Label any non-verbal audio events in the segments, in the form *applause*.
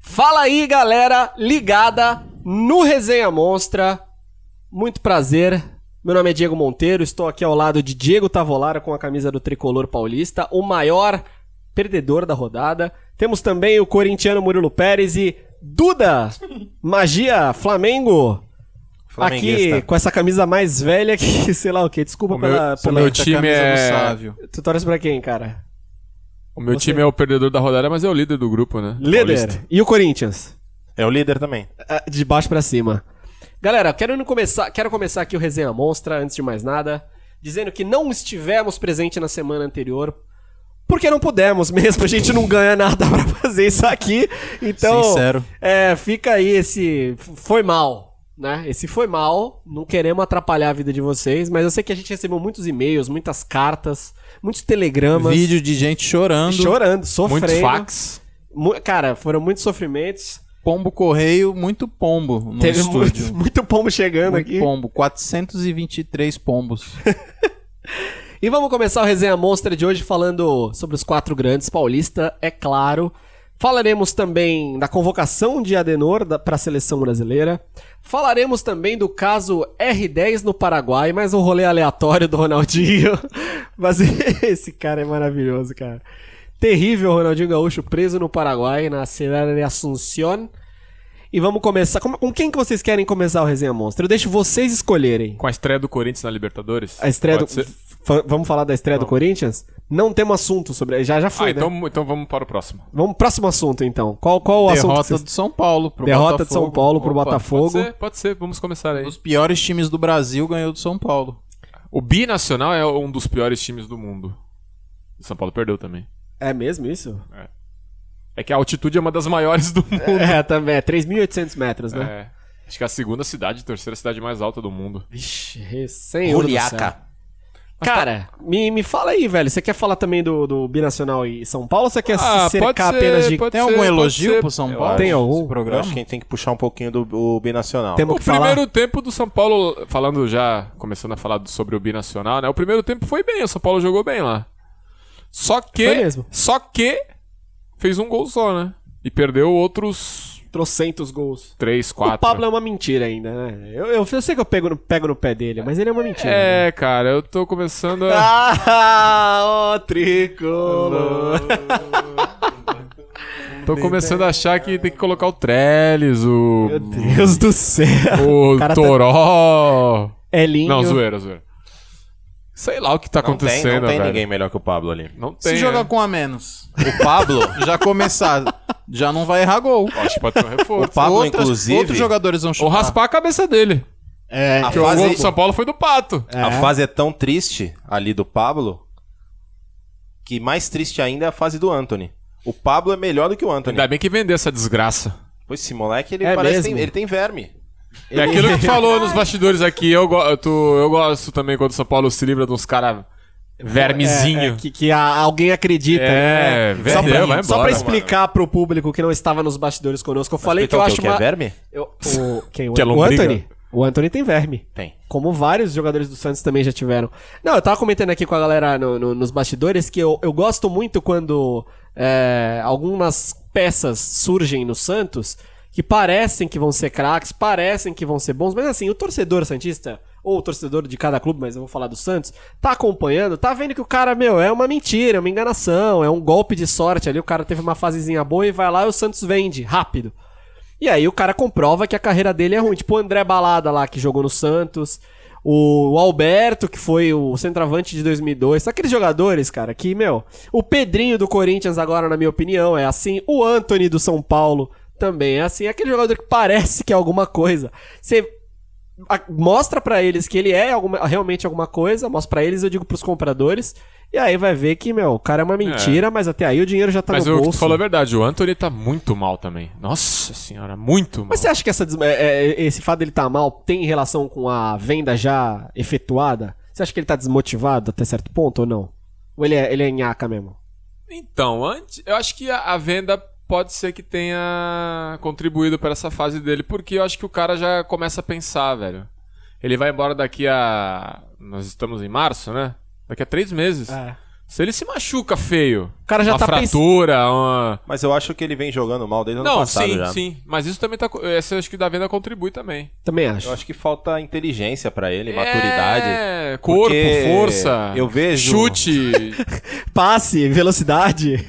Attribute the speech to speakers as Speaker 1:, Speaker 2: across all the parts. Speaker 1: Fala aí, galera ligada no Resenha Monstra. Muito prazer. Meu nome é Diego Monteiro, estou aqui ao lado de Diego Tavolara com a camisa do Tricolor Paulista, o maior perdedor da rodada. Temos também o corintiano Murilo Pérez e Duda, magia Flamengo. Aqui com essa camisa mais velha que *laughs* sei lá o que. Desculpa
Speaker 2: O meu-
Speaker 1: pela,
Speaker 2: o
Speaker 1: pela
Speaker 2: meu
Speaker 1: outra
Speaker 2: time
Speaker 1: camisa
Speaker 2: é-
Speaker 1: do
Speaker 2: É.
Speaker 1: Sávio. Tu torce pra quem, cara?
Speaker 2: O meu
Speaker 1: Você-
Speaker 2: time é o perdedor da rodada, mas é o líder do grupo, né?
Speaker 1: Líder.
Speaker 2: Paulista.
Speaker 1: E o Corinthians?
Speaker 3: É o líder também.
Speaker 1: Ah, De baixo pra cima. Galera, quero no começar, quero começar aqui o Resenha Monstra, antes de mais nada, dizendo que não estivemos presente na semana anterior, porque não pudemos *laughs* mesmo, a gente não ganha nada *laughs* pra fazer isso aqui. Então,
Speaker 3: Sincero.
Speaker 1: é, fica aí esse f- foi mal, né? Esse foi mal, não queremos atrapalhar a vida de vocês, mas eu sei que a gente recebeu muitos e-mails, muitas cartas, muitos telegramas,
Speaker 4: Vídeo de gente chorando.
Speaker 1: chorando,
Speaker 2: Muitos
Speaker 1: sofrendo.
Speaker 2: fax.
Speaker 1: Mu- Cara, foram muitos sofrimentos.
Speaker 4: Pombo correio, muito pombo no
Speaker 1: Teve
Speaker 4: estúdio.
Speaker 1: *laughs* muito, muito pombo chegando
Speaker 4: Muito
Speaker 1: aqui.
Speaker 4: pombo, 423 pombos.
Speaker 1: E vamos começar o Resenha Monstra de hoje falando sobre os quatro grandes paulista, é claro. Falaremos também da convocação de Adenor para a seleção brasileira. Falaremos também do caso R10 no Paraguai, mais um rolê aleatório do Ronaldinho. *laughs* Mas esse cara é maravilhoso, cara. Terrível Ronaldinho Gaúcho preso no Paraguai, na cidade de Assunción. E vamos começar. Com com quem que vocês querem começar o Resenha Monstra? Eu deixo vocês escolherem.
Speaker 2: Com a estreia do Corinthians na Libertadores.
Speaker 1: A estreia do...
Speaker 2: Pode ser?
Speaker 1: fa- Vamos falar da estreia do Corinthians? Não temos assunto sobre... Já, já foi,
Speaker 2: Ah,
Speaker 1: né?
Speaker 2: então, então vamos para o próximo.
Speaker 1: Vamos próximo assunto, então. Qual, qual o assunto? que
Speaker 4: Derrota
Speaker 1: vocês-
Speaker 4: do São Paulo pro
Speaker 1: Derrota
Speaker 4: Botafogo.
Speaker 1: de São Paulo pro
Speaker 4: Opa,
Speaker 1: Botafogo.
Speaker 2: Pode ser, pode ser, vamos começar aí.
Speaker 4: Os piores times do Brasil ganhou do São Paulo.
Speaker 2: O Binacional é um dos piores times do mundo. O São Paulo perdeu também.
Speaker 1: É mesmo isso?
Speaker 2: É que a altitude é uma das maiores do mundo.
Speaker 1: É, também. É 3.800 metros, né?
Speaker 2: É. Acho que é a segunda cidade, terceira cidade mais alta do mundo.
Speaker 1: Vixe, sem
Speaker 3: um
Speaker 1: Cara, tá, me, me fala aí, velho. Você quer falar também do, do Binacional e São Paulo ou você quer se cercar apenas de...
Speaker 2: Ah, pode
Speaker 4: Tem
Speaker 2: ser,
Speaker 4: algum
Speaker 2: pode
Speaker 4: elogio
Speaker 2: ser.
Speaker 4: pro São
Speaker 2: Eu
Speaker 4: Paulo?
Speaker 1: Tem algum?
Speaker 4: Esse
Speaker 3: Eu
Speaker 4: programa?
Speaker 3: acho que a gente tem que puxar um pouquinho do o Binacional.
Speaker 1: Temos
Speaker 2: O
Speaker 1: que falar.
Speaker 2: primeiro tempo do São Paulo, falando já, começando a falar do- sobre o Binacional, né? O primeiro tempo foi bem, o São Paulo jogou bem lá. Só que.
Speaker 1: Foi mesmo.
Speaker 2: Só que fez um gol só, né? E perdeu outros
Speaker 1: Trocentos gols.
Speaker 2: três,
Speaker 1: O
Speaker 2: quatro.
Speaker 1: Pablo é uma mentira ainda, né? Eu, eu, eu sei que eu pego no, pego no pé dele, mas ele é uma mentira. né?
Speaker 2: É, cara, eu tô começando a.
Speaker 1: Ah, o tricolor.
Speaker 2: Tô começando a achar que tem que colocar o Trellis, o.
Speaker 1: Meu Deus do céu.
Speaker 2: O
Speaker 1: cara tá-
Speaker 2: Toró.
Speaker 1: Elinho.
Speaker 2: Não, zoeira, zoeira. Sei lá o que tá
Speaker 3: Não tem,
Speaker 2: acontecendo,
Speaker 3: não tem
Speaker 2: velho.
Speaker 3: ninguém melhor que o Pablo ali.
Speaker 2: Não tem.
Speaker 4: Se jogar
Speaker 2: né?
Speaker 4: com um a menos, o Pablo já começar, já não vai errar gol.
Speaker 2: Acho que pode ter um
Speaker 3: O
Speaker 1: *laughs*
Speaker 2: reforço.
Speaker 3: Pablo,
Speaker 4: Outras-
Speaker 3: inclusive,
Speaker 4: Outros jogadores vão chutar.
Speaker 2: Ou raspar a cabeça dele.
Speaker 1: É,
Speaker 3: A
Speaker 2: Porque o gol do
Speaker 3: fase,
Speaker 2: São Paulo foi do Pato.
Speaker 3: a fase é tão triste ali do Pablo que mais triste ainda é a fase do Anthony. O Pablo é melhor do que o Anthony.
Speaker 2: Ainda bem que vendeu essa desgraça.
Speaker 3: Pois esse moleque, ele
Speaker 1: É
Speaker 3: parece
Speaker 1: mesmo?
Speaker 3: tem- ele tem verme.
Speaker 2: É aquilo que tu falou nos bastidores aqui. Eu, go- eu tô- eu gosto também quando o São Paulo se livra de uns caras
Speaker 1: é,
Speaker 2: vermezinho.
Speaker 1: que, que a- alguém acredita.
Speaker 2: É,
Speaker 1: né?
Speaker 2: vendeu,
Speaker 1: só pra,
Speaker 2: vai
Speaker 1: só
Speaker 2: embora,
Speaker 1: pra explicar pro público que não estava nos bastidores conosco, eu falei
Speaker 3: Então,
Speaker 1: que eu
Speaker 3: o
Speaker 1: acho
Speaker 3: que é
Speaker 1: uma.
Speaker 3: verme?
Speaker 1: eu- o, quem, o,
Speaker 2: Que é
Speaker 1: o
Speaker 2: lombriga.
Speaker 1: Anthony? O Anthony tem verme.
Speaker 3: Tem.
Speaker 1: Como vários jogadores do Santos também já tiveram. Não, eu tava comentando aqui com a galera no- no- nos bastidores que eu, eu gosto muito quando é, algumas peças surgem no Santos que parecem que vão ser craques, parecem que vão ser bons, mas assim, o torcedor Santista, ou o torcedor de cada clube, mas eu vou falar do Santos, tá acompanhando, tá vendo que o cara, meu, é uma mentira, é uma enganação, é um golpe de sorte ali, o cara teve uma fasezinha boa e vai lá e o Santos vende, rápido. E aí o cara comprova que a carreira dele é ruim. Tipo o André Balada lá, que jogou no Santos. O o Alberto, que foi o centroavante de 2002. Sabe Aqueles jogadores, cara, que, meu... O Pedrinho do Corinthians agora, na minha opinião, é assim. O Anthony do São Paulo também é assim. É Aquele jogador que parece que é alguma coisa. Você a- mostra pra eles que ele é alguma- realmente alguma coisa. Mostra pra eles, eu digo pros compradores. E aí vai ver que, meu, o cara é uma mentira, mas até aí o dinheiro já tá
Speaker 2: Mas
Speaker 1: no
Speaker 2: o que tu
Speaker 1: bolso.
Speaker 2: falou é verdade. O Anthony tá muito mal também. Nossa senhora, muito mal.
Speaker 1: Mas você acha que essa des- é- é- esse fato dele estar mal tem relação com a venda já efetuada? Você acha que ele tá desmotivado até certo ponto ou não? Ou ele é, ele é nhaca mesmo?
Speaker 2: Então, antes, eu acho que a, a venda pode ser que tenha contribuído para essa fase dele, porque eu acho que o cara já começa a pensar, velho. Ele vai embora daqui a. Nós estamos em março, né? Daqui a três meses. Se ele se machuca feio,
Speaker 1: O cara É. já
Speaker 2: uma
Speaker 1: tá pens-
Speaker 2: fratura, uma...
Speaker 3: Mas eu acho que ele vem jogando mal desde o ano
Speaker 2: Não,
Speaker 3: passado
Speaker 2: sim,
Speaker 3: já.
Speaker 2: sim. Mas isso também tá. co- Essa acho que da venda contribui também.
Speaker 1: Também acho.
Speaker 3: Eu acho que falta inteligência pra ele, maturidade.
Speaker 2: É, corpo,
Speaker 3: Porque
Speaker 2: força.
Speaker 3: eu vejo-
Speaker 2: Chute.
Speaker 3: *laughs*
Speaker 1: Passe, velocidade.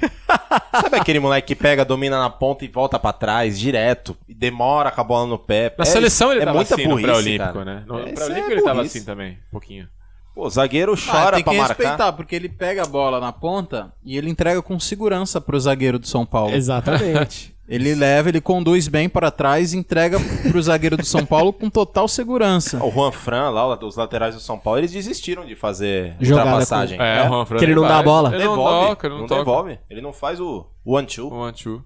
Speaker 3: Sabe aquele moleque que pega, domina na ponta e volta pra trás direto e demora com a bola no pé?
Speaker 2: Na
Speaker 3: É,
Speaker 2: seleção ele
Speaker 3: é
Speaker 2: tava
Speaker 3: muita
Speaker 2: assim no
Speaker 3: burrice,
Speaker 2: pré-olímpico,
Speaker 3: cara.
Speaker 2: né? No
Speaker 3: Essa
Speaker 2: pré-olímpico
Speaker 3: é
Speaker 2: ele tava
Speaker 3: burrice.
Speaker 2: assim também, um pouquinho.
Speaker 3: Pô, o zagueiro chora
Speaker 4: Ah, tem
Speaker 3: pra
Speaker 4: que
Speaker 3: marcar.
Speaker 4: respeitar, porque ele pega a bola na ponta e ele entrega com segurança pro zagueiro do São Paulo.
Speaker 1: Exatamente.
Speaker 4: Ele leva, ele conduz bem para trás e entrega pro zagueiro do São Paulo com total segurança.
Speaker 3: O Juan Fran, lá, os laterais do São Paulo, eles desistiram de fazer
Speaker 1: Jogada
Speaker 3: ultrapassagem. né?
Speaker 2: É, o Juan Fran
Speaker 1: Que ele não dá a
Speaker 2: faz.
Speaker 1: bola.
Speaker 2: Ele não
Speaker 3: Devolve,
Speaker 2: toca, ele não,
Speaker 3: não
Speaker 2: toca.
Speaker 3: devolve. Ele não faz o one-two.
Speaker 2: One, two.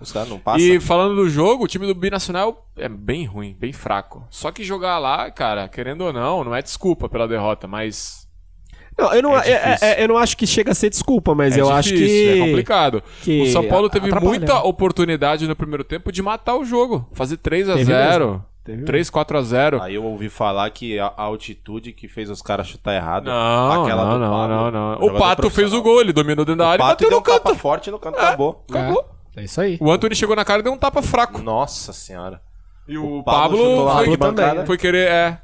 Speaker 3: Os caras não passam.
Speaker 2: E falando do jogo, o time do Binacional é bem ruim, bem fraco. Só que jogar lá, cara, querendo ou não, não é desculpa pela derrota, mas
Speaker 1: Não, eu, não,
Speaker 2: É difícil.
Speaker 1: é- é- eu não acho que chega a ser desculpa, mas
Speaker 2: é
Speaker 1: eu
Speaker 2: difícil,
Speaker 1: acho que.
Speaker 2: é complicado.
Speaker 1: que
Speaker 2: o São Paulo teve
Speaker 1: atrapalha. né?
Speaker 2: muita oportunidade no primeiro tempo de matar o jogo, fazer 3 a
Speaker 1: Teve
Speaker 2: 0,
Speaker 1: Teve mesmo.
Speaker 2: 3 4 a 0.
Speaker 3: Aí eu ouvi falar que a a altitude que fez os caras chutar errado.
Speaker 2: Não,
Speaker 3: aquela
Speaker 2: não,
Speaker 3: do
Speaker 2: não,
Speaker 3: Pablo,
Speaker 2: não, não. O
Speaker 3: jogador
Speaker 2: Pato fez
Speaker 3: profissional.
Speaker 2: o gol, ele dominou dentro da
Speaker 3: O
Speaker 2: área e
Speaker 3: Pato
Speaker 2: bateu
Speaker 3: deu
Speaker 2: no
Speaker 3: um tapa
Speaker 2: canto.
Speaker 3: forte no canto, acabou.
Speaker 2: Acabou.
Speaker 1: É isso aí.
Speaker 2: O Anthony chegou na cara e deu um tapa fraco.
Speaker 3: Nossa senhora.
Speaker 2: E o,
Speaker 3: O Pablo chutou
Speaker 2: Pablo,
Speaker 3: lá
Speaker 2: foi,
Speaker 1: de bancada.
Speaker 2: também, né? foi querer, é.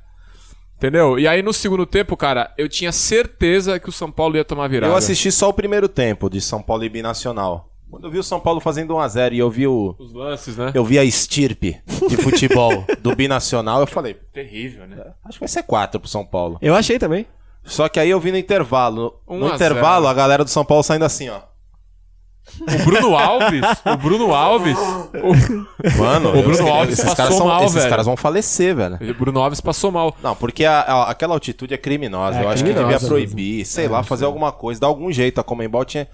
Speaker 2: Entendeu? E aí no segundo tempo, cara, eu tinha certeza que o São Paulo ia tomar virada.
Speaker 3: Eu assisti só o primeiro tempo de São Paulo e Binacional. Quando eu vi o São Paulo fazendo 1x0 e eu vi o.
Speaker 2: os lances, né?
Speaker 3: Eu vi a estirpe de futebol do Binacional, eu falei,
Speaker 2: Terrível, né?
Speaker 3: acho que vai ser 4 pro São Paulo.
Speaker 1: Eu achei também.
Speaker 3: Só que aí eu vi no intervalo.
Speaker 2: Um
Speaker 3: no
Speaker 2: a
Speaker 3: intervalo,
Speaker 2: zero.
Speaker 3: a galera do São Paulo saindo assim, ó.
Speaker 2: O Bruno Alves, o Bruno Alves, o,
Speaker 3: Mano,
Speaker 2: O Bruno
Speaker 3: eu-
Speaker 2: Alves
Speaker 3: esses, caras
Speaker 2: passou
Speaker 3: são-
Speaker 2: mal,
Speaker 3: esses
Speaker 2: velho.
Speaker 3: caras vão falecer, velho.
Speaker 2: *laughs* o Bruno Alves passou mal.
Speaker 3: Não, porque a- a- aquela altitude é criminosa.
Speaker 1: É
Speaker 3: eu acho que
Speaker 1: criminosa É,
Speaker 3: devia proibir, sei lá, fazer alguma coisa, dar algum jeito. A Comembol tinha.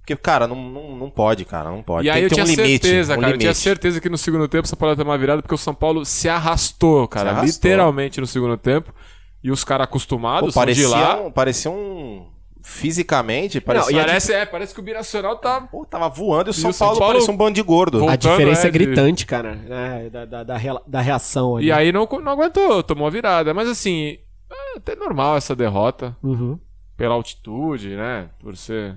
Speaker 3: Porque, cara, não, não, não pode, cara, não pode.
Speaker 2: E aí
Speaker 3: Tem
Speaker 2: eu
Speaker 3: que ter
Speaker 2: tinha
Speaker 3: um limite.
Speaker 2: certeza,
Speaker 3: um
Speaker 2: cara, eu tinha
Speaker 3: limite.
Speaker 2: certeza que no segundo tempo o São Paulo ia tomar virada porque o São Paulo se arrastou, cara,
Speaker 3: Se arrastou.
Speaker 2: literalmente no segundo tempo. E os caras
Speaker 3: Pô,
Speaker 2: acostumados, são de
Speaker 3: parecia,
Speaker 2: lá.
Speaker 3: um, parecia um. Fisicamente, parecia.
Speaker 2: Parece, parece, é, parece que o Binacional tá
Speaker 3: Pô, tava voando e o
Speaker 2: E
Speaker 3: São, Paulo, parecia um bando de gordo.
Speaker 1: A
Speaker 2: Voltando,
Speaker 1: diferença
Speaker 2: né,
Speaker 1: é
Speaker 2: de-
Speaker 1: gritante, cara. né, Da, da, da rea- da reação ali.
Speaker 2: E aí não, não aguentou, tomou a virada. Mas assim, é até normal essa derrota
Speaker 1: Uhum.
Speaker 2: pela altitude, né? Por ser.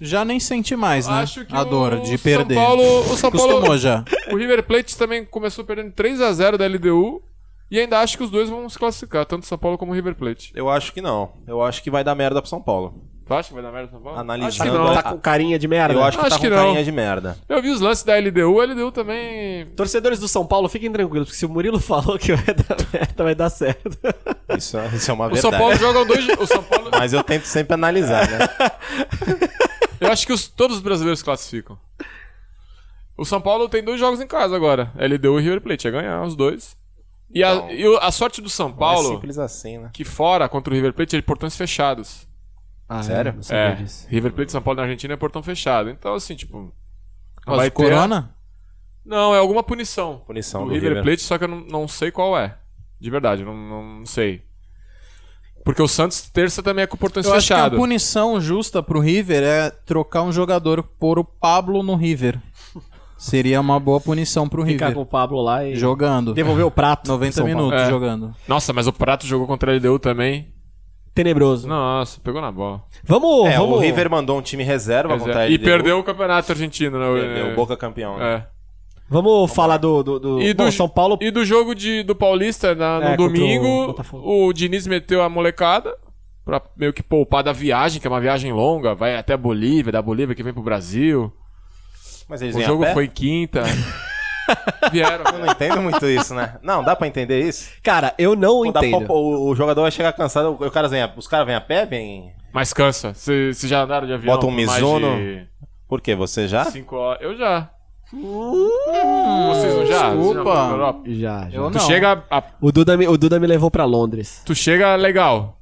Speaker 4: Já nem sente mais, né? a dor de
Speaker 2: São
Speaker 4: perder.
Speaker 2: Paulo, o São
Speaker 4: Acostumou
Speaker 2: Paulo,
Speaker 4: já.
Speaker 2: *laughs* o River Plate também começou perdendo 3 a 0 da LDU e ainda acho que os dois vão se classificar, tanto São Paulo como o River Plate.
Speaker 3: Eu acho que não. Eu acho que vai dar merda pro São Paulo.
Speaker 2: Tu acha que vai dar merda São Paulo? Acho que
Speaker 3: Analisando
Speaker 2: não.
Speaker 1: Tá
Speaker 3: a-
Speaker 1: com carinha de merda.
Speaker 3: Eu acho que
Speaker 2: Acho
Speaker 3: tá
Speaker 2: que
Speaker 3: com
Speaker 2: não.
Speaker 3: carinha de merda.
Speaker 2: Eu vi os lances da LDU, a LDU também
Speaker 1: Torcedores do São Paulo, fiquem tranquilos, porque se o Murilo *laughs* falou que vai dar merda, vai dar certo.
Speaker 3: Isso, *laughs* é- isso é uma
Speaker 2: o São
Speaker 3: verdade.
Speaker 2: Paulo joga dois. O São
Speaker 4: *laughs*
Speaker 2: Paulo...
Speaker 3: Mas eu tento sempre analisar, né?
Speaker 2: Eu acho que os- todos os brasileiros classificam. O São Paulo tem dois jogos em casa agora. LDU e River Plate. Ia ganhar os dois. E a,
Speaker 3: Então.
Speaker 2: e o- a sorte do São
Speaker 3: É
Speaker 2: Paulo,
Speaker 3: simples assim, né?
Speaker 2: que fora, contra o River Plate, é de portões fechados.
Speaker 1: Ah,
Speaker 3: Sério?
Speaker 1: não sabia
Speaker 2: É.
Speaker 1: disso.
Speaker 2: River Plate e São Paulo na Argentina é portão fechado. Então, assim, tipo...
Speaker 4: Mas o Corona?
Speaker 2: Não, é alguma punição.
Speaker 3: Punição
Speaker 2: do
Speaker 3: do
Speaker 2: River
Speaker 3: River.
Speaker 2: Plate, só que eu não, não sei qual é. De verdade, eu não, não sei. Porque o Santos, terça, também é com portões
Speaker 4: Eu acho que um a
Speaker 2: fechados.
Speaker 4: punição justa pro River é trocar um jogador por o Pablo no River. Seria uma boa punição pro
Speaker 1: Ficar com
Speaker 4: River.
Speaker 1: o Pablo lá e
Speaker 4: Jogando. *laughs*
Speaker 1: devolver o *laughs* prato.
Speaker 4: 90
Speaker 1: São Paulo.
Speaker 4: minutos
Speaker 2: É.
Speaker 4: jogando.
Speaker 2: Nossa, mas o Prato jogou contra a LDU também.
Speaker 1: É. Tenebroso.
Speaker 2: Nossa, pegou na bola.
Speaker 1: Vamos,
Speaker 3: É,
Speaker 1: vamos.
Speaker 3: o River mandou um time reserva
Speaker 2: Pois é.
Speaker 3: contra a
Speaker 2: E
Speaker 3: LDU.
Speaker 2: perdeu o campeonato argentino, né?
Speaker 3: Perdeu, o Boca campeão. né?
Speaker 2: É.
Speaker 1: Vamos falar do, do, do...
Speaker 2: E do,
Speaker 1: Bom, São Paulo.
Speaker 2: e do jogo de, do Paulista na- no
Speaker 1: É, contra o
Speaker 2: domingo,
Speaker 1: Botafogo.
Speaker 2: o, Diniz meteu a molecada pra meio que poupar da viagem, que é uma viagem longa, vai até a Bolívia, da Bolívia que vem pro Brasil.
Speaker 3: Mas eles
Speaker 2: o
Speaker 3: vêm a
Speaker 2: jogo
Speaker 3: pé? *laughs*
Speaker 2: foi quinta. Vieram.
Speaker 3: Eu não entendo muito isso, né? Não, dá pra entender isso?
Speaker 1: Cara, eu não
Speaker 3: Pô, dá
Speaker 1: entendo.
Speaker 3: pra- o, o jogador vai chegar cansado, o, o cara vem a- os caras vêm a pé, vem...
Speaker 2: Mas cansa. Vocês já andaram de avião?
Speaker 3: Bota um
Speaker 2: por mais
Speaker 3: Mizuno.
Speaker 2: de
Speaker 3: Por quê? Você já?
Speaker 2: Cinco horas. Eu já.
Speaker 1: Uh,
Speaker 2: Vocês não já? Vocês já
Speaker 4: desculpa.
Speaker 2: foram pra Europa?
Speaker 1: Já, já.
Speaker 4: Eu
Speaker 2: Tu
Speaker 4: não.
Speaker 2: chega, a-
Speaker 1: O, Duda me, o Duda me levou pra Londres.
Speaker 2: tu chega legal.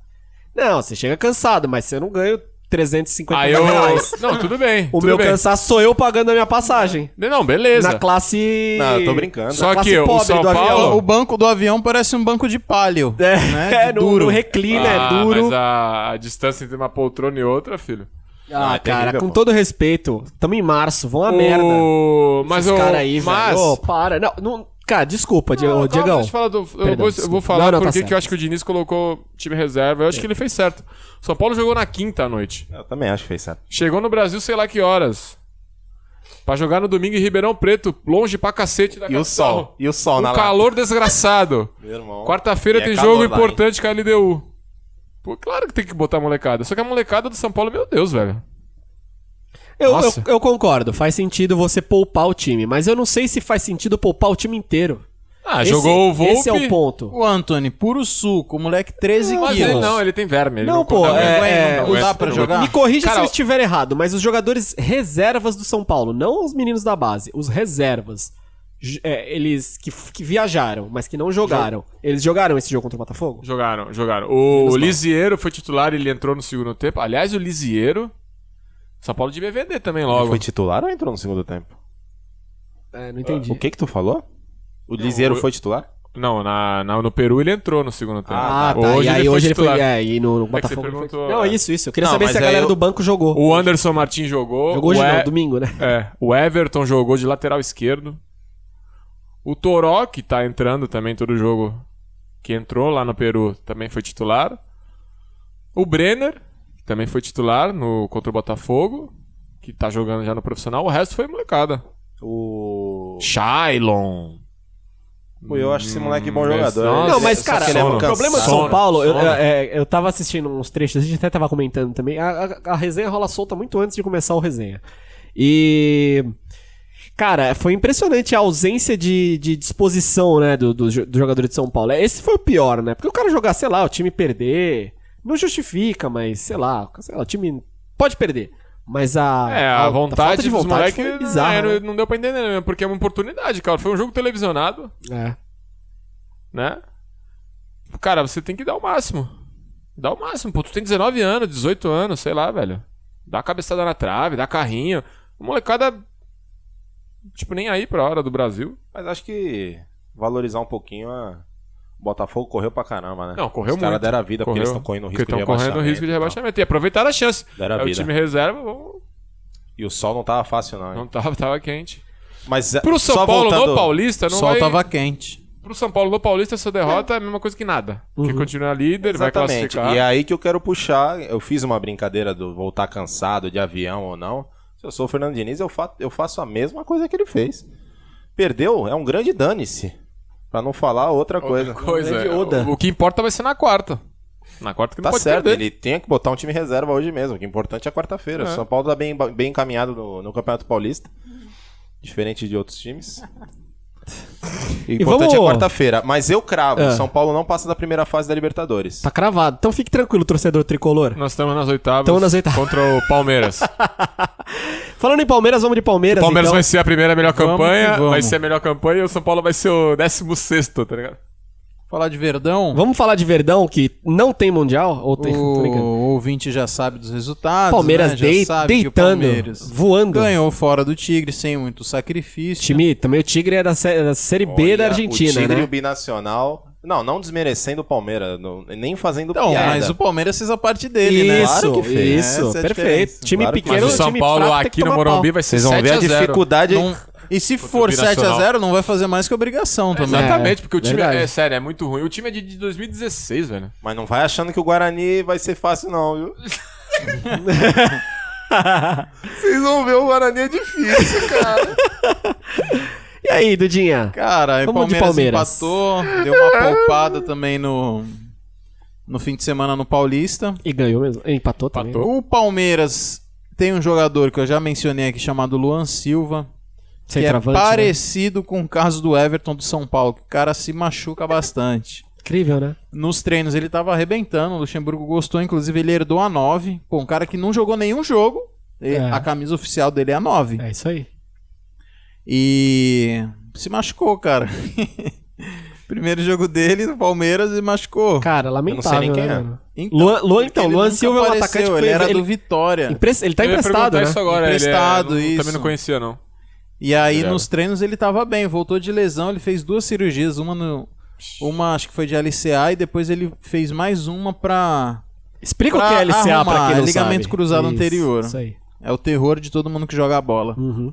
Speaker 1: Não, você chega cansado, mas você não ganha 350
Speaker 2: Aí Ah, eu.
Speaker 1: reais.
Speaker 2: Não, tudo bem.
Speaker 1: O
Speaker 2: tudo
Speaker 1: meu
Speaker 2: bem.
Speaker 1: cansaço sou eu pagando a minha passagem.
Speaker 2: Não, beleza.
Speaker 1: Na classe.
Speaker 3: Não, eu tô brincando.
Speaker 2: Só
Speaker 1: classe
Speaker 2: que o
Speaker 1: pobre
Speaker 2: São
Speaker 1: do avião.
Speaker 2: Paulo.
Speaker 4: O banco do avião parece um banco de palio.
Speaker 1: É,
Speaker 4: né?
Speaker 1: é,
Speaker 4: De
Speaker 1: no,
Speaker 4: duro.
Speaker 1: no reclina,
Speaker 2: Ah,
Speaker 1: é duro.
Speaker 2: Mas a, a distância entre uma poltrona e outra, filho.
Speaker 1: Ah,
Speaker 3: Ah, é
Speaker 1: cara,
Speaker 3: terrível,
Speaker 1: com
Speaker 3: pô.
Speaker 1: todo respeito, tamo em março, vão a merda.
Speaker 2: o... Mas
Speaker 1: Esses
Speaker 2: eu.
Speaker 1: cara aí,
Speaker 2: mas
Speaker 1: velho. Ô, para. Não, não, Cara, desculpa, Diego.
Speaker 2: Não,
Speaker 1: ô,
Speaker 2: calma,
Speaker 1: Diegão.
Speaker 2: deixa eu, falar do- eu
Speaker 1: Perdão,
Speaker 2: vou, eu
Speaker 1: desculpa.
Speaker 2: vou falar
Speaker 1: Não, não, tá
Speaker 2: porque
Speaker 1: certo.
Speaker 2: que eu acho que o Diniz colocou time reserva. Eu acho que ele fez certo. O São Paulo jogou na quinta à noite.
Speaker 3: Eu também acho que fez certo.
Speaker 2: Chegou no Brasil sei lá que horas. Pra jogar no domingo em Ribeirão Preto, longe pra cacete da
Speaker 3: E o *laughs*
Speaker 2: capital.
Speaker 3: sol. E o sol na
Speaker 2: Um
Speaker 3: lata.
Speaker 2: calor desgraçado.
Speaker 3: *laughs* Meu irmão.
Speaker 2: Quarta-feira
Speaker 3: E é
Speaker 2: tem
Speaker 3: calor
Speaker 2: jogo
Speaker 3: lá,
Speaker 2: importante com a LDU. Pô, claro que tem que botar a molecada. Só que a molecada do São Paulo, meu Deus, velho.
Speaker 1: Eu,
Speaker 2: Nossa.
Speaker 1: eu- eu concordo, faz sentido você poupar o time, mas eu não sei se faz sentido poupar o time inteiro.
Speaker 2: Ah, jogou o Volpe.
Speaker 1: Esse é o ponto.
Speaker 4: O Anthony, puro suco, moleque 13
Speaker 2: Mas ele
Speaker 4: quilos.
Speaker 2: não, ele tem verme. ele
Speaker 1: Não, pô, é-
Speaker 2: aguenta, aguenta,
Speaker 1: é-
Speaker 4: não dá
Speaker 2: aguenta,
Speaker 4: pra
Speaker 2: não
Speaker 4: jogar?
Speaker 1: Me corrija
Speaker 2: Ah, Cara,
Speaker 1: se eu estiver errado, mas os jogadores reservas do São Paulo, não os meninos da base, os reservas, j- é, eles que, f- que viajaram, mas que não jogaram, eles jogaram esse jogo contra o Botafogo?
Speaker 2: Jogaram, jogaram. O Lisieiro foi titular, ele entrou no segundo tempo. Aliás, o Lisieiro. São Paulo devia vender também
Speaker 3: Ele
Speaker 2: logo.
Speaker 3: foi titular ou entrou no segundo tempo?
Speaker 1: É, não entendi.
Speaker 3: O que que tu falou? O Liseiro
Speaker 2: eu-
Speaker 3: foi titular?
Speaker 2: Não, na, na- no Peru ele entrou no segundo tempo.
Speaker 1: Ah, tá. e aí hoje ele foi. É, e no Botafogo.
Speaker 2: você
Speaker 1: ele foi-
Speaker 2: perguntou,
Speaker 1: Não,
Speaker 2: é.
Speaker 1: isso, isso. Eu queria
Speaker 3: Não,
Speaker 1: saber
Speaker 3: mas
Speaker 1: se a
Speaker 3: aí
Speaker 1: galera
Speaker 3: eu-
Speaker 1: do banco jogou.
Speaker 2: O Anderson Martins jogou.
Speaker 1: Jogou hoje
Speaker 2: o E-
Speaker 1: não, domingo, né?
Speaker 2: É, o Everton jogou de lateral esquerdo. O Toró, que tá entrando também todo jogo, que entrou lá no Peru, também foi titular. O Brenner, que também foi titular no contra o Botafogo, que tá jogando já no profissional. O resto foi molecada.
Speaker 3: O.
Speaker 2: Shailon.
Speaker 3: Pô, eu acho esse moleque bom
Speaker 2: Hum,
Speaker 3: jogador.
Speaker 2: esse-
Speaker 3: Ele-
Speaker 1: Não, mas,
Speaker 3: só
Speaker 1: cara,
Speaker 3: que ele é
Speaker 2: sono.
Speaker 1: o problema do
Speaker 3: cansado.
Speaker 1: São
Speaker 2: Sono,
Speaker 1: Paulo, eu,
Speaker 2: sono.
Speaker 1: é, eu tava assistindo uns trechos, a gente até tava comentando também. A, a- a resenha rola solta muito antes de começar o resenha. E. Cara, foi impressionante a ausência de, de disposição, né, do, do, jo- do jogador de São Paulo. É, Esse foi o pior, né? Porque o cara jogar, sei lá, o time perder. Não justifica, mas sei lá, sei lá, o time pode perder. Mas Ah, a,
Speaker 2: É, a, vontade
Speaker 1: falta de
Speaker 2: de dos é
Speaker 1: vontade
Speaker 2: moleques
Speaker 1: foi bizarra. né?
Speaker 2: não deu pra entender mesmo, porque é uma oportunidade, cara. Foi um jogo televisionado,
Speaker 1: É.
Speaker 2: né? Cara, você tem que dar o máximo. Dá o máximo, pô. Tu tem 19 anos, 18 anos, sei lá, velho. Dá cabeçada na trave, dá carrinho. O molecada. Tipo, nem aí pra hora do Brasil.
Speaker 3: Mas acho que valorizar um pouquinho a. O Botafogo correu pra caramba, né?
Speaker 2: Não, correu
Speaker 3: Os caras
Speaker 2: muito.
Speaker 3: deram a vida porque
Speaker 2: Correu,
Speaker 3: eles estão correndo o
Speaker 2: porque
Speaker 3: risco de
Speaker 2: tão correndo o risco de
Speaker 3: e tal.
Speaker 2: rebaixamento. E aproveitaram a chance.
Speaker 3: Deram a
Speaker 2: é o
Speaker 3: vida.
Speaker 2: time reserva, vamos-
Speaker 3: E o sol não tava fácil, não. hein?
Speaker 2: não tava, tava quente.
Speaker 3: Mas é,
Speaker 2: Pro São
Speaker 3: só
Speaker 2: Paulo
Speaker 3: voltando...
Speaker 2: no Paulista, não
Speaker 4: Sol
Speaker 2: vai...
Speaker 4: tava quente.
Speaker 2: Pro São Paulo no Paulista, essa derrota é a mesma coisa que nada. Porque continua líder, vai
Speaker 3: Exatamente.
Speaker 2: classificar.
Speaker 3: E é aí que eu quero puxar. Eu fiz uma brincadeira do voltar cansado de avião ou não. Se eu sou o Fernando Diniz, eu, fa- eu faço a mesma coisa que ele fez. Perdeu, é um grande dane-se. Pra não falar outra, coisa.
Speaker 2: Coisa,
Speaker 1: grande Oda.
Speaker 2: o, o que importa vai ser na quarta. Na quarta que não
Speaker 3: Tá
Speaker 2: pode
Speaker 3: certo,
Speaker 2: perder.
Speaker 3: ele tem que botar um time reserva hoje mesmo. O que é importante é quarta-feira. O São Paulo tá bem, bem encaminhado no, no Campeonato Paulista. Diferente de outros times. O importante
Speaker 1: vamos-
Speaker 3: é quarta-feira. Mas eu cravo,
Speaker 1: É.
Speaker 3: o São Paulo não passa da primeira fase da Libertadores.
Speaker 1: Tá cravado. Então fique tranquilo, torcedor tricolor.
Speaker 2: Nós estamos nas oitavas,
Speaker 1: Tamo nas oitavas. Então,
Speaker 2: contra o
Speaker 1: *laughs*
Speaker 2: Palmeiras. O
Speaker 1: Falando em Palmeiras, vamos de Palmeiras.
Speaker 2: Palmeiras
Speaker 1: então.
Speaker 2: vai ser a primeira melhor
Speaker 4: Vamos
Speaker 2: campanha,
Speaker 4: que vamos.
Speaker 2: vai ser a melhor campanha e o São Paulo vai ser o 16, tá ligado?
Speaker 4: Falar de Verdão,
Speaker 1: Vamos falar de Verdão, que não tem Mundial? Ou tem? Tô
Speaker 4: o
Speaker 1: brincando.
Speaker 4: ouvinte já sabe dos resultados.
Speaker 1: Palmeiras
Speaker 4: né? Já
Speaker 1: dei-
Speaker 4: sabe que o
Speaker 1: deitando, voando.
Speaker 4: Ganhou fora do Tigre sem muito sacrifício.
Speaker 1: Time, também o Tigre é da, sé- da Série B da
Speaker 3: Olha,
Speaker 1: Argentina,
Speaker 3: O Tigre e
Speaker 1: né?
Speaker 3: o Binacional. Não, não desmerecendo o Palmeiras, não- nem fazendo
Speaker 4: Então,
Speaker 3: piada.
Speaker 4: mas o Palmeiras fez a parte dele, né?
Speaker 1: Isso,
Speaker 3: Claro que fez.
Speaker 1: isso,
Speaker 4: Essa é a
Speaker 1: perfeito.
Speaker 4: diferença.
Speaker 1: Time
Speaker 3: Claro que
Speaker 2: Mas
Speaker 1: pequeno,
Speaker 2: o São
Speaker 1: um time
Speaker 2: Paulo
Speaker 1: fraco, tem que
Speaker 2: aqui no
Speaker 1: tomar pau.
Speaker 2: Morumbi vai ser
Speaker 3: Vocês vão
Speaker 2: 7
Speaker 3: ver a,
Speaker 2: a 0.
Speaker 3: dificuldade.
Speaker 4: Não- E se
Speaker 2: o
Speaker 4: for 7 a
Speaker 2: Binacional.
Speaker 4: 0 não vai fazer mais que obrigação
Speaker 3: né?
Speaker 4: também.
Speaker 2: Exatamente, porque o time
Speaker 1: verdade.
Speaker 2: é, é sério, é muito ruim. O time é de de 2016, velho.
Speaker 3: Mas não vai achando que o Guarani vai ser fácil, não, viu? Vocês vão ver o Guarani é difícil, cara.
Speaker 1: E aí, Dudinha?
Speaker 4: Cara, aí o
Speaker 1: Vamos de
Speaker 4: Palmeiras,
Speaker 1: Palmeiras.
Speaker 4: empatou, deu uma poupada também no, no fim de semana no Paulista.
Speaker 1: E ganhou mesmo? Empatou também.
Speaker 2: Empatou.
Speaker 4: O Palmeiras tem um jogador que eu já mencionei aqui chamado Luan Silva, que é
Speaker 1: Centroavante, né?
Speaker 4: parecido com o caso do Everton do São Paulo, que o cara se machuca bastante.
Speaker 1: Incrível, né?
Speaker 4: Nos treinos ele tava arrebentando, o Luxemburgo gostou, inclusive ele herdou a 9. Pô, um cara que não jogou nenhum jogo, e
Speaker 1: É.
Speaker 4: a camisa oficial dele é a 9.
Speaker 1: É isso aí.
Speaker 4: E se machucou, cara. *laughs* Primeiro jogo dele no Palmeiras e machucou.
Speaker 1: Cara, lamentável,
Speaker 3: nem quem
Speaker 1: né,
Speaker 3: é.
Speaker 1: mano?
Speaker 4: Então,
Speaker 1: Luan, Luan, então,
Speaker 4: ele
Speaker 1: Luan
Speaker 4: nunca
Speaker 1: Silva é um
Speaker 4: apareceu,
Speaker 1: atacante que foi...
Speaker 4: Ele era
Speaker 1: ele-
Speaker 4: do Vitória.
Speaker 1: Impre- Ele *laughs* tá
Speaker 2: Eu ia
Speaker 1: emprestado,
Speaker 2: perguntar
Speaker 1: né?
Speaker 2: isso agora, ele é-
Speaker 4: Emprestado,
Speaker 2: não-
Speaker 4: isso.
Speaker 2: também não conhecia, não.
Speaker 4: E aí
Speaker 2: Ele era.
Speaker 4: nos treinos ele tava bem, voltou de lesão, ele fez duas cirurgias, uma no uma acho que foi de LCA e depois ele fez mais uma pra
Speaker 1: Explica
Speaker 4: Pra
Speaker 1: o que é LCA pra
Speaker 4: arrumar,
Speaker 1: quem não
Speaker 4: ligamento
Speaker 1: sabe.
Speaker 4: cruzado anterior.
Speaker 1: Isso aí.
Speaker 4: é o terror de todo mundo que joga bola.
Speaker 1: Uhum.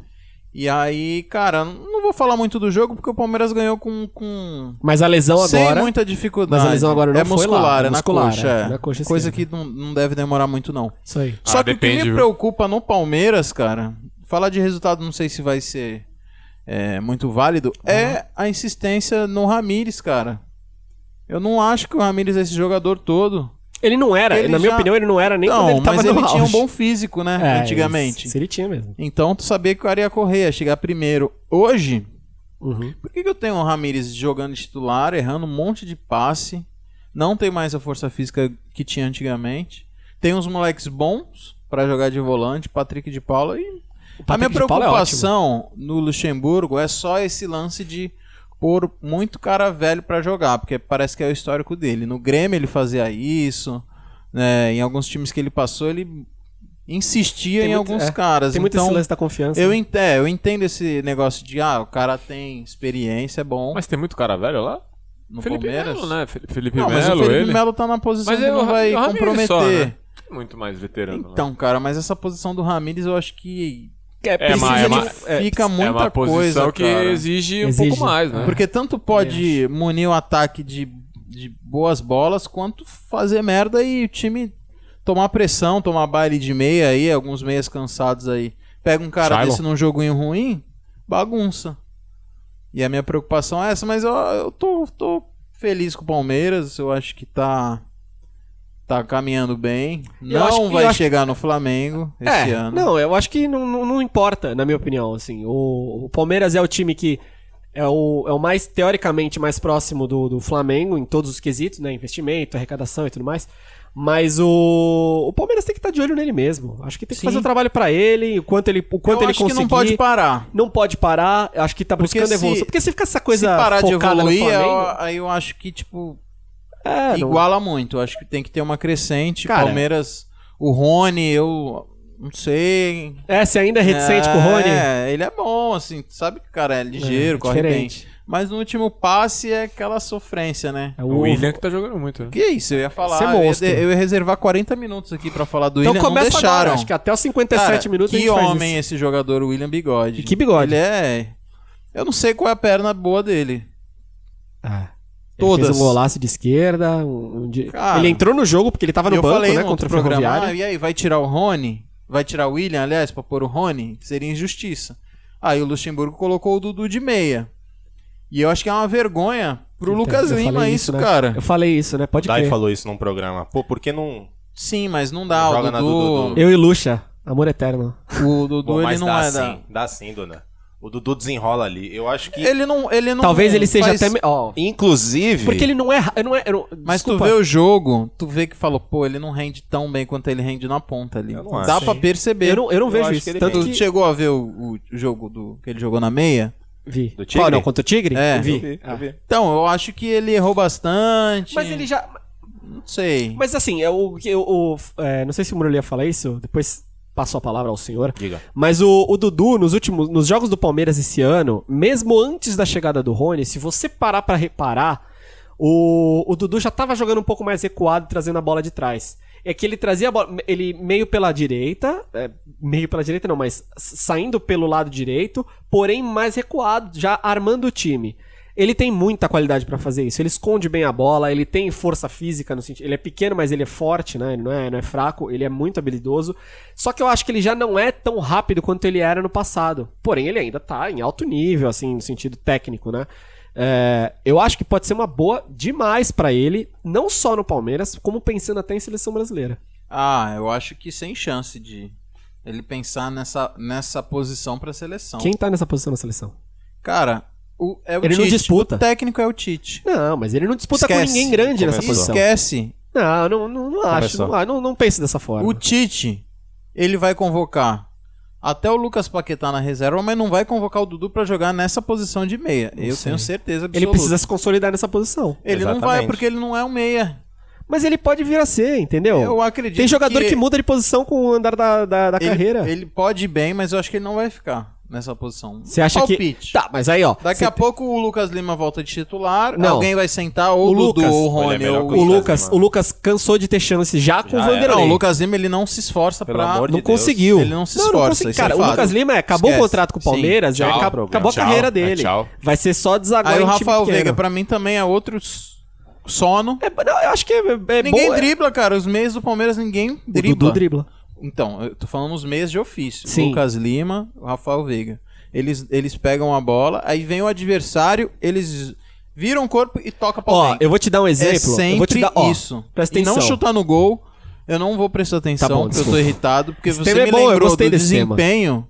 Speaker 4: E aí, cara, não vou falar muito do jogo porque o Palmeiras ganhou com. com...
Speaker 1: Mas a lesão
Speaker 4: Sem
Speaker 1: Então agora.
Speaker 4: muita dificuldade.
Speaker 1: Mas a lesão agora não
Speaker 4: é
Speaker 1: foi
Speaker 4: muscular,
Speaker 1: lá,
Speaker 4: é na
Speaker 1: muscular,
Speaker 4: coxa.
Speaker 1: é,
Speaker 4: é.
Speaker 1: na coxa
Speaker 4: Coisa
Speaker 1: esquerda.
Speaker 4: que não, não deve demorar muito, não.
Speaker 1: Isso aí.
Speaker 4: Só
Speaker 5: Ah,
Speaker 4: que o
Speaker 5: depende,
Speaker 4: que me
Speaker 5: viu?
Speaker 4: preocupa no Palmeiras, cara, falar de resultado não sei se vai ser é, muito válido, é a insistência no Ramires, cara. Eu não acho que o Ramires é esse jogador todo.
Speaker 1: Ele não era,
Speaker 4: Ele
Speaker 1: na minha
Speaker 4: já-
Speaker 1: opinião, ele não era nem quando
Speaker 4: não,
Speaker 1: ele tava
Speaker 4: mas
Speaker 1: no
Speaker 4: ele
Speaker 1: auge.
Speaker 4: tinha um bom físico, né?
Speaker 1: É,
Speaker 4: antigamente.
Speaker 1: Isso ele tinha mesmo.
Speaker 4: Então tu sabia que o cara ia correr, ia chegar primeiro. Hoje,
Speaker 1: Uhum.
Speaker 4: por que, que eu tenho o Ramires jogando de titular, errando um monte de passe, não tem mais a força física que tinha antigamente, tem uns moleques bons pra jogar de volante, Patrick de Paula e a minha
Speaker 1: Patrick de Paula é
Speaker 4: preocupação no Luxemburgo é só esse lance de pôr muito cara velho pra jogar, porque parece que é o histórico dele. No Grêmio ele fazia isso, né? Em alguns times que ele passou ele insistia
Speaker 1: Tem
Speaker 4: em
Speaker 1: muito-
Speaker 4: alguns
Speaker 1: é,
Speaker 4: caras.
Speaker 1: Tem muito
Speaker 4: então,
Speaker 1: esse lance da confiança. né?
Speaker 4: eu, ent é, eu entendo esse negócio de, ah, o cara tem experiência, é bom
Speaker 5: Mas tem muito cara velho lá?
Speaker 4: no
Speaker 5: Felipe
Speaker 4: Palmeiras.
Speaker 5: Melo, né? Fe- Felipe
Speaker 4: Não, mas o
Speaker 5: Melo,
Speaker 4: Felipe
Speaker 5: ele.
Speaker 4: Melo tá na posição
Speaker 5: Mas
Speaker 4: que
Speaker 5: é o
Speaker 4: não
Speaker 5: Ra-
Speaker 4: vai
Speaker 5: o Ramires
Speaker 4: comprometer.
Speaker 5: só, né?
Speaker 2: é
Speaker 5: Muito mais veterano
Speaker 2: né?
Speaker 5: lá.
Speaker 4: Então, cara, mas essa posição do Ramires eu acho que
Speaker 1: é,
Speaker 5: precisa mas-
Speaker 4: ele
Speaker 5: é uma-
Speaker 4: fica muita
Speaker 5: é uma posição
Speaker 4: coisa,
Speaker 5: que
Speaker 4: cara.
Speaker 5: exige um
Speaker 1: Exige.
Speaker 5: pouco mais,
Speaker 1: É.
Speaker 5: né?
Speaker 4: Porque tanto pode munir o ataque de, de boas bolas, quanto fazer merda e o time tomar pressão, tomar baile de meia aí, alguns meias cansados aí. Pega um cara
Speaker 5: Shailon.
Speaker 4: desse num joguinho ruim, bagunça. E a minha preocupação é essa, mas eu, eu tô, tô feliz com o Palmeiras, eu acho que tá. Tá caminhando bem.
Speaker 1: Eu
Speaker 4: Não
Speaker 1: acho que- eu
Speaker 4: vai
Speaker 1: acho que-
Speaker 4: chegar no Flamengo esse
Speaker 1: é,
Speaker 4: ano.
Speaker 1: Não, eu acho que não, não, não importa, na minha opinião. Assim, o, o Palmeiras é o time que é o, é o mais, teoricamente, mais próximo do, do Flamengo em todos os quesitos, né? Investimento, arrecadação e tudo mais. Mas o, o Palmeiras tem que estar de olho nele mesmo. Acho que tem que
Speaker 4: Sim.
Speaker 1: fazer o trabalho pra ele, o quanto ele, o quanto
Speaker 4: eu
Speaker 1: ele
Speaker 4: acho
Speaker 1: conseguir.
Speaker 4: que não pode parar.
Speaker 1: não pode parar, acho que tá
Speaker 4: Porque
Speaker 1: buscando
Speaker 4: se-
Speaker 1: evolução. Porque se fica essa coisa
Speaker 4: Se parar de
Speaker 1: focada
Speaker 4: evoluir, é
Speaker 1: no Flamengo,
Speaker 4: eu- aí eu acho que, tipo,
Speaker 1: é, não-
Speaker 4: iguala muito. Eu acho que tem que ter uma crescente.
Speaker 1: Cara.
Speaker 4: Palmeiras, o Rony, eu não sei.
Speaker 1: é, se ainda é reticente
Speaker 4: É,
Speaker 1: com o Rony,
Speaker 4: É, ele é bom, assim, sabe que o cara é ligeiro,
Speaker 1: é
Speaker 4: corre
Speaker 1: diferente.
Speaker 4: bem. Mas no último passe é aquela sofrência, né?
Speaker 1: É
Speaker 5: O William que tá jogando muito, né?
Speaker 4: Que isso, eu ia falar.
Speaker 1: Você é
Speaker 4: eu, ia
Speaker 1: monstro.
Speaker 4: de- eu ia reservar 40 minutos aqui pra falar do
Speaker 1: Então
Speaker 4: William, não
Speaker 1: começa
Speaker 4: deixaram.
Speaker 1: agora, acho que até os 57
Speaker 4: Cara,
Speaker 1: minutos a
Speaker 4: que
Speaker 1: gente faz
Speaker 4: homem
Speaker 1: isso.
Speaker 4: esse jogador, o William Bigode.
Speaker 1: E que bigode.
Speaker 4: Ele é... Eu não sei qual é a perna boa dele.
Speaker 1: Ah. Ele
Speaker 4: Todas.
Speaker 1: fez um golaço de esquerda. um- um de-
Speaker 4: Cara,
Speaker 1: ele entrou no jogo porque ele tava
Speaker 4: E
Speaker 1: no
Speaker 4: eu
Speaker 1: banco,
Speaker 4: falei
Speaker 1: né?
Speaker 4: no
Speaker 1: Contra o
Speaker 4: outro programa,
Speaker 1: Ferroviário.
Speaker 4: ah, e aí, vai tirar o Rony? Vai tirar o William, aliás, pra pôr o Rony? Seria injustiça. Aí o Luxemburgo colocou o Dudu de meia. E eu acho que é uma vergonha pro
Speaker 1: Então,
Speaker 4: Lucas
Speaker 1: eu
Speaker 4: Lima é
Speaker 1: falei
Speaker 4: isso,
Speaker 1: né?
Speaker 4: cara.
Speaker 1: Eu falei isso, né? Pode
Speaker 3: Dai
Speaker 1: crer.
Speaker 3: falou isso num programa. Pô, por que não.
Speaker 4: Sim, mas não dá.
Speaker 3: Joga
Speaker 4: O
Speaker 3: na
Speaker 4: Dudu,
Speaker 3: Dudu,
Speaker 1: Eu e Lucha, amor eterno.
Speaker 4: o Dudu
Speaker 3: Pô,
Speaker 4: ele
Speaker 3: mas
Speaker 4: não
Speaker 3: dá
Speaker 4: é da...
Speaker 3: sim, dá sim, dona. O Dudu desenrola ali. Eu acho que.
Speaker 4: Ele não, ele não é,
Speaker 1: Talvez ele seja
Speaker 4: faz-
Speaker 1: até. me- Ó,
Speaker 3: Inclusive.
Speaker 1: porque ele não é. ra- Não é eu não-
Speaker 4: Mas
Speaker 1: desculpa.
Speaker 4: tu vê o jogo, tu vê que falou, pô, ele não rende tão bem quanto ele rende na ponta ali.
Speaker 3: Eu não
Speaker 4: Dá
Speaker 3: acho,
Speaker 4: pra
Speaker 3: hein?
Speaker 4: perceber.
Speaker 1: Eu não, eu não
Speaker 3: Eu
Speaker 1: vejo
Speaker 3: acho
Speaker 1: isso.
Speaker 3: que ele
Speaker 1: tanto
Speaker 4: Tu
Speaker 1: que.
Speaker 4: chegou a ver o, o jogo do que ele jogou na meia?
Speaker 1: Vi.
Speaker 3: Do Tigre?
Speaker 1: Qual, não? Contra o Tigre?
Speaker 4: É.
Speaker 1: Vi.
Speaker 3: Eu vi, eu vi.
Speaker 4: Então, eu acho que ele errou bastante.
Speaker 1: Mas ele já.
Speaker 4: Não sei.
Speaker 1: Mas assim, é o que eu. o- é, não sei se o Murilo ia falar isso, depois passo a palavra ao senhor.
Speaker 3: Diga.
Speaker 1: Mas o, o Dudu, nos últimos nos jogos do Palmeiras esse ano, mesmo antes da chegada do Rony, se você parar pra reparar, o, o Dudu já tava jogando um pouco mais recuado, trazendo a bola de trás. É que ele trazia a bola, ele meio pela direita, é, meio pela direita não, mas s- saindo pelo lado direito, porém mais recuado, já armando o time. Ele tem muita qualidade pra fazer isso. Ele esconde bem a bola, ele tem força física no sentido. Ele é pequeno, mas ele é forte, né? Ele não é, não é fraco, ele é muito habilidoso. Só que eu acho que ele já não é tão rápido quanto ele era no passado. Porém, ele ainda tá em alto nível, assim, no sentido técnico, né? É, eu acho que pode ser uma boa demais pra ele, não só no Palmeiras, como pensando até em seleção brasileira.
Speaker 4: Ah, eu acho que sem chance de ele pensar nessa, nessa posição pra seleção.
Speaker 1: Quem tá nessa posição na seleção?
Speaker 4: Cara, o, é o
Speaker 1: Ele não
Speaker 4: Tite.
Speaker 1: disputa.
Speaker 4: O técnico é o Tite.
Speaker 1: Não, mas ele não disputa com
Speaker 4: Esquece.
Speaker 1: ninguém grande nessa é
Speaker 3: Começou.
Speaker 1: posição.
Speaker 4: Esquece.
Speaker 1: Não, não, não, não acho.
Speaker 3: Começou.
Speaker 1: Não, não, não penso dessa forma.
Speaker 4: O Tite, ele vai convocar até o Lucas Paquetá na reserva, mas não vai convocar o Dudu pra jogar nessa posição de meia. eu
Speaker 1: sei.
Speaker 4: tenho certeza absoluta.
Speaker 1: Ele precisa se consolidar nessa posição.
Speaker 4: Ele não
Speaker 3: Exatamente.
Speaker 4: vai porque ele não é um meia.
Speaker 1: Mas ele pode vir a ser, entendeu?
Speaker 4: Eu acredito
Speaker 1: Tem jogador que, muda de posição com o andar da, da, da
Speaker 4: ele,
Speaker 1: carreira.
Speaker 4: Ele pode ir bem, mas eu acho que ele não vai ficar. nessa posição.
Speaker 1: Você acha
Speaker 4: Palpite.
Speaker 1: que. Tá, mas aí, ó.
Speaker 4: Daqui
Speaker 1: cê-
Speaker 4: a pouco o Lucas Lima volta de titular,
Speaker 1: Não.
Speaker 4: alguém vai sentar ou
Speaker 1: O
Speaker 4: o Dudu
Speaker 1: Lucas-
Speaker 4: ou o
Speaker 3: Olha, é
Speaker 4: Rony.
Speaker 3: melhor
Speaker 4: ou-
Speaker 3: que
Speaker 1: o, Lucas,
Speaker 3: mano.
Speaker 1: o Lucas cansou de ter chance já com o
Speaker 3: Já era.
Speaker 1: Vanderlei.
Speaker 4: Não, o Lucas Lima ele não se esforça
Speaker 3: Pelo
Speaker 4: pra...
Speaker 3: amor de
Speaker 1: não
Speaker 3: Deus.
Speaker 1: conseguiu.
Speaker 4: Ele não se
Speaker 1: Não,
Speaker 4: esforça,
Speaker 1: consegui-
Speaker 4: isso é
Speaker 1: cara, o
Speaker 4: fato.
Speaker 1: Lucas Lima é, acabou
Speaker 4: Esquece.
Speaker 1: o contrato com o
Speaker 4: Sim,
Speaker 1: Palmeiras,
Speaker 5: tchau,
Speaker 1: é, acab-
Speaker 5: programa.
Speaker 1: acabou a
Speaker 5: Tchau,
Speaker 1: carreira
Speaker 5: é,
Speaker 1: dele.
Speaker 5: tchau.
Speaker 1: Vai ser só desaguar
Speaker 4: Aí o
Speaker 1: em é um time
Speaker 4: Rafael
Speaker 1: pequeno.
Speaker 4: Veiga pra mim também é outro... s- Sono.
Speaker 1: É, não, eu acho que é, é
Speaker 4: ninguém
Speaker 1: bom, é-
Speaker 4: dribla, cara. Os meios do Palmeiras ninguém
Speaker 1: O Dudu
Speaker 4: dribla.
Speaker 1: dribla.
Speaker 4: Então, eu tô falando os meios de ofício.
Speaker 1: Sim.
Speaker 4: Lucas Lima, Rafael Veiga. Eles, eles pegam a bola, aí vem o adversário, eles viram o corpo e toca pra
Speaker 1: Ó,
Speaker 4: alguém.
Speaker 1: eu vou te dar um exemplo.
Speaker 4: É sempre
Speaker 1: eu vou te dar, ó,
Speaker 4: isso.
Speaker 1: Presta
Speaker 4: E
Speaker 1: atenção.
Speaker 4: não chutar no gol, eu não vou prestar atenção,
Speaker 1: Tá bom,
Speaker 4: porque eu tô
Speaker 1: desculpa.
Speaker 4: irritado, porque
Speaker 1: Esse
Speaker 4: você
Speaker 1: tema
Speaker 4: me
Speaker 1: é bom, eu
Speaker 4: lembrou
Speaker 1: gostei
Speaker 4: do
Speaker 1: desse tema.
Speaker 4: desempenho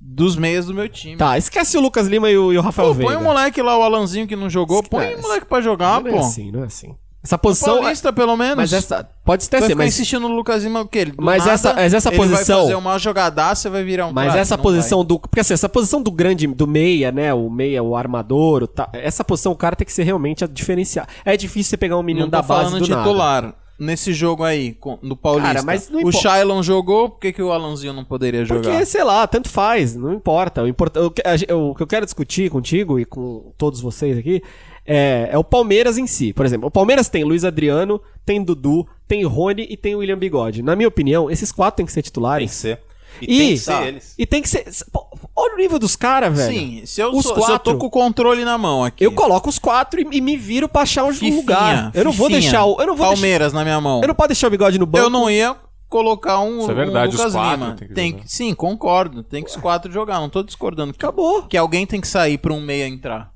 Speaker 4: dos meias do meu time.
Speaker 1: Tá, né? esquece o Lucas Lima e o, e o Rafael
Speaker 4: Pô,
Speaker 1: Veiga.
Speaker 4: põe o moleque lá, o Alanzinho que não jogou, põe
Speaker 1: Esquece.
Speaker 4: o moleque pra jogar,
Speaker 1: não
Speaker 4: pô.
Speaker 1: é assim, não é assim. Essa posição. é-
Speaker 4: Paulista, pelo menos.
Speaker 1: Mas essa. Pode até
Speaker 4: Vai
Speaker 1: ser,
Speaker 4: ficar
Speaker 1: mas.
Speaker 4: insistindo no Lucas Lima, porque ele, do
Speaker 1: Mas
Speaker 4: nada,
Speaker 1: essa- mas essa
Speaker 4: ele
Speaker 1: posição-
Speaker 4: vai fazer uma jogadaça e vai virar um
Speaker 1: Mas
Speaker 4: craque,
Speaker 1: essa
Speaker 4: não
Speaker 1: posição do. Porque assim, essa posição do grande, do meia, né? O meia, o armador, o ta- essa posição o cara tem que ser realmente a diferenciar. É difícil você pegar um
Speaker 4: vai.
Speaker 1: menino
Speaker 4: não
Speaker 1: da
Speaker 4: tá
Speaker 1: base
Speaker 4: falando
Speaker 1: do nada.
Speaker 4: titular nesse jogo aí, com- no Paulista.
Speaker 1: Cara, mas não
Speaker 4: o
Speaker 1: importa.
Speaker 4: Shailon jogou, por que, que o Alanzinho não poderia jogar?
Speaker 1: Porque, sei lá, tanto faz, não importa. O, import... o, que, a ge- o que eu quero discutir contigo e com todos vocês aqui é, é o Palmeiras em si. Por exemplo, o Palmeiras tem Luiz Adriano, tem Dudu, tem Rony e tem William Bigode. Na minha opinião, esses quatro têm que ser
Speaker 3: Tem
Speaker 1: titulares.
Speaker 3: que ser. E,
Speaker 1: E,
Speaker 3: tem que ser
Speaker 1: tá.
Speaker 3: eles.
Speaker 1: E tem que ser. pô, Olha o nível dos caras, velho.
Speaker 4: Sim, se eu,
Speaker 1: Os
Speaker 4: sou- se eu
Speaker 1: quatro.
Speaker 4: tô com o controle na mão aqui.
Speaker 1: Eu coloco os quatro e, e me viro pra achar um
Speaker 4: Fifinha,
Speaker 1: lugar. Eu não vou
Speaker 4: Fifinha,
Speaker 1: deixar o. Eu não vou
Speaker 4: Palmeiras na minha mão.
Speaker 1: deixar. Eu não posso deixar o bigode no banco.
Speaker 4: Eu não ia colocar um,
Speaker 5: Isso é
Speaker 4: um
Speaker 5: verdade, os
Speaker 4: Lucas
Speaker 5: quatro
Speaker 4: Lima.
Speaker 5: tem que
Speaker 4: Tem
Speaker 5: jogar.
Speaker 4: que- sim, concordo. Tem que os quatro jogar. Não tô discordando. Que,
Speaker 1: Acabou.
Speaker 4: que alguém tem que sair pra um meia entrar.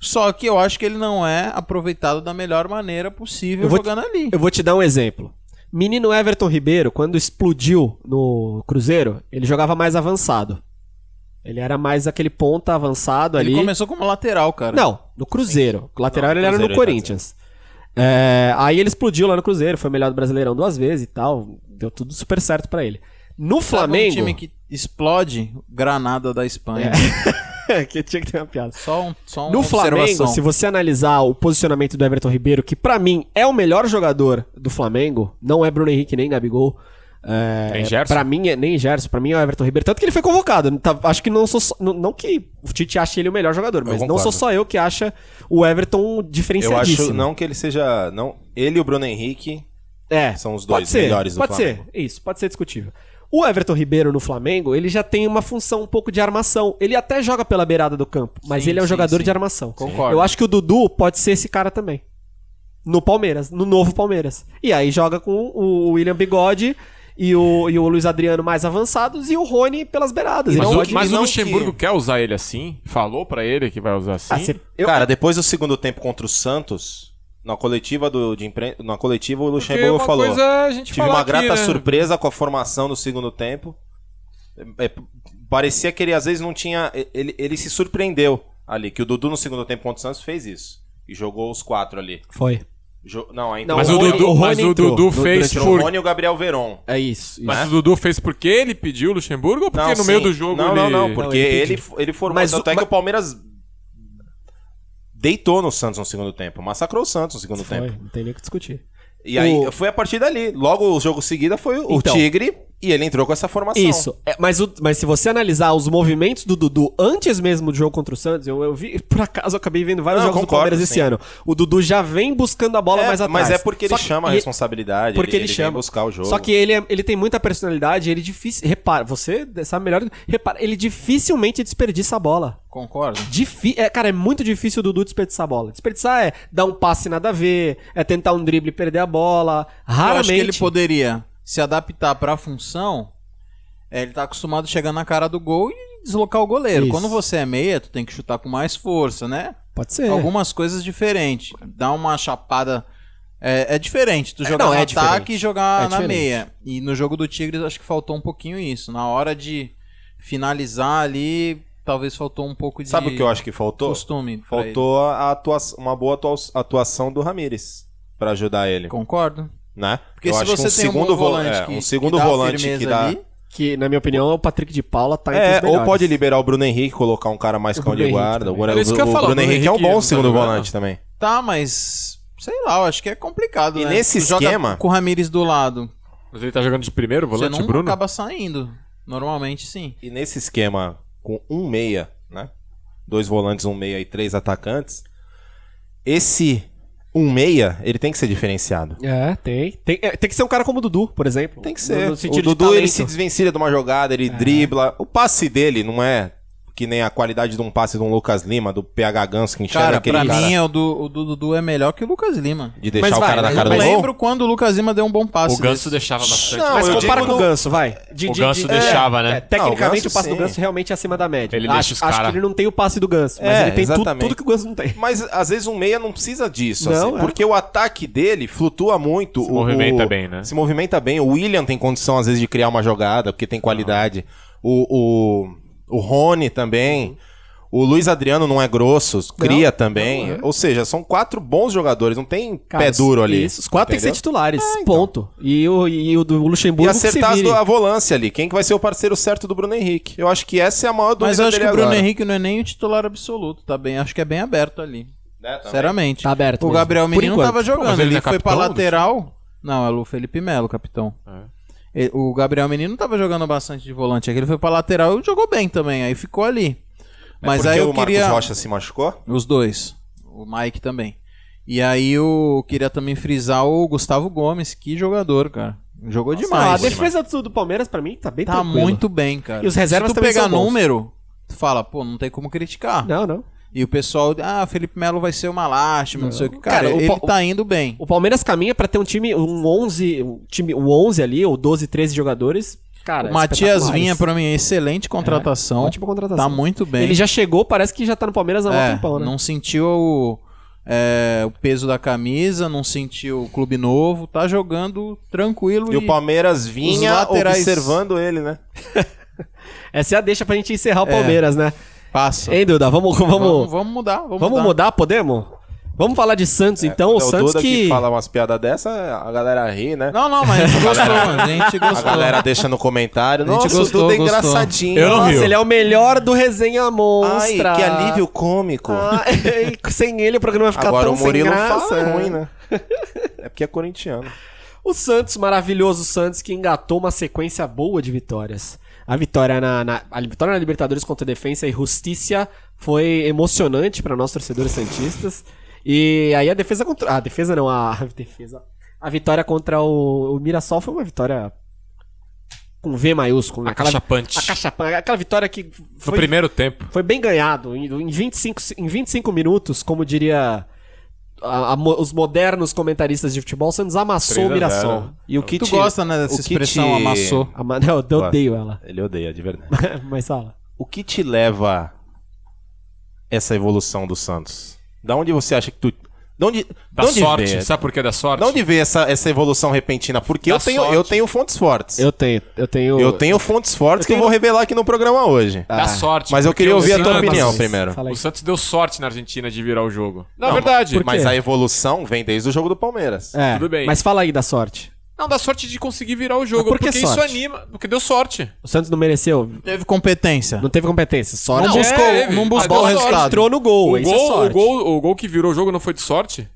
Speaker 4: Só que eu acho que ele não é aproveitado da melhor maneira possível
Speaker 1: Eu vou-
Speaker 4: jogando ali.
Speaker 1: Eu vou te dar um exemplo. Menino Everton Ribeiro, quando explodiu no Cruzeiro, ele jogava mais avançado. Ele era mais aquele ponta avançado ali.
Speaker 4: Ele começou né? como lateral, cara.
Speaker 1: Não, no Cruzeiro. O lateral
Speaker 3: Não,
Speaker 1: ele era no
Speaker 3: Cruzeiro, ele
Speaker 4: tá
Speaker 1: Corinthians. É, aí ele explodiu lá no Cruzeiro, foi o melhor do Brasileirão duas vezes e tal. Deu tudo super certo pra ele. No
Speaker 4: Sabe
Speaker 1: Flamengo.
Speaker 4: Um time que explode Granada da Espanha.
Speaker 1: *laughs* que tinha que ter uma piada.
Speaker 4: Só, um, só uma
Speaker 1: No Flamengo,
Speaker 4: observação.
Speaker 1: se você analisar o posicionamento do Everton Ribeiro, que pra mim é o melhor jogador do Flamengo, não é Bruno Henrique nem Gabigol. É,
Speaker 5: Nem Gerson?
Speaker 1: Pra mim, é, nem Gerson, pra mim é o Everton Ribeiro. Tanto que ele foi convocado. Tá- acho que não sou. só- Não, não que o Tite ache ele o melhor jogador, mas não
Speaker 3: concordo.
Speaker 1: sou só eu que acha o Everton
Speaker 3: Eu
Speaker 1: diferenciadíssimo.
Speaker 3: acho não que ele seja. Não, ele e o Bruno Henrique
Speaker 1: É.
Speaker 3: são os
Speaker 1: Pode
Speaker 3: dois
Speaker 1: ser,
Speaker 3: melhores do
Speaker 1: Pode
Speaker 3: Flamengo.
Speaker 1: ser, isso, pode ser discutível. O Everton Ribeiro no Flamengo, ele já tem uma função um pouco de armação. Ele até joga pela beirada do campo, mas
Speaker 4: Sim,
Speaker 1: ele é um
Speaker 4: sim,
Speaker 1: jogador
Speaker 4: sim.
Speaker 1: de armação.
Speaker 4: Concordo.
Speaker 1: Eu acho que o Dudu pode ser esse cara também. No Palmeiras, no novo Palmeiras. E aí joga com o William Bigode e o, e o Luiz Adriano mais avançados e o Rony pelas beiradas.
Speaker 5: Mas,
Speaker 1: Ele é um
Speaker 5: o,
Speaker 1: pode-
Speaker 5: mas
Speaker 3: e
Speaker 5: o
Speaker 3: não
Speaker 5: Luxemburgo quer usar ele assim? Falou pra ele que vai usar assim?
Speaker 1: Ah, cê- eu-
Speaker 3: Cara, depois do segundo tempo contra o Santos, na coletiva do, de impren... na coletiva o
Speaker 5: Porque
Speaker 3: Luxemburgo
Speaker 5: uma
Speaker 3: falou.
Speaker 5: coisa é a gente
Speaker 3: Tive
Speaker 5: falar
Speaker 3: uma
Speaker 5: aqui,
Speaker 3: grata
Speaker 5: né?
Speaker 3: surpresa com a formação do segundo tempo. É, é, parecia que ele às vezes não tinha. Ele, ele se surpreendeu ali, que o Dudu no segundo tempo contra o Santos fez isso. E jogou os quatro ali.
Speaker 1: Foi.
Speaker 3: Jo- Não, ainda
Speaker 1: Não,
Speaker 5: Mas
Speaker 1: o
Speaker 5: o,
Speaker 1: Rony-
Speaker 5: Dudu,
Speaker 1: o Rony
Speaker 5: mas o
Speaker 1: entrou
Speaker 5: Dudu
Speaker 1: no-
Speaker 5: fez
Speaker 1: durante
Speaker 3: o
Speaker 5: por...
Speaker 3: Rony e o Gabriel Veron.
Speaker 1: É isso. isso.
Speaker 5: Mas o Dudu fez porque ele pediu o Luxemburgo ou porque
Speaker 3: Né? Não,
Speaker 5: no meio
Speaker 3: sim.
Speaker 5: do jogo
Speaker 3: Não,
Speaker 5: ele...
Speaker 3: não, não, porque
Speaker 1: Não, ele
Speaker 3: ele,
Speaker 1: pediu.
Speaker 3: ele, formou.
Speaker 1: Mas
Speaker 3: Mas,
Speaker 1: o-
Speaker 3: tanto é que
Speaker 1: mas-
Speaker 3: o Palmeiras deitou no Santos no segundo tempo. Massacrou o Santos no segundo
Speaker 1: Foi,
Speaker 3: tempo.
Speaker 1: não tem nem o que discutir.
Speaker 3: E aí
Speaker 1: O-
Speaker 3: foi a partir dali. Logo o jogo seguida foi o
Speaker 1: Então.
Speaker 3: Tigre e ele entrou com essa formação.
Speaker 1: Isso. É, mas, o- mas se você analisar os movimentos do Dudu antes mesmo do jogo contra o Santos, eu, eu vi, por acaso, eu acabei vendo vários
Speaker 3: Não,
Speaker 1: jogos
Speaker 3: concordo,
Speaker 1: do Palmeiras esse
Speaker 3: sim.
Speaker 1: ano. O Dudu já vem buscando a bola
Speaker 3: É,
Speaker 1: mais atrás.
Speaker 3: Mas é porque ele
Speaker 1: Só que-
Speaker 3: chama a
Speaker 1: e-
Speaker 3: responsabilidade.
Speaker 1: Porque ele,
Speaker 3: vem
Speaker 1: chama.
Speaker 3: buscar o jogo.
Speaker 1: Só que ele, é- ele tem muita personalidade, ele difícil. Repara, você é sabe melhor. Repara, ele dificilmente desperdiça a bola.
Speaker 4: Concordo.
Speaker 1: Difi é, cara, é muito difícil o Dudu desperdiçar a bola. Desperdiçar é dar um passe nada a ver, é tentar um drible e perder a bola.
Speaker 4: Eu acho
Speaker 1: Raramente.
Speaker 4: que ele poderia se adaptar pra função. é, ele tá acostumado a chegar na cara do gol e deslocar o goleiro.
Speaker 1: Isso. É.
Speaker 4: Quando você é meia, tu tem que chutar com mais força, né?
Speaker 1: Pode ser.
Speaker 4: Algumas coisas diferentes. Dar uma chapada. É, é diferente tu
Speaker 1: É,
Speaker 4: jogar
Speaker 1: não,
Speaker 4: no
Speaker 1: é
Speaker 4: ataque
Speaker 1: diferente.
Speaker 4: e jogar
Speaker 1: É
Speaker 4: na
Speaker 1: diferente.
Speaker 4: meia. E no jogo do Tigres, acho que faltou um pouquinho isso. Na hora de finalizar ali, talvez faltou um pouco de
Speaker 3: Sabe o que eu acho que faltou?
Speaker 4: costume. pra
Speaker 3: Faltou a atua- uma boa atua- atuação do Ramires pra ajudar ele,
Speaker 4: ele. Concordo.
Speaker 3: né?
Speaker 4: Porque
Speaker 3: eu
Speaker 4: se
Speaker 3: acho
Speaker 4: você tem um bom
Speaker 3: vo-
Speaker 4: volante
Speaker 3: é,
Speaker 4: que-
Speaker 3: um
Speaker 4: que
Speaker 3: segundo
Speaker 4: dá
Speaker 3: volante
Speaker 4: firmeza
Speaker 3: que dá,
Speaker 4: ali,
Speaker 1: Que, na minha opinião, o Patrick de Paula tá entre
Speaker 3: é,
Speaker 1: os
Speaker 3: ou
Speaker 1: melhores.
Speaker 3: pode liberar o Bruno Henrique, colocar um cara mais
Speaker 1: O
Speaker 3: cão de
Speaker 1: Bruno
Speaker 3: guarda.
Speaker 1: Henrique
Speaker 3: O, Bruno-
Speaker 5: também. É isso que eu ia
Speaker 3: o
Speaker 5: falar,
Speaker 3: Bruno
Speaker 5: o Bruno
Speaker 3: Henrique é um
Speaker 5: Henrique
Speaker 3: bom
Speaker 5: não
Speaker 3: segundo
Speaker 5: tá jogando.
Speaker 3: volante também.
Speaker 4: Tá, mas sei lá, eu acho que é complicado,
Speaker 3: E
Speaker 4: né?
Speaker 3: nesse
Speaker 4: Tu joga
Speaker 3: esquema-
Speaker 4: com o Ramires do lado,
Speaker 5: Mas ele tá jogando de primeiro,
Speaker 4: você
Speaker 5: volante,
Speaker 4: não
Speaker 5: Bruno?
Speaker 4: acaba saindo. Normalmente sim.
Speaker 3: E nesse esquema com um meia, né? Dois volantes, um meia e três atacantes. Esse um meia, ele tem que ser diferenciado.
Speaker 1: É, tem. Tem, é, tem que ser um cara como o Dudu, por exemplo.
Speaker 3: Tem que ser.
Speaker 1: No, no
Speaker 3: o
Speaker 1: sentido de
Speaker 3: Dudu
Speaker 1: talento. É.
Speaker 3: ele se desvencilha de uma jogada, ele dribla. O passe dele não é que nem a qualidade de um passe de um Lucas Lima, do PH Ganso que enxerga
Speaker 4: Cara,
Speaker 3: aquele
Speaker 4: pra
Speaker 3: cara
Speaker 4: mim é o do, o do Dudu é melhor que o Lucas Lima.
Speaker 3: de deixar
Speaker 1: Mas
Speaker 3: o
Speaker 1: vai,
Speaker 3: cara na
Speaker 1: mas
Speaker 3: cara
Speaker 4: eu
Speaker 3: do gol.
Speaker 4: lembro quando o Lucas Lima deu um bom passe.
Speaker 2: O Ganso deixava bastante.
Speaker 3: Não,
Speaker 1: Mas
Speaker 3: eu
Speaker 1: compara
Speaker 3: digo
Speaker 1: com o
Speaker 3: no-
Speaker 1: Ganso, vai. De-
Speaker 2: O
Speaker 1: de-
Speaker 2: Ganso
Speaker 1: de-
Speaker 2: deixava, né?
Speaker 1: É, tecnicamente
Speaker 3: Não, o Ganso
Speaker 1: o passe do
Speaker 3: sim.
Speaker 1: Ganso realmente é acima da média.
Speaker 2: Ele deixa
Speaker 1: acho,
Speaker 2: os
Speaker 1: acho
Speaker 2: cara-
Speaker 1: que ele não tem o passe do Ganso, mas
Speaker 3: É,
Speaker 1: ele tem tu-
Speaker 3: exatamente.
Speaker 1: tudo que o Ganso não tem.
Speaker 3: Mas às vezes um meia não precisa disso,
Speaker 1: Não,
Speaker 3: assim,
Speaker 1: é.
Speaker 3: porque o ataque dele flutua muito.
Speaker 5: Se
Speaker 3: o-
Speaker 5: movimenta
Speaker 3: o-
Speaker 5: bem, né?
Speaker 3: Se movimenta bem. O William tem condição, às vezes, de criar uma jogada, porque tem qualidade. O, o, o Rony também. O Luiz Adriano não é grosso, cria também.
Speaker 1: não é.
Speaker 3: Ou seja, são quatro bons jogadores, não tem
Speaker 1: Cara,
Speaker 3: pé duro ali.
Speaker 1: isso, os quatro têm que ser
Speaker 3: entendeu?
Speaker 1: titulares,
Speaker 3: então.
Speaker 1: ponto. E o, e o do Luxemburgo
Speaker 3: E
Speaker 1: que se
Speaker 3: acertar as
Speaker 1: vire.
Speaker 3: do- a volância ali. Quem que vai ser o parceiro certo do Bruno Henrique? Eu acho que essa é a maior dúvida
Speaker 4: Mas eu acho que
Speaker 3: dele
Speaker 4: o Bruno
Speaker 3: agora.
Speaker 4: Henrique não é nem o titular absoluto, tá bem? Acho que é bem aberto ali.
Speaker 3: Né, também.
Speaker 4: Sinceramente.
Speaker 1: Tá
Speaker 5: É,
Speaker 1: aberto
Speaker 4: O
Speaker 1: mesmo.
Speaker 4: Gabriel
Speaker 1: Por
Speaker 4: Menino
Speaker 1: enquanto.
Speaker 4: tava
Speaker 5: Pô, mas
Speaker 4: jogando.
Speaker 5: ele
Speaker 4: Ele,
Speaker 5: não é
Speaker 4: foi pra
Speaker 5: capitão É. do
Speaker 4: lateral. Não, é o Felipe Melo, capitão. E- O Gabriel Menino tava jogando bastante de volante. Aqui ele foi pra lateral e jogou bem também. Aí ficou ali.
Speaker 1: É
Speaker 4: Mas
Speaker 3: Porque
Speaker 4: aí eu
Speaker 3: o Marcos
Speaker 4: queria.
Speaker 3: Rocha se machucou?
Speaker 4: Os dois. O Mike também. E aí eu queria também frisar o Gustavo Gomes. Que jogador, cara. Jogou
Speaker 1: Ah, a
Speaker 4: demais.
Speaker 1: defesa do, do Palmeiras, pra mim, tá bem
Speaker 4: Tá
Speaker 1: tranquila.
Speaker 4: muito bem, cara.
Speaker 1: E os reservas
Speaker 4: Se tu
Speaker 1: também
Speaker 4: pegar
Speaker 1: são bons.
Speaker 4: número, tu fala, pô, não tem como criticar.
Speaker 1: Não, não.
Speaker 4: E o pessoal, ah, Felipe Melo vai ser uma lástima, não, sei o que. Cara,
Speaker 1: Cara, o
Speaker 4: ele
Speaker 1: Pa-
Speaker 4: tá indo bem.
Speaker 1: O Palmeiras caminha pra ter um time, um 11, um time, um 11 ali, ou 12, 13 jogadores. Cara,
Speaker 2: é
Speaker 4: o Matias
Speaker 1: espetaculares.
Speaker 4: Vinha, pra mim, é excelente contratação.
Speaker 1: Ótima contratação.
Speaker 4: Tá muito bem.
Speaker 1: Ele já chegou, parece que já tá no Palmeiras há um
Speaker 4: É,
Speaker 1: tempão, né?
Speaker 4: Não sentiu o, é, o peso da camisa, não sentiu o clube novo, tá jogando tranquilo.
Speaker 3: E o Palmeiras vinha
Speaker 4: laterais-
Speaker 3: observando ele, né?
Speaker 1: Essa é a deixa pra gente encerrar o Palmeiras, né?
Speaker 4: passa.
Speaker 1: Hein, Duda? Vamos, vamos,
Speaker 4: Tá. vamos,
Speaker 1: vamos,
Speaker 4: vamos mudar, vamos,
Speaker 1: mudar.
Speaker 4: mudar.
Speaker 1: podemos? Vamos falar de Santos, então.
Speaker 3: Quando
Speaker 1: O
Speaker 3: é
Speaker 1: Santos
Speaker 3: Duda
Speaker 1: que...
Speaker 3: fala umas piadas dessa, a galera ri, né?
Speaker 4: Não, não, mas a gente gostou, a gente
Speaker 3: A
Speaker 4: gostou.
Speaker 3: galera deixa no comentário.
Speaker 4: gente
Speaker 3: Nossa,
Speaker 4: gostou,
Speaker 3: o Duda é
Speaker 4: gostou.
Speaker 3: engraçadinho.
Speaker 5: Eu não
Speaker 1: Nossa,
Speaker 5: rio.
Speaker 1: ele é o melhor do Resenha
Speaker 3: Ai,
Speaker 1: Monstra.
Speaker 3: que alívio cômico.
Speaker 1: Ah, e *laughs* sem ele o programa vai ficar
Speaker 3: Agora
Speaker 1: tão
Speaker 3: o Murilo
Speaker 1: sem graça.
Speaker 3: fala ruim, né? É porque é corintiano.
Speaker 1: O Santos, maravilhoso Santos, que engatou uma sequência boa de vitórias. A vitória na, na- a vitória na Libertadores contra a Defensa e Justiça foi emocionante para nós torcedores santistas. E aí a defesa contra. ah, A defesa não, a, a defesa. A vitória contra o, o Mirassol foi uma vitória com V maiúsculo. né? Aquela,
Speaker 2: Acachapante.
Speaker 1: a caixa- aquela vitória que
Speaker 5: No
Speaker 1: foi,
Speaker 5: primeiro tempo.
Speaker 1: foi bem ganhado. Em, em 25, se- em 25 minutos, como diria a- a mo- os modernos comentaristas de futebol, o Santos amassou
Speaker 5: 3
Speaker 1: o
Speaker 5: a
Speaker 1: Mirassol.
Speaker 2: É
Speaker 3: E o que
Speaker 4: Tu gosta, né, dessa
Speaker 3: o que
Speaker 4: expressão
Speaker 3: te-
Speaker 4: amassou?
Speaker 1: A ma- não, eu odeio ela. *laughs*
Speaker 3: Ele odeia, de verdade.
Speaker 1: Mas fala.
Speaker 3: O que te leva essa evolução do Santos? Da onde você acha que tu... Da onde,
Speaker 2: Da
Speaker 3: da onde
Speaker 2: sorte.
Speaker 3: vê?
Speaker 2: Sabe por que da sorte?
Speaker 3: Da onde vê essa, essa evolução repentina? Porque
Speaker 2: Da
Speaker 3: eu tenho,
Speaker 2: sorte.
Speaker 3: eu tenho fontes fortes. Eu,
Speaker 1: Eu tenho, eu tenho.
Speaker 3: tenho fontes fortes
Speaker 1: Eu
Speaker 3: que eu
Speaker 1: tenho-
Speaker 3: vou revelar aqui no programa hoje.
Speaker 2: Da sorte.
Speaker 3: Ah, Mas eu
Speaker 2: Tá porque
Speaker 3: queria
Speaker 2: o
Speaker 3: ouvir a
Speaker 2: Santos-
Speaker 3: tua opinião
Speaker 1: mas-
Speaker 3: primeiro.
Speaker 1: Fala aí.
Speaker 2: O Santos deu sorte na Argentina de virar o jogo. Na
Speaker 1: É
Speaker 3: Não,
Speaker 2: verdade.
Speaker 1: por quê?
Speaker 3: Mas a evolução vem desde o jogo do Palmeiras.
Speaker 1: É,
Speaker 5: Tudo bem.
Speaker 1: Mas fala aí da sorte.
Speaker 2: Não, dá sorte de conseguir virar o jogo.
Speaker 1: Mas por que
Speaker 2: porque isso
Speaker 1: sorte?
Speaker 2: anima. Porque deu sorte.
Speaker 1: O Santos não mereceu,
Speaker 4: Teve competência.
Speaker 1: não teve competência. Sorte
Speaker 4: Não
Speaker 1: é-
Speaker 4: buscou,
Speaker 2: teve.
Speaker 4: não buscou
Speaker 2: Mas deu
Speaker 4: o
Speaker 2: é sorte.
Speaker 4: resultado.
Speaker 1: entrou no gol.
Speaker 2: O
Speaker 1: isso é
Speaker 2: gol, o,
Speaker 1: sorte.
Speaker 2: gol, o gol que virou o jogo não foi de sorte?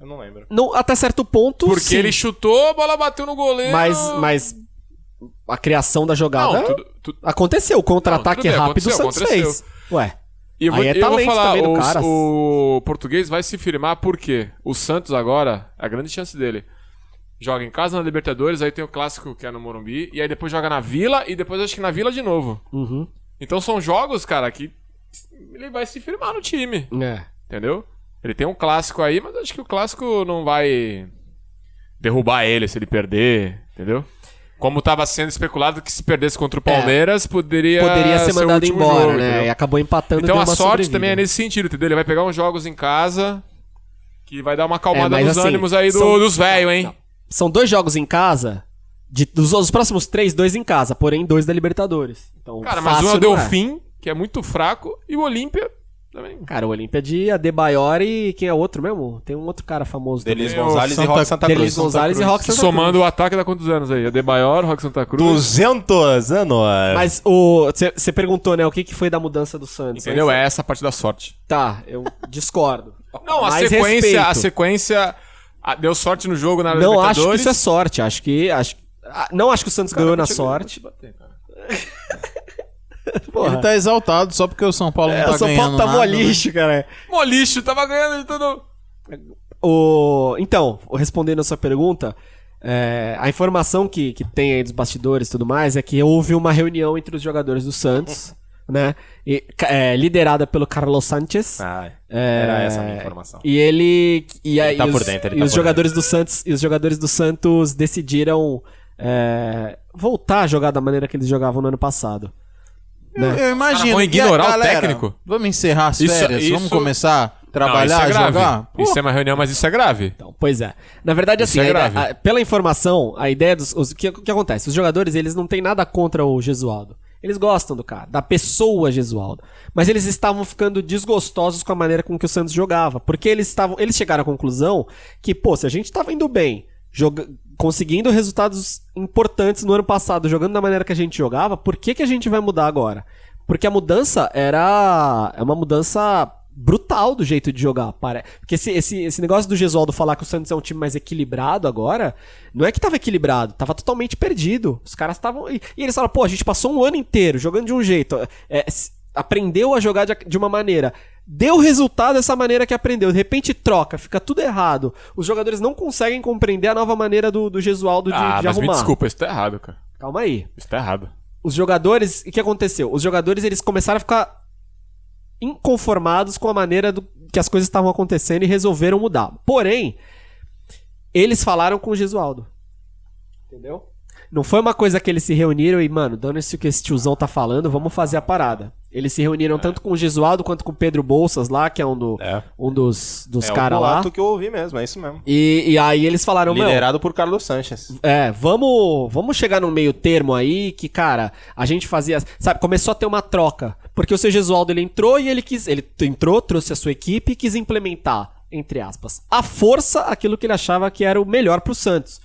Speaker 3: Eu não lembro.
Speaker 1: Não, até certo ponto.
Speaker 2: Porque
Speaker 1: sim,
Speaker 2: ele chutou, a bola bateu no goleiro.
Speaker 1: Mas, mas a criação da jogada
Speaker 2: Não, tudo- tudo-
Speaker 1: aconteceu. O
Speaker 2: Não, tudo
Speaker 1: contra-ataque
Speaker 2: bem,
Speaker 1: rápido o
Speaker 2: aconteceu,
Speaker 1: Santos
Speaker 2: aconteceu.
Speaker 1: fez. Ué.
Speaker 2: E eu vou,
Speaker 1: Aí é
Speaker 2: eu vou
Speaker 1: talento
Speaker 2: falar,
Speaker 1: também do
Speaker 2: o,
Speaker 1: cara.
Speaker 2: o português vai se firmar porque o Santos agora, a grande chance dele, joga em casa na Libertadores, aí tem o clássico que é no Morumbi, e aí depois joga na Vila, e depois acho que na Vila de novo.
Speaker 1: Uhum.
Speaker 2: Então são jogos, cara, que ele vai se firmar no time,
Speaker 1: É.
Speaker 2: entendeu? Ele tem um clássico aí, mas acho que o clássico não vai derrubar ele se ele perder, entendeu? Como tava sendo especulado que se perdesse contra o Palmeiras, poderia,
Speaker 1: É. Poderia ser
Speaker 2: o
Speaker 1: mandado
Speaker 2: último
Speaker 1: embora,
Speaker 2: jogo,
Speaker 1: né?
Speaker 2: entendeu?
Speaker 1: E acabou empatando e
Speaker 2: Então
Speaker 1: deu
Speaker 2: a
Speaker 1: uma
Speaker 2: sorte
Speaker 1: sobrevida.
Speaker 2: também é nesse sentido, entendeu? Ele vai pegar uns jogos em casa que vai dar uma
Speaker 1: É,
Speaker 2: acalmada
Speaker 1: mas
Speaker 2: nos
Speaker 1: assim,
Speaker 2: ânimos aí do-
Speaker 1: são-
Speaker 2: dos velhos, hein?
Speaker 1: Não. São dois jogos em casa. De, dos, os próximos três, dois em casa, porém dois da Libertadores. Então,
Speaker 2: Cara, mas
Speaker 1: fácil
Speaker 2: um é o
Speaker 1: não é.
Speaker 2: Delfim, que é muito fraco, e o Olímpia também.
Speaker 1: Cara, o Olímpia de Adebayor e quem é outro mesmo? Tem um outro cara famoso
Speaker 3: Delis
Speaker 1: também.
Speaker 3: Gonzalez
Speaker 4: Santa-
Speaker 3: e Rock Santa Cruz.
Speaker 1: Delis Gonzalez e Rock
Speaker 2: Que
Speaker 1: Santa
Speaker 2: somando o ataque dá quantos anos aí? Adebayor, Rock Santa Cruz.
Speaker 3: 200 anos.
Speaker 1: Cruz. Mas o você perguntou, né, o que, que foi da mudança do Santos?
Speaker 2: Entendeu? É essa a parte da sorte.
Speaker 1: Tá, eu
Speaker 2: *laughs*
Speaker 1: discordo.
Speaker 2: Não, a
Speaker 1: Mais
Speaker 2: sequência, a
Speaker 1: respeito.
Speaker 2: sequência a- deu sorte no jogo na
Speaker 1: Não
Speaker 2: Libertadores.
Speaker 1: acho que isso é sorte, acho que acho, ah, não acho que o Santos ganhou na sorte.
Speaker 4: Ele tá exaltado só porque o São Paulo não
Speaker 1: É,
Speaker 4: tá
Speaker 1: o São
Speaker 4: ganhando
Speaker 1: Paulo tá
Speaker 4: nada.
Speaker 1: mó lixo, cara.
Speaker 2: Molicho, tava ganhando de tudo.
Speaker 1: O... Então, respondendo a sua pergunta, é, a informação que, que tem aí dos bastidores e tudo mais é que houve uma reunião entre os jogadores do
Speaker 3: *laughs*
Speaker 1: Santos, né? E, ca- é, liderada pelo Carlos Sanchez.
Speaker 3: Ah,
Speaker 1: É,
Speaker 3: era essa a minha informação.
Speaker 1: E ele. E, aí
Speaker 3: Ele tá
Speaker 1: os,
Speaker 3: por dentro, ele
Speaker 1: e
Speaker 3: tá
Speaker 1: os
Speaker 3: por
Speaker 1: jogadores do Santos E os jogadores do Santos decidiram é, voltar a jogar da maneira que eles jogavam no ano passado.
Speaker 4: Eu, eu imagino.
Speaker 2: vão
Speaker 4: E a
Speaker 2: ignorar o
Speaker 4: galera?
Speaker 2: técnico?
Speaker 4: Vamos encerrar as
Speaker 2: Isso-
Speaker 4: férias? Vamos
Speaker 2: isso-
Speaker 4: começar a
Speaker 2: Não, isso
Speaker 4: trabalhar,
Speaker 2: é grave.
Speaker 4: jogar? Pô,
Speaker 2: Isso é uma reunião, mas isso é grave.
Speaker 1: Então, pois é. Na verdade,
Speaker 2: Isso
Speaker 1: assim,
Speaker 2: é
Speaker 1: a
Speaker 2: grave.
Speaker 1: ideia- a- pela informação, a ideia dos. os- O que, o que acontece? Os jogadores, eles não têm nada contra o Gesualdo. Eles gostam do cara, da pessoa Gesualdo. Mas eles estavam ficando desgostosos com a maneira com que o Santos jogava. Porque eles estavam. Eles chegaram à conclusão que, pô, se a gente tava indo bem, joga- conseguindo resultados importantes no ano passado, jogando da maneira que a gente jogava, por que, que a gente vai mudar agora? Porque a mudança era. É uma mudança brutal do jeito de jogar. Para... Porque esse, esse, esse negócio do Gesualdo falar que o Santos é um time mais equilibrado agora, não é que tava equilibrado, tava totalmente perdido. Os caras estavam. E, e eles falaram, pô, a gente passou um ano inteiro jogando de um jeito. é, s- aprendeu a jogar de, a- de uma maneira. Deu resultado dessa maneira que aprendeu. De repente troca, fica tudo errado. Os jogadores não conseguem compreender a nova maneira do, do Gesualdo de,
Speaker 2: ah,
Speaker 1: de
Speaker 2: mas
Speaker 1: arrumar.
Speaker 2: me desculpa, isso tá errado, cara.
Speaker 1: Calma aí
Speaker 2: Isso tá errado.
Speaker 1: os jogadores, o que aconteceu? Os jogadores eles começaram a ficar inconformados com a maneira do, que as coisas estavam acontecendo e resolveram mudar. Porém, eles falaram com o Gesualdo. Entendeu? Não foi uma coisa que eles se reuniram e, mano, dando isso que esse tiozão tá falando, vamos fazer a parada. Eles se reuniram tanto com o Gesualdo quanto com o Pedro Bolsas lá, que é um, do,
Speaker 3: É.
Speaker 1: um dos, dos
Speaker 3: é
Speaker 1: caras
Speaker 3: o
Speaker 1: lá.
Speaker 3: boato que eu ouvi mesmo, é isso mesmo.
Speaker 1: E, e aí eles falaram, meu,
Speaker 3: Liderado por Carlos Sanches.
Speaker 1: é, vamos, vamos chegar num meio termo aí que, cara, a gente fazia, sabe, começou a ter uma troca, porque o seu Gesualdo ele entrou e ele quis, ele t- entrou, trouxe a sua equipe e quis implementar, entre aspas, a força aquilo que ele achava que era o melhor pro Santos.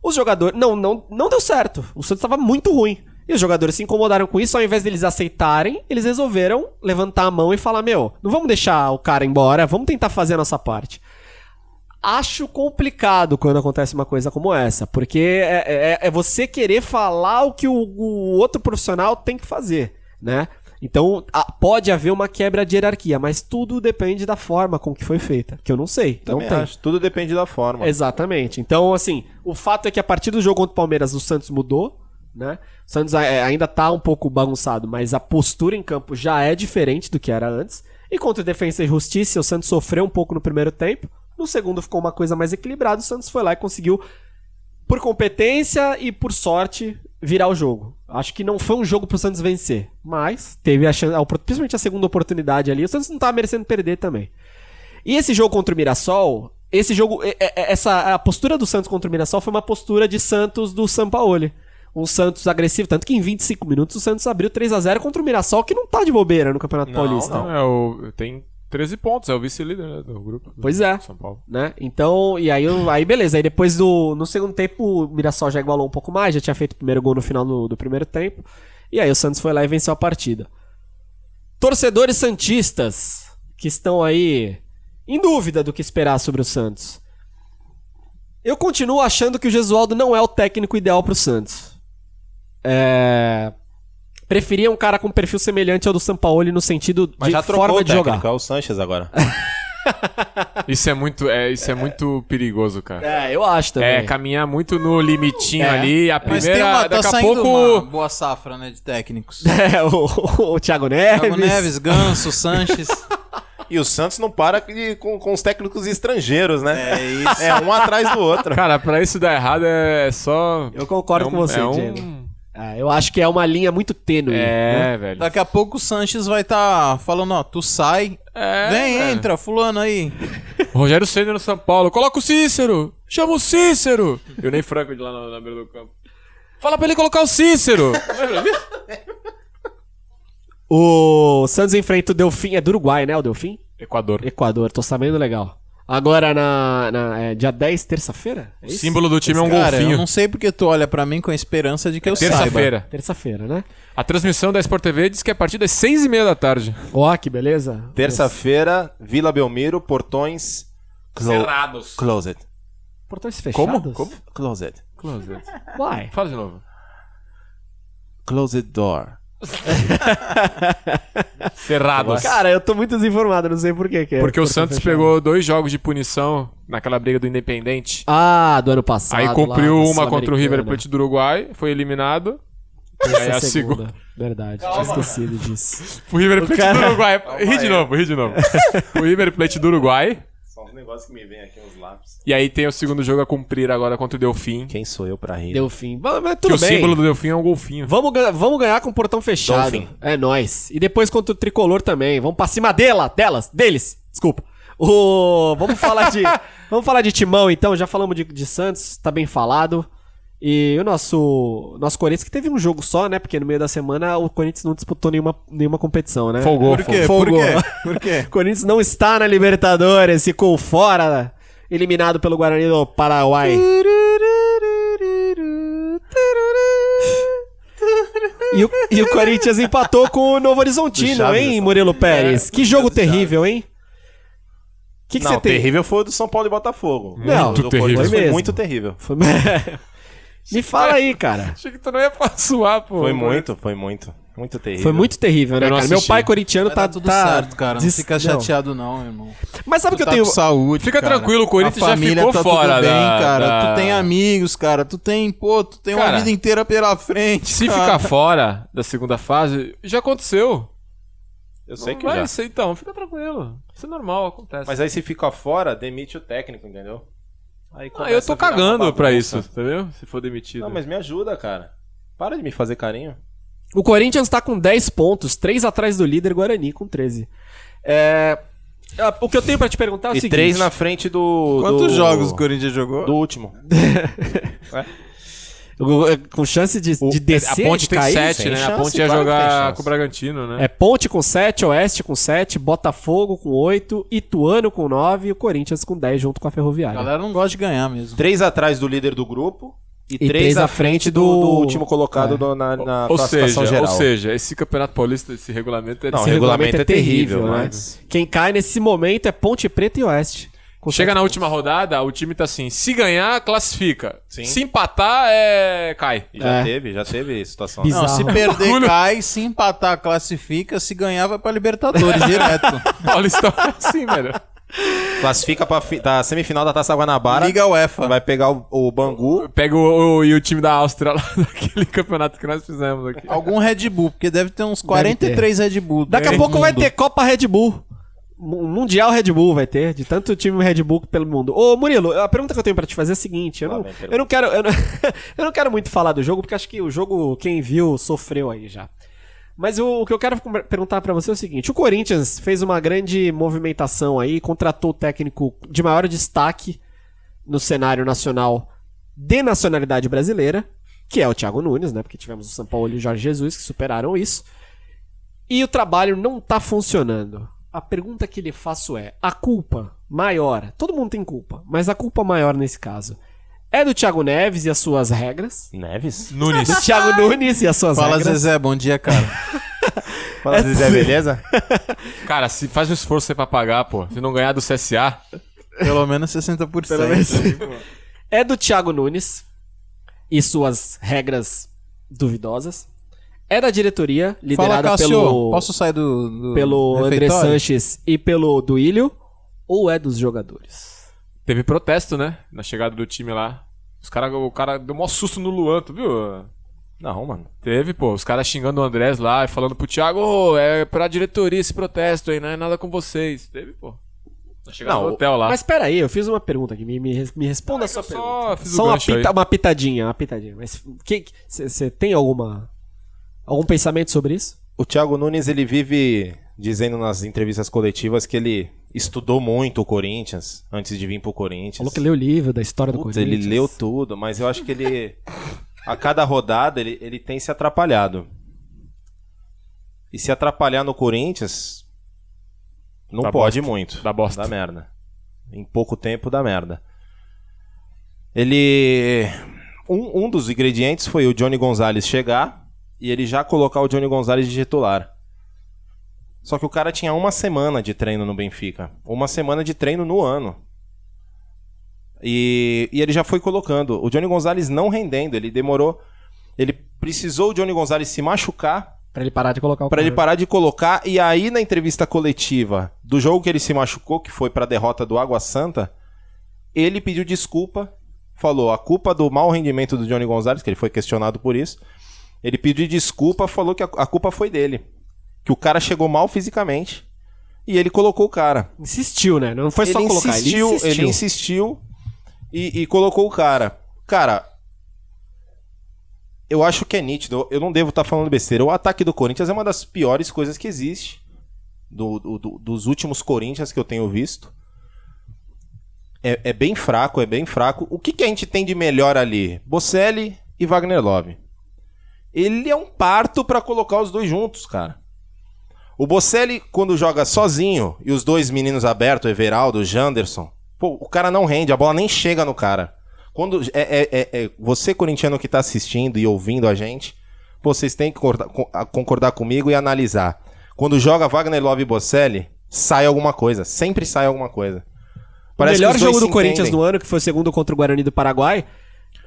Speaker 1: Os jogadores, não, não, não deu certo. O Santos tava muito ruim. E os jogadores se incomodaram com isso, ao invés deles aceitarem, eles resolveram levantar a mão e falar: Meu, não vamos deixar o cara embora, vamos tentar fazer a nossa parte acho complicado quando acontece uma coisa como essa, porque é, é- é você querer falar o que o, o outro profissional tem que fazer, né? Então a- pode haver uma quebra de hierarquia, mas tudo depende da forma com que foi feita, que eu não sei,
Speaker 3: Também
Speaker 1: não tem. É
Speaker 3: acho. Tudo depende da forma.
Speaker 1: Exatamente. Então, assim, o fato é que a partir do jogo contra o Palmeiras, o Santos mudou, né? O Santos a- é, ainda tá um pouco bagunçado, mas a postura em campo já é diferente do que era antes. E contra o Defensa e Justiça, o Santos sofreu um pouco no primeiro tempo. No segundo ficou uma coisa mais equilibrada, o Santos foi lá e conseguiu, por competência e por sorte, virar o jogo. Acho que não foi um jogo pro Santos vencer, mas teve a chance, a opor- principalmente a segunda oportunidade ali. O Santos não tava merecendo perder também. E esse jogo contra o Mirassol, esse jogo, é- é- essa a postura do Santos contra o Mirassol foi uma postura de Santos do Sampaoli. Um Santos agressivo, tanto que em 25 minutos o Santos abriu 3 a 0 contra o Mirassol, que não tá de bobeira no Campeonato
Speaker 3: Não,
Speaker 1: Paulista.
Speaker 3: não.
Speaker 2: É, o, tem 13 pontos, é o vice-líder né, do grupo.
Speaker 1: Pois é.
Speaker 2: São Paulo.
Speaker 1: Né? Então, e aí, eu- aí beleza. Aí depois do. No segundo tempo, o Mirassol já igualou um pouco mais, já tinha feito o primeiro gol no final do, do primeiro tempo. E aí o Santos foi lá e venceu a partida. Torcedores Santistas que estão aí em dúvida do que esperar sobre o Santos. Eu continuo achando que o Gesualdo não é o técnico ideal pro Santos. É. Preferia um cara com perfil semelhante ao do Sampaoli no sentido de
Speaker 3: Mas já trocou
Speaker 1: forma
Speaker 3: o
Speaker 1: de
Speaker 3: técnico,
Speaker 1: jogar.
Speaker 3: é o Sanches agora.
Speaker 2: Isso é muito, é, isso é muito perigoso, cara.
Speaker 1: É, eu acho também.
Speaker 2: É, caminhar muito no limitinho
Speaker 1: É.
Speaker 2: ali. A
Speaker 4: Mas
Speaker 2: primeira,
Speaker 4: tem uma, tá
Speaker 2: daqui a
Speaker 4: saindo
Speaker 2: pouco.
Speaker 4: uma boa safra, né,
Speaker 2: *laughs*
Speaker 4: de técnicos.
Speaker 1: *laughs* É, o, o, o Thiago Neves.
Speaker 4: Thiago Neves,
Speaker 2: *laughs*
Speaker 4: Ganso, Sanches.
Speaker 3: e o Santos não para de- com, com os técnicos estrangeiros, né? É isso. É um atrás do
Speaker 2: *laughs*
Speaker 3: outro.
Speaker 2: Cara, pra isso dar errado é só.
Speaker 1: Eu concordo
Speaker 2: é um-
Speaker 1: com você,
Speaker 2: é um-
Speaker 1: Diego. É, eu acho que é uma linha muito tênue. né?
Speaker 2: É, velho.
Speaker 4: Daqui a pouco o Sanches vai estar falando, ó, tu sai,
Speaker 2: É,
Speaker 4: vem,
Speaker 2: velho.
Speaker 4: entra, fulano aí.
Speaker 2: Rogério Senna no São Paulo. Coloca o Cícero. Chama o Cícero. Eu nem Franco de lá na, na beira do campo. Fala pra ele colocar o Cícero.
Speaker 1: O Santos enfrenta o Delfim. É do Uruguai, né? O Delfim?
Speaker 2: Equador.
Speaker 1: Equador, tô sabendo legal. Agora na. na- é, dia 10, terça-feira? É
Speaker 2: O
Speaker 1: isso?
Speaker 2: símbolo do time é um
Speaker 4: Cara, eu
Speaker 2: golfinho. É
Speaker 4: não sei porque tu olha pra mim com a esperança de que eu saiba.
Speaker 2: Terça-feira.
Speaker 1: Terça-feira, né?
Speaker 2: A transmissão da Sport TV diz que é a partir das seis e meia da tarde.
Speaker 1: Ó, que beleza.
Speaker 3: Terça-feira, Vila Belmiro, portões. clo-
Speaker 2: Cerrados.
Speaker 3: Closed.
Speaker 1: Portões fechados?
Speaker 2: Como?
Speaker 3: Closed.
Speaker 1: Uai.
Speaker 2: Fala de novo.
Speaker 3: Closed door.
Speaker 2: Cerrados.
Speaker 1: Cara, eu tô muito desinformado, não sei por que que é.
Speaker 2: Porque o
Speaker 1: Por que
Speaker 2: Santos
Speaker 1: fechou?
Speaker 2: pegou dois jogos de punição naquela briga do Independente.
Speaker 1: Ah, do ano passado.
Speaker 2: Aí
Speaker 1: lá,
Speaker 2: cumpriu
Speaker 1: da
Speaker 2: uma contra o River
Speaker 1: Sul-Americana.
Speaker 2: Plate do Uruguai, foi eliminado. E aí
Speaker 1: Essa
Speaker 2: a
Speaker 1: é
Speaker 2: segunda.
Speaker 1: Verdade, tinha esquecido
Speaker 2: *laughs*
Speaker 1: disso.
Speaker 2: O River Plate
Speaker 1: cara-
Speaker 2: do Uruguai. Ri de novo, ri de novo. o River Plate do Uruguai.
Speaker 3: São os negócios um que me vêm aqui, uns lápis.
Speaker 2: E aí tem o segundo jogo a cumprir agora contra o Delfim.
Speaker 3: Quem sou eu pra rir?
Speaker 1: Deu fim. Mas, mas
Speaker 2: Que
Speaker 1: tudo
Speaker 2: o
Speaker 1: bem.
Speaker 2: símbolo do Delfim é um golfinho.
Speaker 1: Vamos, gan- vamos ganhar com o portão fechado.
Speaker 3: Dolphin.
Speaker 1: É nóis. E depois contra o tricolor também. Vamos pra cima dela, delas, deles. Desculpa. O... Vamos falar de. vamos falar de Timão, então. Já falamos de, de Santos, tá bem falado. E o nosso. Nosso Corinthians, que teve um jogo só, né? Porque no meio da semana o Corinthians não disputou nenhuma, nenhuma competição, né?
Speaker 2: É. Folgou,
Speaker 4: Por quê?
Speaker 1: Fogo.
Speaker 4: Por quê? Por quê?
Speaker 1: O *laughs* Corinthians não está na Libertadores, ficou fora, eliminado pelo Guarani do Paraguai. E o, e o Corinthians empatou com o Novo
Speaker 3: Do
Speaker 1: Horizontino,
Speaker 3: Chaves,
Speaker 1: hein,
Speaker 4: né?
Speaker 3: essa-
Speaker 1: Murilo
Speaker 4: É,
Speaker 1: Pérez? que jogo terrível, hein? O que que
Speaker 3: não,
Speaker 1: você tem?
Speaker 3: terrível foi o do São Paulo e Botafogo.
Speaker 1: Não,
Speaker 3: O do
Speaker 2: terrível.
Speaker 3: Corinthians
Speaker 1: Foi
Speaker 3: Foi
Speaker 1: mesmo.
Speaker 3: muito terrível.
Speaker 1: Foi- *laughs* Me fala aí, cara.
Speaker 2: *laughs* Achei que tu não ia suar, pô.
Speaker 3: Foi muito, foi muito. Muito terrível.
Speaker 1: Foi muito terrível, né,
Speaker 2: Eu não
Speaker 1: cara? Meu
Speaker 2: assisti.
Speaker 1: pai corintiano
Speaker 4: Vai
Speaker 1: tá
Speaker 4: dar tudo
Speaker 1: tá
Speaker 4: certo, cara. Não
Speaker 1: des-
Speaker 4: fica chateado não, irmão.
Speaker 2: É
Speaker 1: Mas sabe o que eu
Speaker 4: tá
Speaker 1: tenho.
Speaker 4: com saúde,
Speaker 2: Fica
Speaker 4: cara.
Speaker 2: tranquilo, o Corinthians
Speaker 4: A
Speaker 2: já
Speaker 4: família
Speaker 2: ficou
Speaker 4: tá
Speaker 2: fora
Speaker 4: tudo bem,
Speaker 2: da-
Speaker 4: cara.
Speaker 2: da-
Speaker 4: Tu tem amigos, cara. Tu tem, pô, tu tem
Speaker 2: Cara,
Speaker 4: uma vida inteira pela frente.
Speaker 2: Se
Speaker 4: cara.
Speaker 2: ficar fora da segunda fase, já aconteceu.
Speaker 3: Eu sei que
Speaker 2: vai
Speaker 3: já.
Speaker 2: ser então, fica tranquilo. Isso é normal, acontece.
Speaker 3: Mas aí se fica fora, demite o técnico, entendeu? Aí
Speaker 2: Ah,
Speaker 3: começa
Speaker 2: eu tô
Speaker 3: a virar
Speaker 2: cagando
Speaker 3: uma
Speaker 2: pra
Speaker 3: bagunça.
Speaker 2: isso, entendeu? Se for demitido.
Speaker 3: Não, mas me ajuda, cara. Para de me fazer carinho.
Speaker 1: O Corinthians tá com 10 pontos, 3 atrás do líder Guarani com 13. É, ah, O que eu tenho pra te perguntar é o
Speaker 3: E
Speaker 1: seguinte.
Speaker 3: três na frente do.
Speaker 4: Quantos
Speaker 3: do-
Speaker 4: jogos o Corinthians jogou?
Speaker 3: Do último.
Speaker 1: O- é, Com chance de, de descer,
Speaker 2: é, a Ponte
Speaker 1: de
Speaker 2: tem
Speaker 1: cair?
Speaker 2: sete,
Speaker 3: Sem
Speaker 2: né? a
Speaker 3: chance,
Speaker 2: Ponte ia
Speaker 3: claro que tem
Speaker 2: jogar
Speaker 3: chance.
Speaker 2: com o Bragantino, né?
Speaker 1: É Ponte com 7, Oeste com 7, Botafogo com 8, Ituano com 9 e o Corinthians com 10 junto com a
Speaker 4: A
Speaker 1: Ferroviária.
Speaker 4: galera não gosta de ganhar mesmo.
Speaker 3: Três atrás do líder do grupo. E, três,
Speaker 1: três à
Speaker 3: à frente do,
Speaker 1: do- É.
Speaker 3: do último colocado do- na, É, na
Speaker 2: ou
Speaker 3: classificação
Speaker 2: seja,
Speaker 3: geral.
Speaker 2: ou seja, esse campeonato paulista, esse regulamento é
Speaker 3: Não,
Speaker 1: Esse
Speaker 3: o
Speaker 1: regulamento
Speaker 3: regulamento é
Speaker 1: é terrível,
Speaker 3: terrível,
Speaker 1: né?
Speaker 3: mas-
Speaker 1: Quem cai nesse momento é Ponte Preta e Oeste. Com
Speaker 2: Chega
Speaker 1: sete
Speaker 2: na
Speaker 1: pontos.
Speaker 2: última rodada, o time tá assim, se ganhar, classifica.
Speaker 3: Sim.
Speaker 2: Se empatar, é... cai.
Speaker 3: E já
Speaker 1: É.
Speaker 3: teve, já teve situação.
Speaker 1: Bizarro.
Speaker 4: Não,
Speaker 1: *laughs*
Speaker 4: se perder, cai. Se empatar, classifica. Se ganhar, vai pra
Speaker 1: *laughs*
Speaker 4: Libertadores direto.
Speaker 2: Paulistão é assim, velho.
Speaker 3: Classifica pra fi- da semifinal da Taça Guanabara.
Speaker 4: Liga a UEFA.
Speaker 3: Vai pegar o, o Bangu.
Speaker 2: Pega o, o- e o time da Áustria lá, *laughs* daquele campeonato que nós fizemos aqui.
Speaker 4: Algum Red Bull, porque deve ter uns 43 Red Bull.
Speaker 1: Daqui a
Speaker 4: no
Speaker 1: pouco vai
Speaker 4: mundo.
Speaker 1: ter Copa Red Bull. Mu- Mundial Red Bull vai ter, de tanto time Red Bull pelo mundo. Ô, Murilo, a pergunta que eu tenho pra te fazer é a seguinte: eu
Speaker 3: Lá
Speaker 1: não,
Speaker 3: vem a pergunta.
Speaker 1: eu não quero eu não, *laughs* eu não quero muito falar do jogo, porque acho que o jogo, quem viu, sofreu aí já. Mas o, o que eu quero com- perguntar pra você é o seguinte: o Corinthians fez uma grande movimentação aí, contratou o técnico de maior destaque no cenário nacional de nacionalidade brasileira, que é o Thiago Nunes, né? Porque tivemos o São Paulo e o Jorge Jesus que superaram isso. E o trabalho não tá funcionando. A pergunta que lhe faço é: a culpa maior, todo mundo tem culpa, mas a culpa maior nesse caso é do Thiago Neves e as suas regras?
Speaker 3: Neves?
Speaker 2: Nunes.
Speaker 1: Do Thiago Nunes e as suas
Speaker 4: Fala,
Speaker 1: regras?
Speaker 4: Zezé. Bom dia, cara.
Speaker 1: É
Speaker 3: Fala, Zezé, beleza?
Speaker 2: Cara, se faz um esforço aí pra pagar, pô. Se não ganhar do CSA,
Speaker 4: Pelo menos 60%.
Speaker 1: Pelo menos. é do Thiago Nunes e suas regras duvidosas. É da diretoria,
Speaker 4: Fala,
Speaker 1: liderada
Speaker 4: Cássio.
Speaker 1: pelo,
Speaker 4: Posso sair do, do
Speaker 1: pelo André
Speaker 4: refeitório?
Speaker 1: Sanches e pelo Duílio? Ou é dos jogadores?
Speaker 2: teve protesto, né? Na chegada do time lá. Os cara, o cara deu um susto no Luan, tu viu?
Speaker 3: Não, mano.
Speaker 2: Teve, pô. Os caras xingando o Andrés lá e falando pro Thiago, ô, é pra diretoria esse protesto aí, não é nada com vocês. Teve, pô. Na chegada
Speaker 3: Não,
Speaker 2: do hotel lá.
Speaker 1: Mas peraí, eu fiz uma pergunta aqui. Me, me, res- me responda
Speaker 2: Ah,
Speaker 1: a sua
Speaker 2: eu só
Speaker 1: pergunta.
Speaker 2: fiz o
Speaker 1: Só uma,
Speaker 2: gancho
Speaker 1: pita-
Speaker 2: aí.
Speaker 1: uma pitadinha, uma pitadinha. Mas você tem alguma. algum pensamento sobre isso?
Speaker 3: O Thiago Nunes, ele vive dizendo nas entrevistas coletivas que ele estudou muito o Corinthians antes de vir pro Corinthians.
Speaker 1: Falou que leu o livro da história do
Speaker 3: Putz, ele
Speaker 1: Corinthians.
Speaker 3: leu tudo, mas eu acho que ele. A cada rodada ele, ele tem se atrapalhado. E se atrapalhar no Corinthians. Não
Speaker 2: Dá
Speaker 3: pode muito.
Speaker 2: Dá bosta.
Speaker 3: Dá merda. Em pouco tempo dá merda. Ele. Um, um dos ingredientes foi o Johnny Gonzalez chegar e ele já colocar o Johnny Gonzalez de titular. Só que o cara tinha uma semana de treino no Benfica. Uma semana de treino no ano. E, e ele já foi colocando. O Johnny Gonzalez não rendendo, ele demorou. Ele precisou o Johnny Gonzalez se machucar
Speaker 1: Pra ele parar de colocar o
Speaker 3: Pra ele
Speaker 1: cara.
Speaker 3: parar de colocar. E aí, na entrevista coletiva do jogo que ele se machucou, que foi pra derrota do Água Santa, ele pediu desculpa. Falou a culpa do mau rendimento do Johnny Gonzalez, que ele foi questionado por isso. Ele pediu desculpa, falou que a, a culpa foi dele. Que o cara chegou mal fisicamente. E ele colocou o cara.
Speaker 1: Insistiu, né? Não foi só
Speaker 3: ele
Speaker 1: colocar,
Speaker 3: insistiu,
Speaker 1: ele insistiu.
Speaker 3: Ele insistiu e, e colocou o cara. Cara, eu acho que é nítido. Eu não devo estar falando besteira. O ataque do Corinthians é uma das piores coisas que existe. Do- do- do- dos últimos Corinthians que eu tenho visto. É, é bem fraco, é bem fraco. O que, que a gente tem de melhor ali? Bocelli e Wagner Love. Ele é um parto pra colocar os dois juntos, cara. O Bocelli, quando joga sozinho e os dois meninos abertos, Everaldo, Janderson, pô, o cara não rende, a bola nem chega no cara. Quando é, é- é- é- você corintiano que tá assistindo e ouvindo a gente, pô, vocês têm que concordar, co- a- concordar comigo e analisar. Quando joga Wagner Love e Bocelli, sai alguma coisa, sempre sai alguma coisa.
Speaker 1: O
Speaker 3: que
Speaker 1: melhor
Speaker 3: os dois
Speaker 1: jogo do
Speaker 3: se
Speaker 1: Corinthians
Speaker 3: entendem.
Speaker 1: do ano, que foi o segundo contra o Guarani do Paraguai,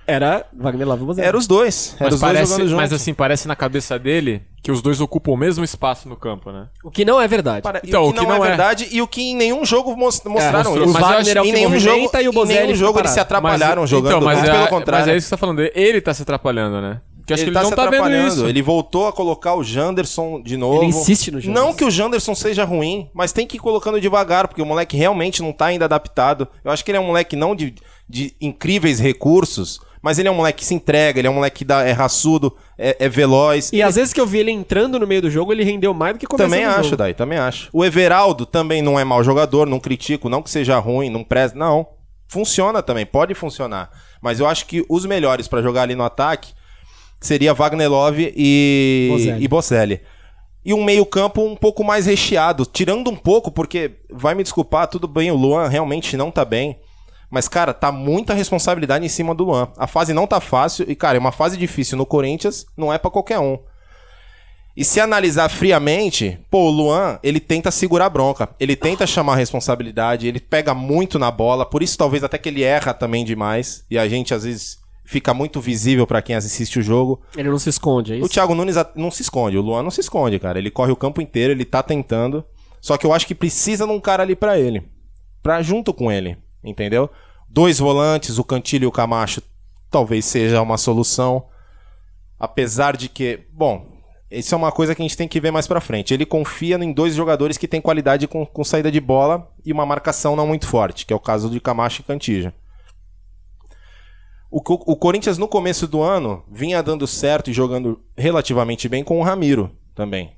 Speaker 1: era Wagner Lava Bozelli.
Speaker 3: Era os dois,
Speaker 4: É,
Speaker 3: era
Speaker 2: Mas,
Speaker 3: os dois
Speaker 2: parece,
Speaker 3: jogando juntos.
Speaker 2: mas assim, parece na cabeça dele que os dois ocupam o mesmo espaço no campo, né?
Speaker 1: O que não é verdade.
Speaker 3: Para- e
Speaker 2: Então,
Speaker 3: o que, não, é, verdade e o que em nenhum jogo mos- mostraram
Speaker 1: mostrou.
Speaker 3: isso.
Speaker 1: O Wagner é o
Speaker 3: em
Speaker 1: que
Speaker 3: nenhum jogo,
Speaker 1: movimenta e o
Speaker 3: em
Speaker 1: Bozelli
Speaker 3: nenhum
Speaker 1: fica
Speaker 3: jogo eles
Speaker 1: parado.
Speaker 3: se atrapalharam jogando,
Speaker 2: então, mas
Speaker 3: muito
Speaker 2: é,
Speaker 3: pelo contrário.
Speaker 2: Mas é isso que você tá falando. Ele tá se atrapalhando, né? Porque acho
Speaker 3: ele
Speaker 2: que ele,
Speaker 3: tá
Speaker 2: não
Speaker 3: se
Speaker 2: tá vendo
Speaker 3: atrapalhando.
Speaker 2: isso.
Speaker 3: Ele voltou a colocar o Janderson de novo.
Speaker 1: Ele insiste no Janderson.
Speaker 3: Não que o Janderson seja ruim, mas tem que ir colocando devagar, porque o moleque realmente não tá ainda adaptado. Eu acho que ele é um moleque não de, de incríveis recursos, mas ele é um moleque que se entrega, ele é um moleque que dá, é raçudo, é, é veloz.
Speaker 1: E às vezes que eu vi ele entrando no meio do jogo, ele rendeu mais do que começando
Speaker 3: Também
Speaker 1: o
Speaker 3: acho,
Speaker 1: jogo.
Speaker 3: Dai, também acho. O Everaldo também não é mau jogador, não critico, não que seja ruim, não preza, não. Funciona também, pode funcionar. Mas eu acho que os melhores pra jogar ali no ataque seria Wagner Love e
Speaker 1: Bozelli.
Speaker 3: e Bocelli. E um meio-campo um pouco mais recheado, tirando um pouco, porque vai me desculpar, tudo bem, o Luan realmente não tá bem. Mas, cara, tá muita responsabilidade em cima do Luan. A fase não tá fácil e, cara, é uma fase difícil no Corinthians, não é pra qualquer um. E se analisar friamente, pô, o Luan, ele tenta segurar a bronca, ele tenta chamar a responsabilidade, ele pega muito na bola, por isso talvez até que ele erra também demais, e a gente às vezes fica muito visível pra quem assiste o jogo.
Speaker 1: Ele não se esconde, é isso?
Speaker 3: O Thiago Nunes a- não se esconde, o Luan não se esconde, cara. Ele corre o campo inteiro, ele tá tentando. Só que eu acho que precisa de um cara ali pra ele. Pra junto com ele, entendeu? Dois volantes, o Cantilho e o Camacho, talvez seja uma solução. Apesar de que, bom, isso é uma coisa que a gente tem que ver mais pra frente. Ele confia em dois jogadores que têm qualidade com, com saída de bola e uma marcação não muito forte, que é o caso de Camacho e Cantilho. O, Co- o Corinthians no começo do ano vinha dando certo e jogando relativamente bem com o Ramiro também.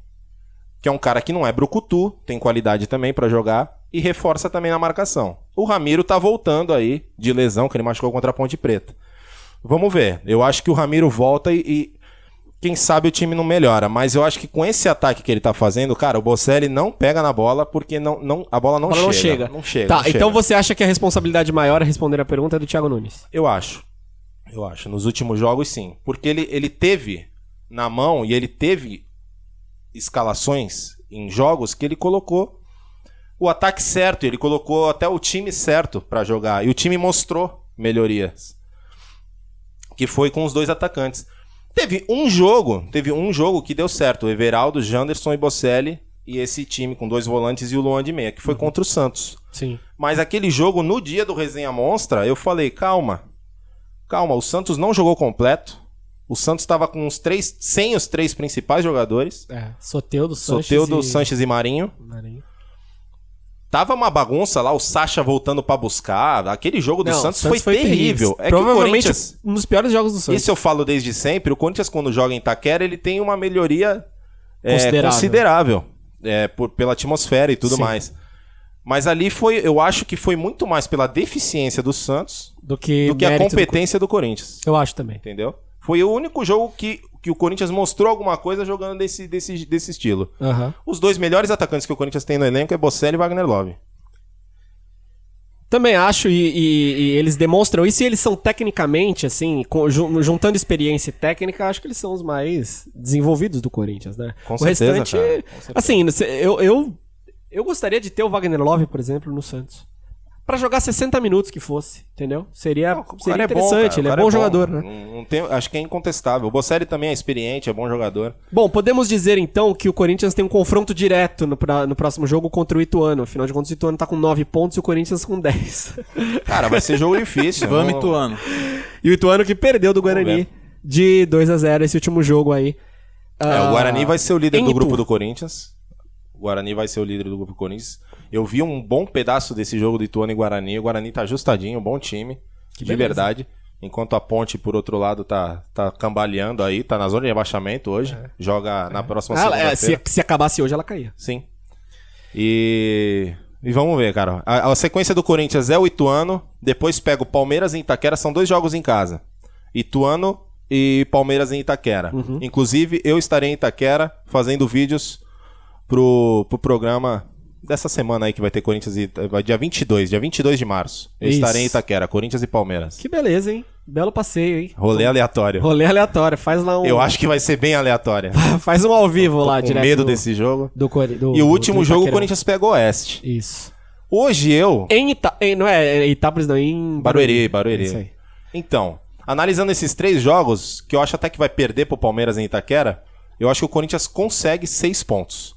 Speaker 3: Que é um cara que não é brucutu, tem qualidade também pra jogar e reforça também na marcação. O Ramiro tá voltando aí de lesão que ele machucou contra a Ponte Preta. Vamos ver. Eu acho que o Ramiro volta e, e quem sabe o time não melhora, mas eu acho que com esse ataque que ele tá fazendo, cara, o Bocelli não pega na bola porque não, não a bola não,
Speaker 1: Ela não
Speaker 3: chega,
Speaker 1: chega.
Speaker 3: Não chega.
Speaker 1: Tá,
Speaker 3: não chega.
Speaker 1: então você acha que a responsabilidade maior a responder a pergunta é do Thiago Nunes.
Speaker 3: Eu acho. Eu acho. Nos últimos jogos, sim. Porque ele, ele teve na mão e ele teve escalações em jogos que ele colocou o ataque certo, ele colocou até o time certo pra jogar. E o time mostrou melhorias. Que foi com os dois atacantes. Teve um jogo, teve um jogo que deu certo. O Everaldo, Janderson e Bocelli e esse time com dois volantes e o Luan de meia, que foi contra o Santos.
Speaker 1: Sim.
Speaker 3: Mas aquele jogo, no dia do Resenha Monstra, eu falei, calma. Calma, o Santos não jogou completo. O Santos estava com os três, sem os três principais jogadores.
Speaker 1: É. Soteudo, Sanches
Speaker 3: Soteudo,
Speaker 1: e...
Speaker 3: Sanches e Marinho.
Speaker 1: Marinho.
Speaker 3: Tava uma bagunça lá, o Sacha voltando pra buscar. Aquele jogo do
Speaker 1: Não,
Speaker 3: Santos,
Speaker 1: o Santos
Speaker 3: foi, terrível. É que o
Speaker 1: Provavelmente
Speaker 3: Corinthians,
Speaker 1: um dos piores jogos do Santos.
Speaker 3: isso eu falo desde sempre, o Corinthians quando joga em Itaquera, ele tem uma melhoria é,
Speaker 1: Considerável.
Speaker 3: considerável, é, por, pela atmosfera e tudo
Speaker 1: Sim.
Speaker 3: mais. Mas ali foi, eu acho que foi muito mais pela deficiência do Santos
Speaker 1: Do que,
Speaker 3: do que a
Speaker 1: mérito do
Speaker 3: competência do Corinthians.
Speaker 1: Cor- Eu acho também.
Speaker 3: Entendeu? Foi o único jogo que, que o Corinthians mostrou alguma coisa jogando desse, desse, desse estilo.
Speaker 1: Aham.
Speaker 3: Os dois melhores atacantes que o Corinthians tem no elenco é Bocelli e Wagner Love.
Speaker 1: Também acho, e, e- e eles demonstram isso, e eles são tecnicamente, assim, com- ju- juntando experiência e técnica, acho que eles são os mais desenvolvidos do Corinthians, né?
Speaker 3: Com
Speaker 1: o
Speaker 3: certeza,
Speaker 1: restante.
Speaker 3: cara, com certeza.
Speaker 1: Assim, não sei, eu, eu, eu gostaria de ter o Wagner Love, por exemplo, no Santos. Pra jogar 60 minutos que fosse, entendeu? Seria,
Speaker 3: Não, o cara
Speaker 1: seria
Speaker 3: é bom,
Speaker 1: interessante,
Speaker 3: cara, o
Speaker 1: ele é
Speaker 3: cara
Speaker 1: bom jogador, né?
Speaker 3: Não- não tem- acho que é incontestável. O Bosselli também é experiente, é bom jogador.
Speaker 1: Bom, podemos dizer então que o Corinthians tem um confronto direto no, pra- no próximo jogo contra o Ituano. Afinal de contas, o Ituano tá com 9 pontos e o Corinthians com 10.
Speaker 3: Cara, vai ser jogo *laughs* difícil.
Speaker 4: Vamos
Speaker 3: não-
Speaker 4: Ituano.
Speaker 1: *laughs* e o Ituano que perdeu do Guarani
Speaker 3: ver.
Speaker 1: de 2 a 0 esse último jogo aí. Ah,
Speaker 3: É, o Guarani vai ser o líder
Speaker 1: em
Speaker 3: do grupo
Speaker 1: Itu.
Speaker 3: do Corinthians. O Guarani vai ser o líder do grupo do Corinthians. Eu vi um bom pedaço desse jogo do Ituano e Guarani. O Guarani tá ajustadinho, bom time. de
Speaker 1: beleza.
Speaker 3: verdade. Enquanto a ponte, por outro lado, tá, tá cambaleando aí, tá na zona de rebaixamento hoje. Joga na próxima
Speaker 1: Ah, é, se,
Speaker 3: segunda-feira.
Speaker 1: se acabasse hoje, ela caía.
Speaker 3: Sim. E. E vamos ver, cara. A, a sequência do Corinthians é o Ituano, depois pega o Palmeiras em Itaquera, são dois jogos em casa. Ituano e Palmeiras em Itaquera.
Speaker 1: Uhum.
Speaker 3: Inclusive, eu estarei em Itaquera fazendo vídeos pro, pro programa dessa semana aí que vai ter Corinthians e Ita- vai dia 22, dia 22 de março. Eu
Speaker 1: Isso.
Speaker 3: estarei em Itaquera, Corinthians e Palmeiras.
Speaker 1: Que beleza, hein? Belo passeio, hein?
Speaker 3: Rolê aleatório.
Speaker 1: Rolê aleatório, faz lá um.
Speaker 3: Eu acho que vai ser bem aleatório.
Speaker 1: *laughs* Faz um ao vivo
Speaker 3: Tô
Speaker 1: lá,
Speaker 3: com
Speaker 1: direto.
Speaker 3: medo
Speaker 1: do-
Speaker 3: desse jogo.
Speaker 1: Do, Cori- do,
Speaker 3: E o
Speaker 1: do-
Speaker 3: último
Speaker 1: do
Speaker 3: jogo o
Speaker 1: Itaquerão.
Speaker 3: Corinthians pega o Oeste.
Speaker 1: Isso.
Speaker 3: Hoje eu.
Speaker 1: Em Ita... em- não é, é Itápolis não, em...
Speaker 3: Barueri,
Speaker 1: É isso aí.
Speaker 3: Barueri. Então, analisando esses três jogos, que eu acho até que vai perder pro Palmeiras em Itaquera, eu acho que o Corinthians consegue seis pontos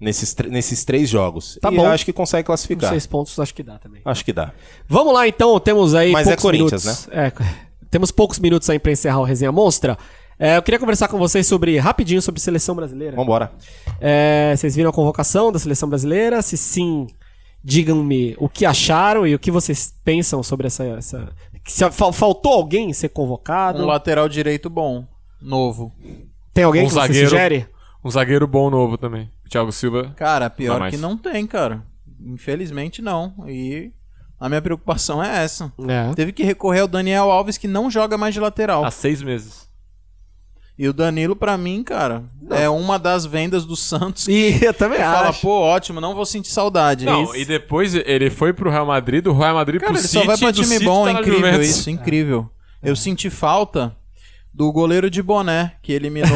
Speaker 3: nesses, tr- nesses três jogos.
Speaker 1: Tá
Speaker 3: e
Speaker 1: bom.
Speaker 3: eu acho que consegue
Speaker 1: Com
Speaker 3: classificar.
Speaker 1: seis pontos acho que dá também.
Speaker 3: Acho que dá.
Speaker 1: Vamos lá então, temos aí
Speaker 3: Mas é Corinthians,
Speaker 1: né? *laughs* temos poucos minutos aí pra encerrar o Resenha Monstra. É, eu queria conversar com vocês sobre, rapidinho, sobre seleção brasileira.
Speaker 3: Vambora.
Speaker 1: É, vocês viram a convocação da seleção brasileira? Se sim, digam-me o que acharam e o que vocês pensam sobre essa. essa... Se fal- faltou alguém ser convocado?
Speaker 4: Um lateral direito bom. Novo.
Speaker 1: Tem alguém
Speaker 2: Um
Speaker 1: que você
Speaker 2: zagueiro.
Speaker 1: sugere?
Speaker 2: Um zagueiro bom novo também. O Thiago Silva.
Speaker 4: Cara, pior
Speaker 2: Não, mas-
Speaker 4: que não tem, cara. Infelizmente não. E a minha preocupação é essa.
Speaker 1: É.
Speaker 4: Teve que recorrer ao Daniel Alves, que não joga mais de lateral.
Speaker 2: Há seis meses.
Speaker 4: E o Danilo, pra mim, cara, é uma das vendas do Santos. que
Speaker 1: E *laughs* eu também
Speaker 4: fala,
Speaker 1: acho.
Speaker 4: pô, ótimo, não vou sentir saudade.
Speaker 2: Não,
Speaker 4: Isso.
Speaker 2: e depois ele foi pro Real Madrid, do Real Madrid
Speaker 4: Cara,
Speaker 2: pro
Speaker 4: ele
Speaker 2: City,
Speaker 4: só vai pra
Speaker 2: do
Speaker 4: time
Speaker 2: City
Speaker 4: bom,
Speaker 2: tá na
Speaker 4: incrível
Speaker 2: Juventus.
Speaker 4: isso, incrível. Eu senti falta do goleiro de boné, que eliminou.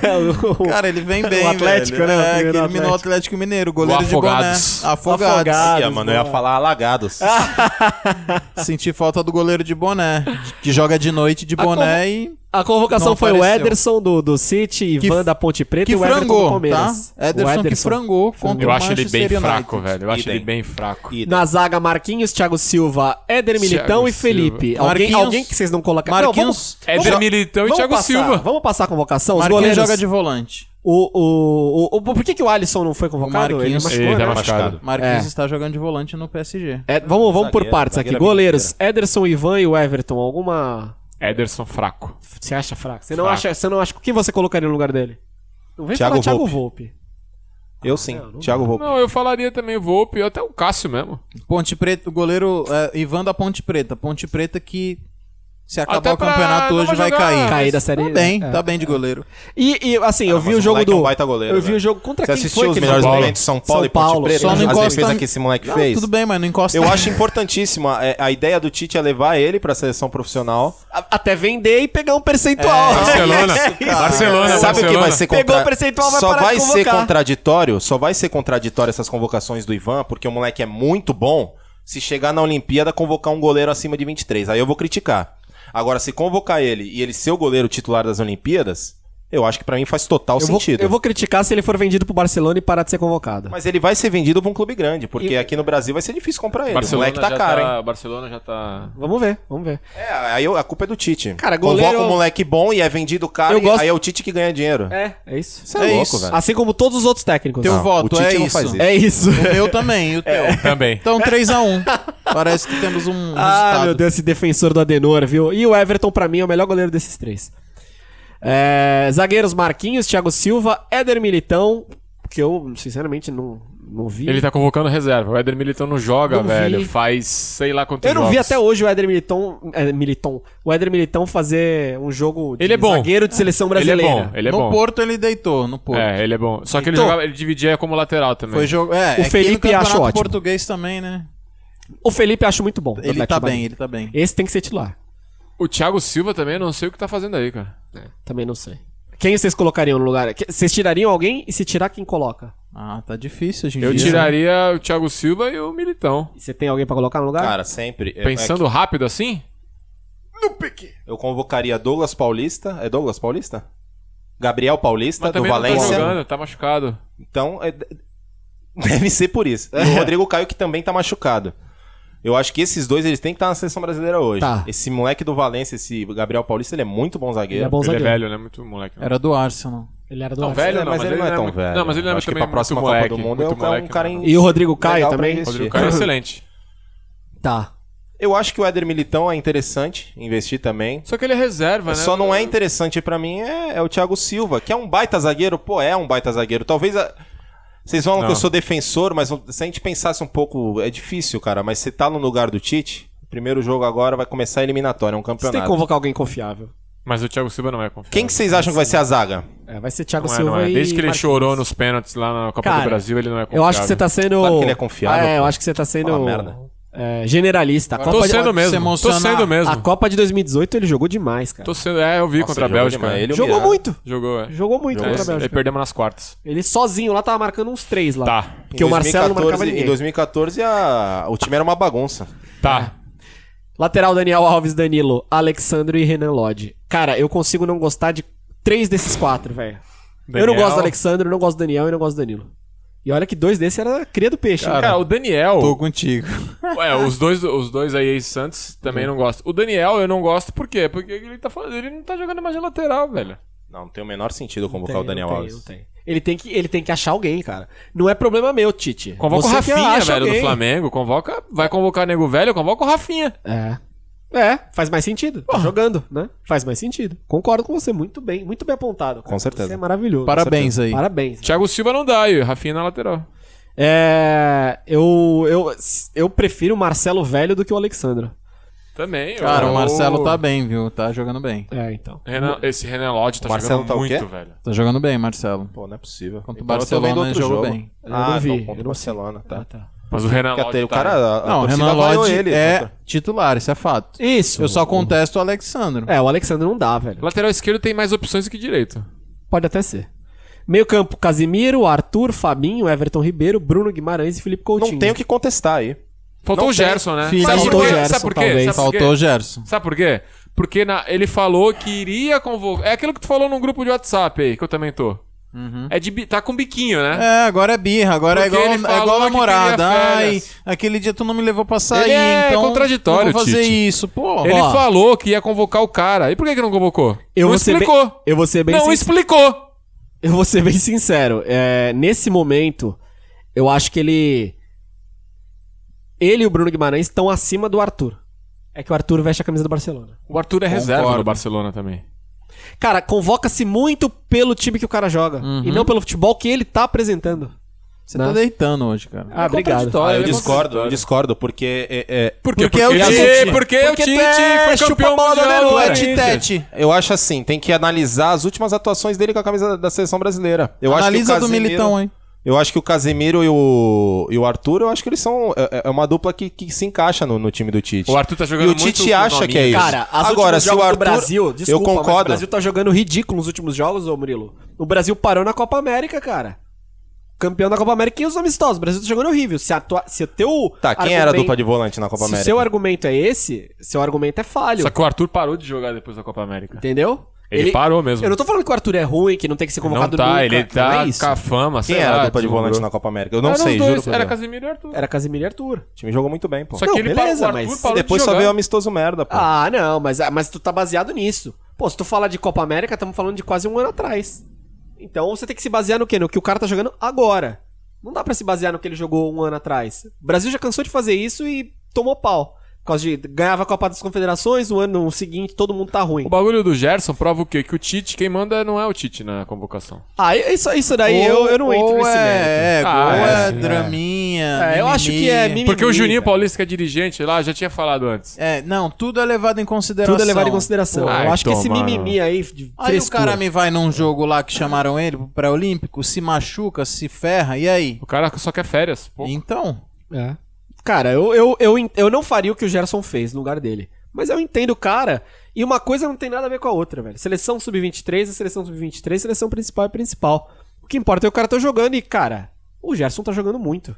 Speaker 1: É, O-
Speaker 4: o- *laughs* Cara, ele vem bem.
Speaker 1: Atlético,
Speaker 4: velho.
Speaker 1: né?
Speaker 4: É, que
Speaker 1: Eliminou o
Speaker 4: eliminou o Atlético Mineiro, goleiro
Speaker 2: O
Speaker 4: de boné.
Speaker 2: Afogados.
Speaker 4: Afogados.
Speaker 1: Afogados.
Speaker 3: Ia, mano, eu ia falar alagados.
Speaker 1: Ah,
Speaker 4: Senti falta do goleiro de boné, que joga de noite de
Speaker 1: A
Speaker 4: boné e.
Speaker 1: A convocação
Speaker 4: Não
Speaker 1: foi o
Speaker 4: apareceu.
Speaker 1: Ederson do, do City, Ivan
Speaker 4: f-
Speaker 1: da Ponte Preta
Speaker 4: Que
Speaker 1: e o Everton do
Speaker 4: frangou, tá?
Speaker 1: Palmeiras. O
Speaker 4: Ederson, que frangou contra
Speaker 2: Eu
Speaker 4: o
Speaker 2: acho ele
Speaker 4: Manchester
Speaker 2: bem
Speaker 4: United.
Speaker 2: fraco, velho. Eu acho
Speaker 3: Idem.
Speaker 2: ele bem fraco.
Speaker 3: E
Speaker 1: Na zaga, Marquinhos, Thiago Silva, Éder Militão
Speaker 2: Thiago
Speaker 1: e Felipe.
Speaker 2: Silva.
Speaker 1: Alguém,
Speaker 4: Marquinhos-
Speaker 1: alguém que vocês não colocaram?
Speaker 4: Marquinhos-
Speaker 1: Não, vamos-
Speaker 2: Éder
Speaker 1: vamos-
Speaker 2: Militão e
Speaker 1: vamos
Speaker 2: Thiago
Speaker 1: passar-
Speaker 2: Silva.
Speaker 1: Vamos passar a convocação? Os
Speaker 4: Marquinhos
Speaker 1: goleiros...
Speaker 4: joga de volante.
Speaker 1: O, o, o, o- por que, que o Alisson não foi convocado?
Speaker 4: O Marquinhos-
Speaker 1: machucou,
Speaker 2: Ele
Speaker 1: né?
Speaker 2: tá machucado.
Speaker 4: Marquinhos está jogando de volante no PSG.
Speaker 1: É, vamos vamos por
Speaker 3: Zagueiro,
Speaker 1: partes aqui.
Speaker 3: zagueiro é
Speaker 1: Goleiros, Ederson, Ivan e o Everton. Alguma.
Speaker 2: Ederson fraco.
Speaker 1: Você acha fraco? Você não
Speaker 2: Fraco.
Speaker 1: acha. Você não acha. O que você colocaria no lugar dele? Não vem
Speaker 3: Thiago
Speaker 1: falar Thiago
Speaker 3: Volpe.
Speaker 1: Volpe.
Speaker 3: eu sim.
Speaker 1: Não, não
Speaker 3: Thiago Roupa.
Speaker 2: Não, eu falaria também o Volpe, ou até o Cássio mesmo.
Speaker 4: Ponte Preta, o goleiro é, Ivan da Ponte Preta. Ponte Preta que se acabar
Speaker 2: Até
Speaker 4: o
Speaker 2: pra-
Speaker 4: campeonato
Speaker 2: não
Speaker 4: hoje
Speaker 2: vai
Speaker 4: vai
Speaker 2: jogar.
Speaker 4: cair.
Speaker 1: Cair da série
Speaker 4: Tá
Speaker 1: A.
Speaker 4: bem,
Speaker 1: É.
Speaker 4: tá bem de goleiro.
Speaker 1: E, e, assim, eu
Speaker 3: Ah,
Speaker 1: vi
Speaker 3: mas
Speaker 1: o
Speaker 3: o
Speaker 1: jogo
Speaker 3: moleque
Speaker 1: do.
Speaker 3: é um baita goleiro,
Speaker 1: eu vi o
Speaker 3: velho.
Speaker 1: jogo contra
Speaker 3: Você
Speaker 1: quem
Speaker 3: assistiu
Speaker 1: foi
Speaker 3: os
Speaker 1: que ele
Speaker 3: melhores
Speaker 1: jogou?
Speaker 3: momentos de São Paulo e Ponte Preta? né?
Speaker 1: Só no
Speaker 4: Só não
Speaker 3: As
Speaker 1: encosta.
Speaker 4: encosta.
Speaker 3: defesas que esse moleque
Speaker 4: Não,
Speaker 3: É. fez.
Speaker 4: tudo bem, mas não encosta.
Speaker 3: Eu acho importantíssimo. A, a ideia do Tite é levar ele pra seleção profissional.
Speaker 1: A- Até vender e pegar um *laughs* percentual. É
Speaker 2: Barcelona. Barcelona,
Speaker 3: É, Sabe o que
Speaker 2: Barcelona.
Speaker 3: vai ser
Speaker 1: Pegou
Speaker 3: contra-
Speaker 1: o percentual, vai
Speaker 3: Só
Speaker 1: parar de
Speaker 3: vai ser
Speaker 1: convocar.
Speaker 3: contraditório, só vai ser contraditório essas convocações do Ivan, porque o moleque é muito bom. Se chegar na Olimpíada, convocar um goleiro acima de 23. Aí eu vou criticar. Agora, se convocar ele e ele ser o goleiro titular das Olimpíadas, eu acho que pra mim faz total
Speaker 1: eu, vou,
Speaker 3: é sentido.
Speaker 1: eu vou criticar se ele for vendido pro Barcelona e parar de ser convocado.
Speaker 3: Mas ele vai ser vendido pra um clube grande, porque aqui no Brasil vai ser difícil comprar ele. o moleque tá caro, hein?
Speaker 2: Barcelona já tá.
Speaker 1: Vamos ver, vamos ver.
Speaker 3: É, aí eu- a culpa é do Tite.
Speaker 1: Cara, goleiro-
Speaker 3: Convoca um moleque bom e é vendido caro,
Speaker 1: Eu
Speaker 3: e
Speaker 1: gosto-
Speaker 3: aí é o Tite que ganha dinheiro.
Speaker 1: É, é isso.
Speaker 3: Isso é,
Speaker 4: É
Speaker 3: louco,
Speaker 4: isso.
Speaker 3: velho. um
Speaker 1: Assim como todos os outros técnicos.
Speaker 4: Teu
Speaker 2: um
Speaker 1: Não.
Speaker 4: voto,
Speaker 3: o
Speaker 4: é
Speaker 3: Tite
Speaker 4: isso.
Speaker 3: não faz isso.
Speaker 1: É isso.
Speaker 4: O meu também, e
Speaker 2: *laughs* É.
Speaker 4: o teu.
Speaker 2: Também.
Speaker 4: Então 3x1. Parece que temos
Speaker 1: *laughs*
Speaker 4: um
Speaker 1: Ah,
Speaker 4: resultado.
Speaker 1: meu Deus, esse defensor do Adenor, viu? E o Everton, pra mim, é o melhor goleiro desses três. É, zagueiros Marquinhos, Thiago Silva, Éder Militão, que eu, sinceramente, não, não vi.
Speaker 2: Ele tá convocando reserva. O Éder Militão não joga,
Speaker 1: Não vi.
Speaker 2: velho. Faz sei lá quanto
Speaker 1: Eu não vi até hoje o Éder Militão, é, Militão, o Éder Militão fazer um jogo de
Speaker 2: Ele é bom.
Speaker 1: zagueiro de seleção
Speaker 2: Ele é
Speaker 1: brasileira.
Speaker 2: bom, ele é
Speaker 4: no
Speaker 2: bom.
Speaker 4: Porto ele deitou, no Porto.
Speaker 2: É, ele é bom. Só que ele
Speaker 1: Então-
Speaker 2: jogava, ele dividia como lateral também.
Speaker 4: Foi jogo, é,
Speaker 1: O
Speaker 4: é que
Speaker 1: Felipe
Speaker 4: no campeonato
Speaker 1: acho ótimo.
Speaker 4: português também, né?
Speaker 1: O Felipe eu acho muito bom. do
Speaker 4: Ele tá
Speaker 1: Atlético
Speaker 4: bem,
Speaker 1: Mineiro.
Speaker 4: ele tá bem.
Speaker 1: Esse tem que ser titular.
Speaker 2: O Thiago Silva também, eu não sei o que tá fazendo aí, cara.
Speaker 1: Também não sei. Quem vocês colocariam no lugar? Que- Vocês tirariam alguém e se tirar, quem coloca?
Speaker 4: Ah, tá difícil hoje em
Speaker 2: Eu
Speaker 4: dia.
Speaker 2: tiraria o Thiago Silva e o Militão.
Speaker 1: E Você tem alguém pra colocar no lugar?
Speaker 3: Cara, sempre. É- é
Speaker 2: Pensando rápido assim?
Speaker 3: que eu convocaria Douglas Paulista. É Douglas Paulista? Gabriel Paulista, do Valência.
Speaker 2: tá jogando, tá machucado.
Speaker 3: Então, é- deve ser por isso.
Speaker 1: *laughs*
Speaker 3: E o Rodrigo Caio, que também tá machucado. Eu acho que esses dois, eles têm que estar na seleção brasileira hoje.
Speaker 1: Tá.
Speaker 3: Esse moleque do Valência, esse Gabriel Paulista, ele é muito bom zagueiro.
Speaker 1: ele é bom
Speaker 2: Ele é
Speaker 1: zagueiro.
Speaker 2: velho, né? Muito moleque. né?
Speaker 4: Era do Arsenal.
Speaker 1: Ele era do
Speaker 2: Não,
Speaker 1: Arsenal.
Speaker 2: velho
Speaker 3: É,
Speaker 2: não,
Speaker 3: mas ele não é tão
Speaker 2: muito-
Speaker 3: velho.
Speaker 2: Não, mas ele
Speaker 3: Eu
Speaker 2: lembra
Speaker 3: acho que
Speaker 2: também
Speaker 3: pra próxima
Speaker 2: muito
Speaker 3: Copa
Speaker 2: moleque,
Speaker 3: do Mundo é
Speaker 2: muito
Speaker 3: um- é um
Speaker 2: moleque,
Speaker 3: cara
Speaker 2: né?
Speaker 3: em-
Speaker 1: E o Rodrigo Caio
Speaker 3: Legal pra
Speaker 1: também?
Speaker 3: investir.
Speaker 2: Rodrigo Caio
Speaker 1: *laughs*
Speaker 2: é excelente.
Speaker 1: Tá.
Speaker 3: Eu acho que o Éder Militão é interessante investir também.
Speaker 2: Só que ele é reserva, né?
Speaker 3: Só não é interessante pra mim é, é o Thiago Silva, que é um baita zagueiro. Pô, é um baita zagueiro. Talvez a- vocês falam que eu sou defensor, mas se a gente pensasse um pouco, é difícil, cara. Mas você tá no lugar do Tite, o primeiro jogo agora vai começar a eliminatória, é um
Speaker 1: Você tem que
Speaker 3: campeonato.
Speaker 1: convocar alguém confiável.
Speaker 2: Mas o Thiago Silva não é confiável.
Speaker 3: Quem que vocês acham que vai ser a zaga?
Speaker 1: É, vai ser Thiago
Speaker 2: não é,
Speaker 1: Silva
Speaker 2: não é.
Speaker 1: e
Speaker 2: Desde que ele
Speaker 1: Marquinhos.
Speaker 2: chorou nos pênaltis lá na Copa
Speaker 1: Cara,
Speaker 2: do Brasil, ele não é confiável.
Speaker 1: Eu acho que você tá sendo.
Speaker 3: Claro que ele é confiável,
Speaker 1: É, eu
Speaker 3: pô.
Speaker 1: acho que você tá sendo.
Speaker 3: Fala merda.
Speaker 1: é, generalista. A
Speaker 2: Tô
Speaker 1: Copa, de,
Speaker 2: sendo
Speaker 4: se
Speaker 2: mesmo. Tô
Speaker 4: emocionar.
Speaker 2: sendo mesmo.
Speaker 1: a Copa de 2018 ele jogou demais, cara.
Speaker 2: Tô sendo... É, eu vi
Speaker 3: Nossa,
Speaker 2: contra a
Speaker 3: jogou
Speaker 2: Bélgica.
Speaker 3: demais. Ele e o
Speaker 1: Jogou
Speaker 3: Miranda.
Speaker 1: muito.
Speaker 2: Jogou, é.
Speaker 1: Jogou muito né,
Speaker 2: É,
Speaker 1: contra a
Speaker 2: Aí
Speaker 1: Bélgica.
Speaker 2: perdemos nas quartas.
Speaker 1: Ele sozinho lá tava marcando uns três lá.
Speaker 2: Tá.
Speaker 1: Porque o Marcelo não marcava ninguém.
Speaker 3: Em 2014, a- o time era uma bagunça.
Speaker 2: Tá.
Speaker 1: Lateral Daniel Alves, Danilo, Alexandro e Renan Lodge. Cara, eu consigo não gostar de três desses quatro, velho. Eu não
Speaker 2: Daniel.
Speaker 1: gosto do Alexandro, eu não gosto do Daniel e não gosto do Danilo. E olha que dois desses era cria do peixe. né?
Speaker 2: Cara,
Speaker 1: hein?
Speaker 2: o Daniel...
Speaker 4: Tô contigo.
Speaker 2: É, os dois, os dois aí, ex-Santos, também não gosto. O Daniel eu não gosto, por quê? Porque ele, tá, falando- ele não tá jogando mais de lateral, velho.
Speaker 3: Não, não tem o menor sentido convocar
Speaker 1: Tem,
Speaker 3: o Daniel
Speaker 1: não tem,
Speaker 3: Alves.
Speaker 1: não tem. Ele tem, que, ele tem que achar alguém, cara. Não é problema meu, Tite.
Speaker 2: Convoca
Speaker 1: Você
Speaker 2: o
Speaker 1: que
Speaker 2: Rafinha,
Speaker 1: acha
Speaker 2: velho, do
Speaker 1: alguém.
Speaker 2: Flamengo. Convoca, vai convocar nego velho, convoca o Rafinha.
Speaker 1: É. É, faz mais sentido. Tá jogando, né? Faz mais sentido. Concordo com você, muito bem, muito bem apontado. cara.
Speaker 3: Com certeza.
Speaker 1: Você é maravilhoso.
Speaker 4: Parabéns aí.
Speaker 1: Parabéns.
Speaker 2: Thiago Silva não dá, e o Rafinha na lateral.
Speaker 1: É, eu, eu, eu prefiro o Marcelo velho do que o Alexandro.
Speaker 2: Também.
Speaker 4: Cara, o Marcelo tá bem, viu? Tá jogando bem.
Speaker 1: É, então.
Speaker 2: Renan- esse Renan Lodge tá
Speaker 3: Marcelo
Speaker 2: jogando
Speaker 3: tá o
Speaker 2: muito,
Speaker 3: quê?
Speaker 2: velho.
Speaker 4: Tá jogando bem, Marcelo.
Speaker 3: Pô, não é possível.
Speaker 4: Contra o
Speaker 3: Então eu tô
Speaker 4: Barcelona,
Speaker 3: vendo
Speaker 4: ele
Speaker 3: outro
Speaker 4: jogou
Speaker 3: jogo.
Speaker 4: bem.
Speaker 1: Eu não
Speaker 3: Ah,
Speaker 1: vi, Ah,
Speaker 3: então
Speaker 1: eu
Speaker 3: contra
Speaker 1: não
Speaker 3: o Barcelona, tá.
Speaker 2: Mas o Renan
Speaker 3: Porque
Speaker 2: Lodge
Speaker 3: até o
Speaker 2: tá-
Speaker 3: cara, Ah, a
Speaker 4: Não, o
Speaker 3: torcida
Speaker 4: Renan
Speaker 3: vaiou
Speaker 4: Lodge
Speaker 3: ele. né?
Speaker 4: é
Speaker 3: contra-
Speaker 4: titular, isso é fato.
Speaker 1: Isso.
Speaker 4: Eu só contesto o Alexandro.
Speaker 1: Uhum. É, o Alexandro não dá, velho.
Speaker 2: Lateral esquerdo tem mais opções do que direito.
Speaker 1: Pode até ser. Meio campo, Casimiro, Arthur, Fabinho, Everton Ribeiro, Bruno Guimarães e Felipe Coutinho.
Speaker 3: Não tem o que contestar aí.
Speaker 2: Faltou
Speaker 3: Não
Speaker 2: o Gerson, né?
Speaker 4: Filho.
Speaker 2: Sabe por
Speaker 1: Faltou
Speaker 2: quê?
Speaker 1: o Gerson,
Speaker 2: Sabe por quê?
Speaker 1: talvez.
Speaker 2: Sabe por quê?
Speaker 4: Faltou o Gerson.
Speaker 2: Sabe por quê? Porque na- ele falou que iria convocar. É aquilo que tu falou num grupo de WhatsApp aí, que eu também tô.
Speaker 3: Uhum.
Speaker 2: É de. bi- Tá com biquinho, né?
Speaker 4: É, agora é birra, agora
Speaker 2: Porque
Speaker 4: é igual,
Speaker 2: ele
Speaker 4: é igual
Speaker 2: falou
Speaker 4: a namorada.
Speaker 2: que queria
Speaker 4: Ai,
Speaker 2: férias.
Speaker 4: aquele dia tu não me levou pra sair,
Speaker 2: Ele é
Speaker 4: então.
Speaker 2: contraditório,
Speaker 4: eu vou fazer
Speaker 2: Tite.
Speaker 4: isso, pô.
Speaker 2: Ele
Speaker 4: Ó,
Speaker 2: falou que ia convocar o cara. E por que, que não convocou?
Speaker 1: Eu
Speaker 2: não
Speaker 1: vou ser bem-
Speaker 2: explicou.
Speaker 1: Eu vou ser bem
Speaker 2: Não
Speaker 1: sincero.
Speaker 2: explicou.
Speaker 1: Eu vou ser bem sincero. é, nesse momento, eu acho que ele. Ele e o Bruno Guimarães estão acima do Arthur. É que o Arthur veste a camisa do Barcelona.
Speaker 2: O Arthur é reserva
Speaker 4: Concordo.
Speaker 2: do Barcelona também.
Speaker 1: Cara, convoca-se muito pelo time que o cara joga.
Speaker 3: Uhum.
Speaker 1: E não pelo futebol que ele tá apresentando.
Speaker 4: Você tá deitando hoje, cara.
Speaker 1: Ah, obrigado.
Speaker 3: Ah, eu
Speaker 2: Ele é
Speaker 3: discordo, eu
Speaker 2: contraditório.
Speaker 3: discordo, porque é- é,
Speaker 2: Por quê?
Speaker 4: Porque é o
Speaker 2: ele-
Speaker 4: Tite.
Speaker 2: Porque, o
Speaker 1: Porque tu
Speaker 2: Tite
Speaker 1: é
Speaker 2: foi
Speaker 1: chupa
Speaker 2: campeão
Speaker 1: a bola da
Speaker 2: mundial. né?
Speaker 1: Leroy,
Speaker 2: do
Speaker 1: Tite. é
Speaker 2: Corinthians.
Speaker 3: Eu acho assim, tem que analisar as últimas atuações dele com a camisa da seleção brasileira. Eu
Speaker 4: Analisa
Speaker 3: acho que o
Speaker 4: do
Speaker 3: Casemiro-
Speaker 4: Militão, hein?
Speaker 3: Eu acho que o Casemiro e o, e o Arthur, eu acho que eles são. É, é uma dupla que, que se encaixa no, no time do Tite.
Speaker 2: O Arthur tá jogando
Speaker 3: E o
Speaker 2: muito
Speaker 3: Tite
Speaker 2: com
Speaker 3: acha
Speaker 2: nominho.
Speaker 3: que é isso.
Speaker 1: Cara, as
Speaker 3: Agora,
Speaker 1: últimos
Speaker 3: se o
Speaker 1: jogos
Speaker 3: Arthur.
Speaker 1: do Brasil, desculpa, mas
Speaker 3: eu
Speaker 1: o
Speaker 3: concordo.
Speaker 1: Brasil tá jogando ridículo nos últimos jogos, ô Murilo. O Brasil parou na Copa América, cara. Campeão da Copa América e os amistosos. O Brasil tá jogando horrível. Se, a tua, se o teu.
Speaker 3: Tá, quem era a
Speaker 1: argumento-
Speaker 3: dupla de volante na
Speaker 1: Se
Speaker 3: Copa
Speaker 1: o
Speaker 3: América?
Speaker 1: seu argumento é esse, seu argumento é falho.
Speaker 2: Só que o Arthur parou de jogar depois da Copa América.
Speaker 1: Entendeu?
Speaker 2: Ele parou mesmo.
Speaker 1: Eu não tô falando que o Arthur é ruim, que não tem que ser
Speaker 2: Não
Speaker 1: convocado
Speaker 2: tá,
Speaker 1: nunca.
Speaker 2: ele tá
Speaker 1: Não é isso.
Speaker 2: com a fama,
Speaker 3: Quem
Speaker 2: sei
Speaker 3: era
Speaker 2: lá,
Speaker 3: a dupla de
Speaker 2: deslumbrou.
Speaker 3: volante na Copa América? Eu não
Speaker 2: Eram
Speaker 3: sei,
Speaker 2: os dois,
Speaker 3: juro. por
Speaker 2: Era
Speaker 3: Deus.
Speaker 2: Casemiro e Arthur.
Speaker 1: Era Casemiro e
Speaker 2: É.
Speaker 1: Arthur.
Speaker 3: O time jogou muito bem, pô.
Speaker 2: Só
Speaker 1: Não,
Speaker 2: que ele
Speaker 1: beleza,
Speaker 2: parou, o Arthur
Speaker 1: mas
Speaker 2: parou
Speaker 3: Depois
Speaker 2: de
Speaker 3: só
Speaker 2: jogar.
Speaker 3: veio o amistoso merda, pô.
Speaker 1: Ah, não, mas, mas tu tá baseado nisso. Pô, se tu falar de Copa América, estamos falando de quase um ano atrás. Então você tem que se basear no quê? No que o cara tá jogando agora. Não dá pra se basear no que ele jogou um ano atrás. O Brasil já cansou de fazer isso e tomou pau. Por causa de ganhava a Copa das Confederações, o ano seguinte todo mundo tá ruim.
Speaker 2: O bagulho do Gerson prova o quê? Que o Tite, quem manda não é o Tite na convocação.
Speaker 1: Ah, isso, isso daí eu, eu não entro nesse
Speaker 4: é,
Speaker 1: mérito.
Speaker 4: ego,
Speaker 2: Ah,
Speaker 4: ou
Speaker 2: é,
Speaker 4: é,
Speaker 2: sim, é.
Speaker 4: draminha.
Speaker 1: É, eu
Speaker 4: mimimi.
Speaker 1: acho que é mimimi.
Speaker 2: Porque o
Speaker 1: velho.
Speaker 2: Juninho Paulista, que é dirigente lá, já tinha falado antes.
Speaker 4: É, não, tudo é levado em consideração.
Speaker 1: Tudo é levado em consideração.
Speaker 2: Ai,
Speaker 1: eu acho que esse
Speaker 2: toma,
Speaker 1: mimimi aí de
Speaker 4: Aí
Speaker 1: frescura.
Speaker 4: o cara me vai num jogo lá que chamaram ele pro pré-olímpico, se machuca, se ferra, e aí?
Speaker 2: O cara só quer férias. Pô.
Speaker 4: Então,
Speaker 1: É. Cara, eu, eu, eu, en- eu não faria o que o Gerson fez no lugar dele. Mas eu entendo o cara. E uma coisa não tem nada a ver com a outra, velho. Seleção sub-23 é seleção sub-23, seleção principal é principal. O que importa é o cara tá jogando e, cara, o Gerson tá jogando muito.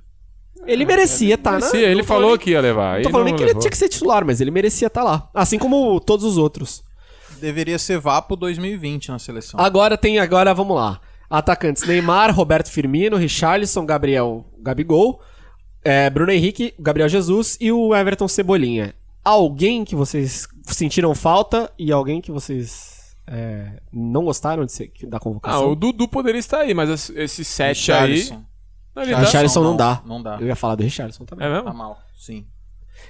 Speaker 4: Ah,
Speaker 1: Ele
Speaker 4: é,
Speaker 1: merecia estar tá na-
Speaker 2: Sim, ele
Speaker 1: não tô
Speaker 2: falou
Speaker 1: nem-
Speaker 2: que ia levar.
Speaker 1: Não
Speaker 2: aí
Speaker 1: tô falando nem que ele
Speaker 2: levou.
Speaker 1: tinha que ser titular, mas ele merecia estar lá. Assim como todos os outros.
Speaker 4: Deveria ser Vapo 2020 na seleção.
Speaker 2: Ah,
Speaker 1: Agora tem, agora vamos lá. Atacantes: Neymar, Roberto Firmino, Richarlison, Gabriel Gabigol, eh, Bruno Henrique, Gabriel Jesus e o Everton Cebolinha. Alguém que vocês sentiram falta e alguém que vocês eh, não gostaram de ser, da
Speaker 2: Ah,
Speaker 1: convocação?
Speaker 2: o Dudu poderia estar aí, mas as- esses sete é, aí.
Speaker 4: Richarlison.
Speaker 2: Não, ele
Speaker 1: O
Speaker 2: tá-
Speaker 1: Richarlison não dá.
Speaker 4: Não dá.
Speaker 1: Eu ia falar do Richarlison também.
Speaker 2: É mesmo?
Speaker 4: Tá mal, sim.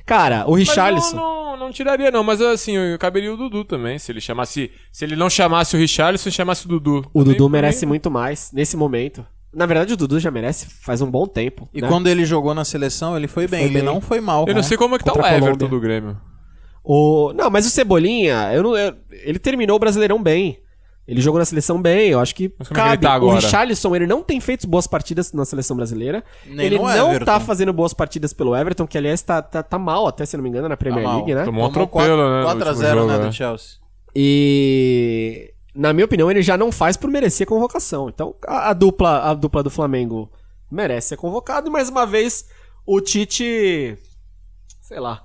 Speaker 1: Cara, o
Speaker 2: Mas
Speaker 1: Richarlison.
Speaker 2: Não, não, não tiraria, não, mas assim, eu caberia o Dudu também. Se ele chamasse. Se ele não chamasse o Richarlison, chamasse o Dudu.
Speaker 1: O
Speaker 2: Também-
Speaker 1: Dudu merece
Speaker 2: também-
Speaker 1: muito mais nesse momento. Na verdade, o Dudu já merece faz um bom tempo.
Speaker 4: E
Speaker 1: né?
Speaker 4: quando ele jogou na seleção, ele foi bem.
Speaker 1: Foi
Speaker 4: ele
Speaker 1: bem.
Speaker 4: não foi mal. né?
Speaker 2: Eu não sei como é que tá o
Speaker 1: né? Contra a
Speaker 2: Everton
Speaker 1: Colômbia.
Speaker 2: do Grêmio.
Speaker 1: O... Não, mas o Cebolinha, eu não- eu- ele terminou o Brasileirão bem. Ele jogou na seleção bem, eu acho que
Speaker 2: Mas como é que
Speaker 1: cabe.
Speaker 2: ele tá
Speaker 1: O
Speaker 2: agora?
Speaker 1: Richarlison, ele não tem feito boas partidas na seleção brasileira.
Speaker 4: Nem
Speaker 1: ele
Speaker 4: no
Speaker 1: não
Speaker 4: Everton.
Speaker 1: tá fazendo boas partidas pelo Everton, que aliás tá, tá, tá mal até, se não me engano, na Premier
Speaker 4: Tá mal.
Speaker 1: League, né?
Speaker 2: Tomou um atropelo, né? no
Speaker 4: 4x0,
Speaker 2: último
Speaker 4: né,
Speaker 2: jogo,
Speaker 4: do Chelsea.
Speaker 1: E na minha opinião, ele já não faz por merecer convocação. Então, a, a dupla, a dupla do Flamengo merece ser convocado e mais uma vez o Tite, sei lá.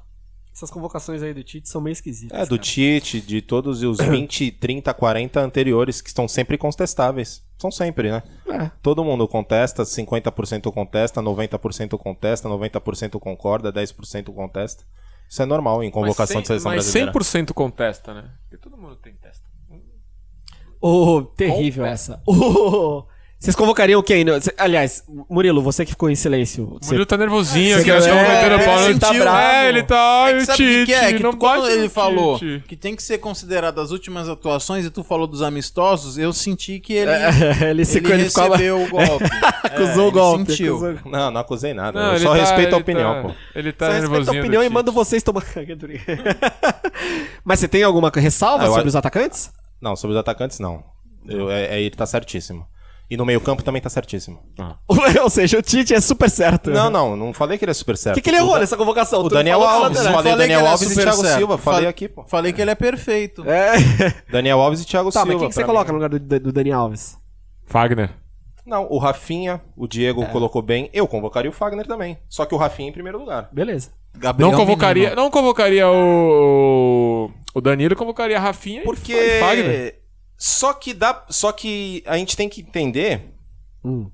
Speaker 1: Essas convocações aí do Tite são meio esquisitas.
Speaker 3: É, do
Speaker 1: cara.
Speaker 3: Tite, de
Speaker 1: *coughs*
Speaker 3: todos os 20, 30, 40 anteriores, que estão sempre contestáveis. São sempre, né?
Speaker 1: É.
Speaker 3: Todo mundo contesta, 50% contesta, 90% contesta, 90% concorda, 10% contesta. Isso é normal em convocação
Speaker 2: cem-
Speaker 3: de seleção
Speaker 2: mas
Speaker 3: brasileira.
Speaker 2: 100% contesta, né? Porque todo mundo tem testa.
Speaker 1: Oh, terrível essa. Oh, vocês convocariam quem? Não, cê- Aliás, Murilo, você que ficou em silêncio.
Speaker 2: O
Speaker 1: Cê-
Speaker 2: Murilo tá nervosinho
Speaker 1: Você
Speaker 2: aqui, nós
Speaker 1: não-
Speaker 2: estamos
Speaker 1: é,
Speaker 2: metendo
Speaker 1: ele
Speaker 2: pau no
Speaker 1: se tá
Speaker 2: Tite.
Speaker 1: bravo.
Speaker 2: É, ele tá.
Speaker 4: É
Speaker 2: e
Speaker 4: que
Speaker 2: o
Speaker 4: sabe o que
Speaker 2: Tite,
Speaker 4: que é? Que
Speaker 2: não
Speaker 4: tu,
Speaker 2: bate
Speaker 4: quando
Speaker 2: no
Speaker 4: ele falou
Speaker 2: Tite.
Speaker 4: que tem que ser considerado as últimas atuações e tu falou dos amistosos, eu senti que ele,
Speaker 1: *laughs* É. ele se
Speaker 4: ele
Speaker 1: qualificava.
Speaker 4: recebeu o golpe.
Speaker 1: *laughs* Acusou o É,
Speaker 3: é,
Speaker 4: ele
Speaker 1: golpe.
Speaker 4: sentiu.
Speaker 1: acusou-
Speaker 3: Não, não acusei nada.
Speaker 2: Não,
Speaker 3: eu
Speaker 2: ele
Speaker 3: só
Speaker 2: tá-
Speaker 3: respeito a
Speaker 2: ele
Speaker 3: opinião,
Speaker 2: tá-
Speaker 3: pô.
Speaker 2: Ele tá
Speaker 1: Só respeito a
Speaker 2: nervosinho. do
Speaker 1: opinião e
Speaker 2: Tite.
Speaker 1: mando vocês tomar. *laughs* Mas você tem alguma ressalva
Speaker 3: Ah, eu
Speaker 1: sobre
Speaker 3: acho-
Speaker 1: os atacantes? *laughs*
Speaker 3: Não, sobre os atacantes, não. Eu- é, é- ele tá certíssimo. E no meio-campo também tá certíssimo.
Speaker 1: Ou seja, o Tite é super certo.
Speaker 3: Não, não, não falei que ele é super
Speaker 1: O
Speaker 3: certo.
Speaker 1: que, que ele
Speaker 3: O
Speaker 1: errou
Speaker 3: Da-
Speaker 1: nessa convocação?
Speaker 3: O
Speaker 1: Tu
Speaker 3: Daniel
Speaker 1: falou
Speaker 3: Alves, *laughs*
Speaker 1: nada, né?
Speaker 3: falei Daniel
Speaker 4: que ele é
Speaker 3: Alves e
Speaker 4: super
Speaker 3: Thiago
Speaker 4: certo.
Speaker 3: Silva, falei
Speaker 4: Fal-
Speaker 3: aqui, pô.
Speaker 4: Falei que ele é perfeito.
Speaker 1: É.
Speaker 3: Daniel Alves e Thiago
Speaker 1: Tá,
Speaker 3: Silva.
Speaker 1: mas quem que você
Speaker 3: pra mim.
Speaker 1: coloca no lugar do, do Daniel Alves?
Speaker 2: Fagner.
Speaker 3: Não, o Rafinha, o Diego
Speaker 2: É.
Speaker 3: colocou bem. Eu convocaria o Fagner também. Só que o Rafinha em primeiro lugar.
Speaker 1: Beleza.
Speaker 4: Gabriel
Speaker 2: Não convocaria,
Speaker 4: Menino.
Speaker 2: não convocaria o. O Danilo convocaria a Rafinha e- e Fagner.
Speaker 3: Porque. Só que dá. Só que a gente tem que entender
Speaker 1: Hum.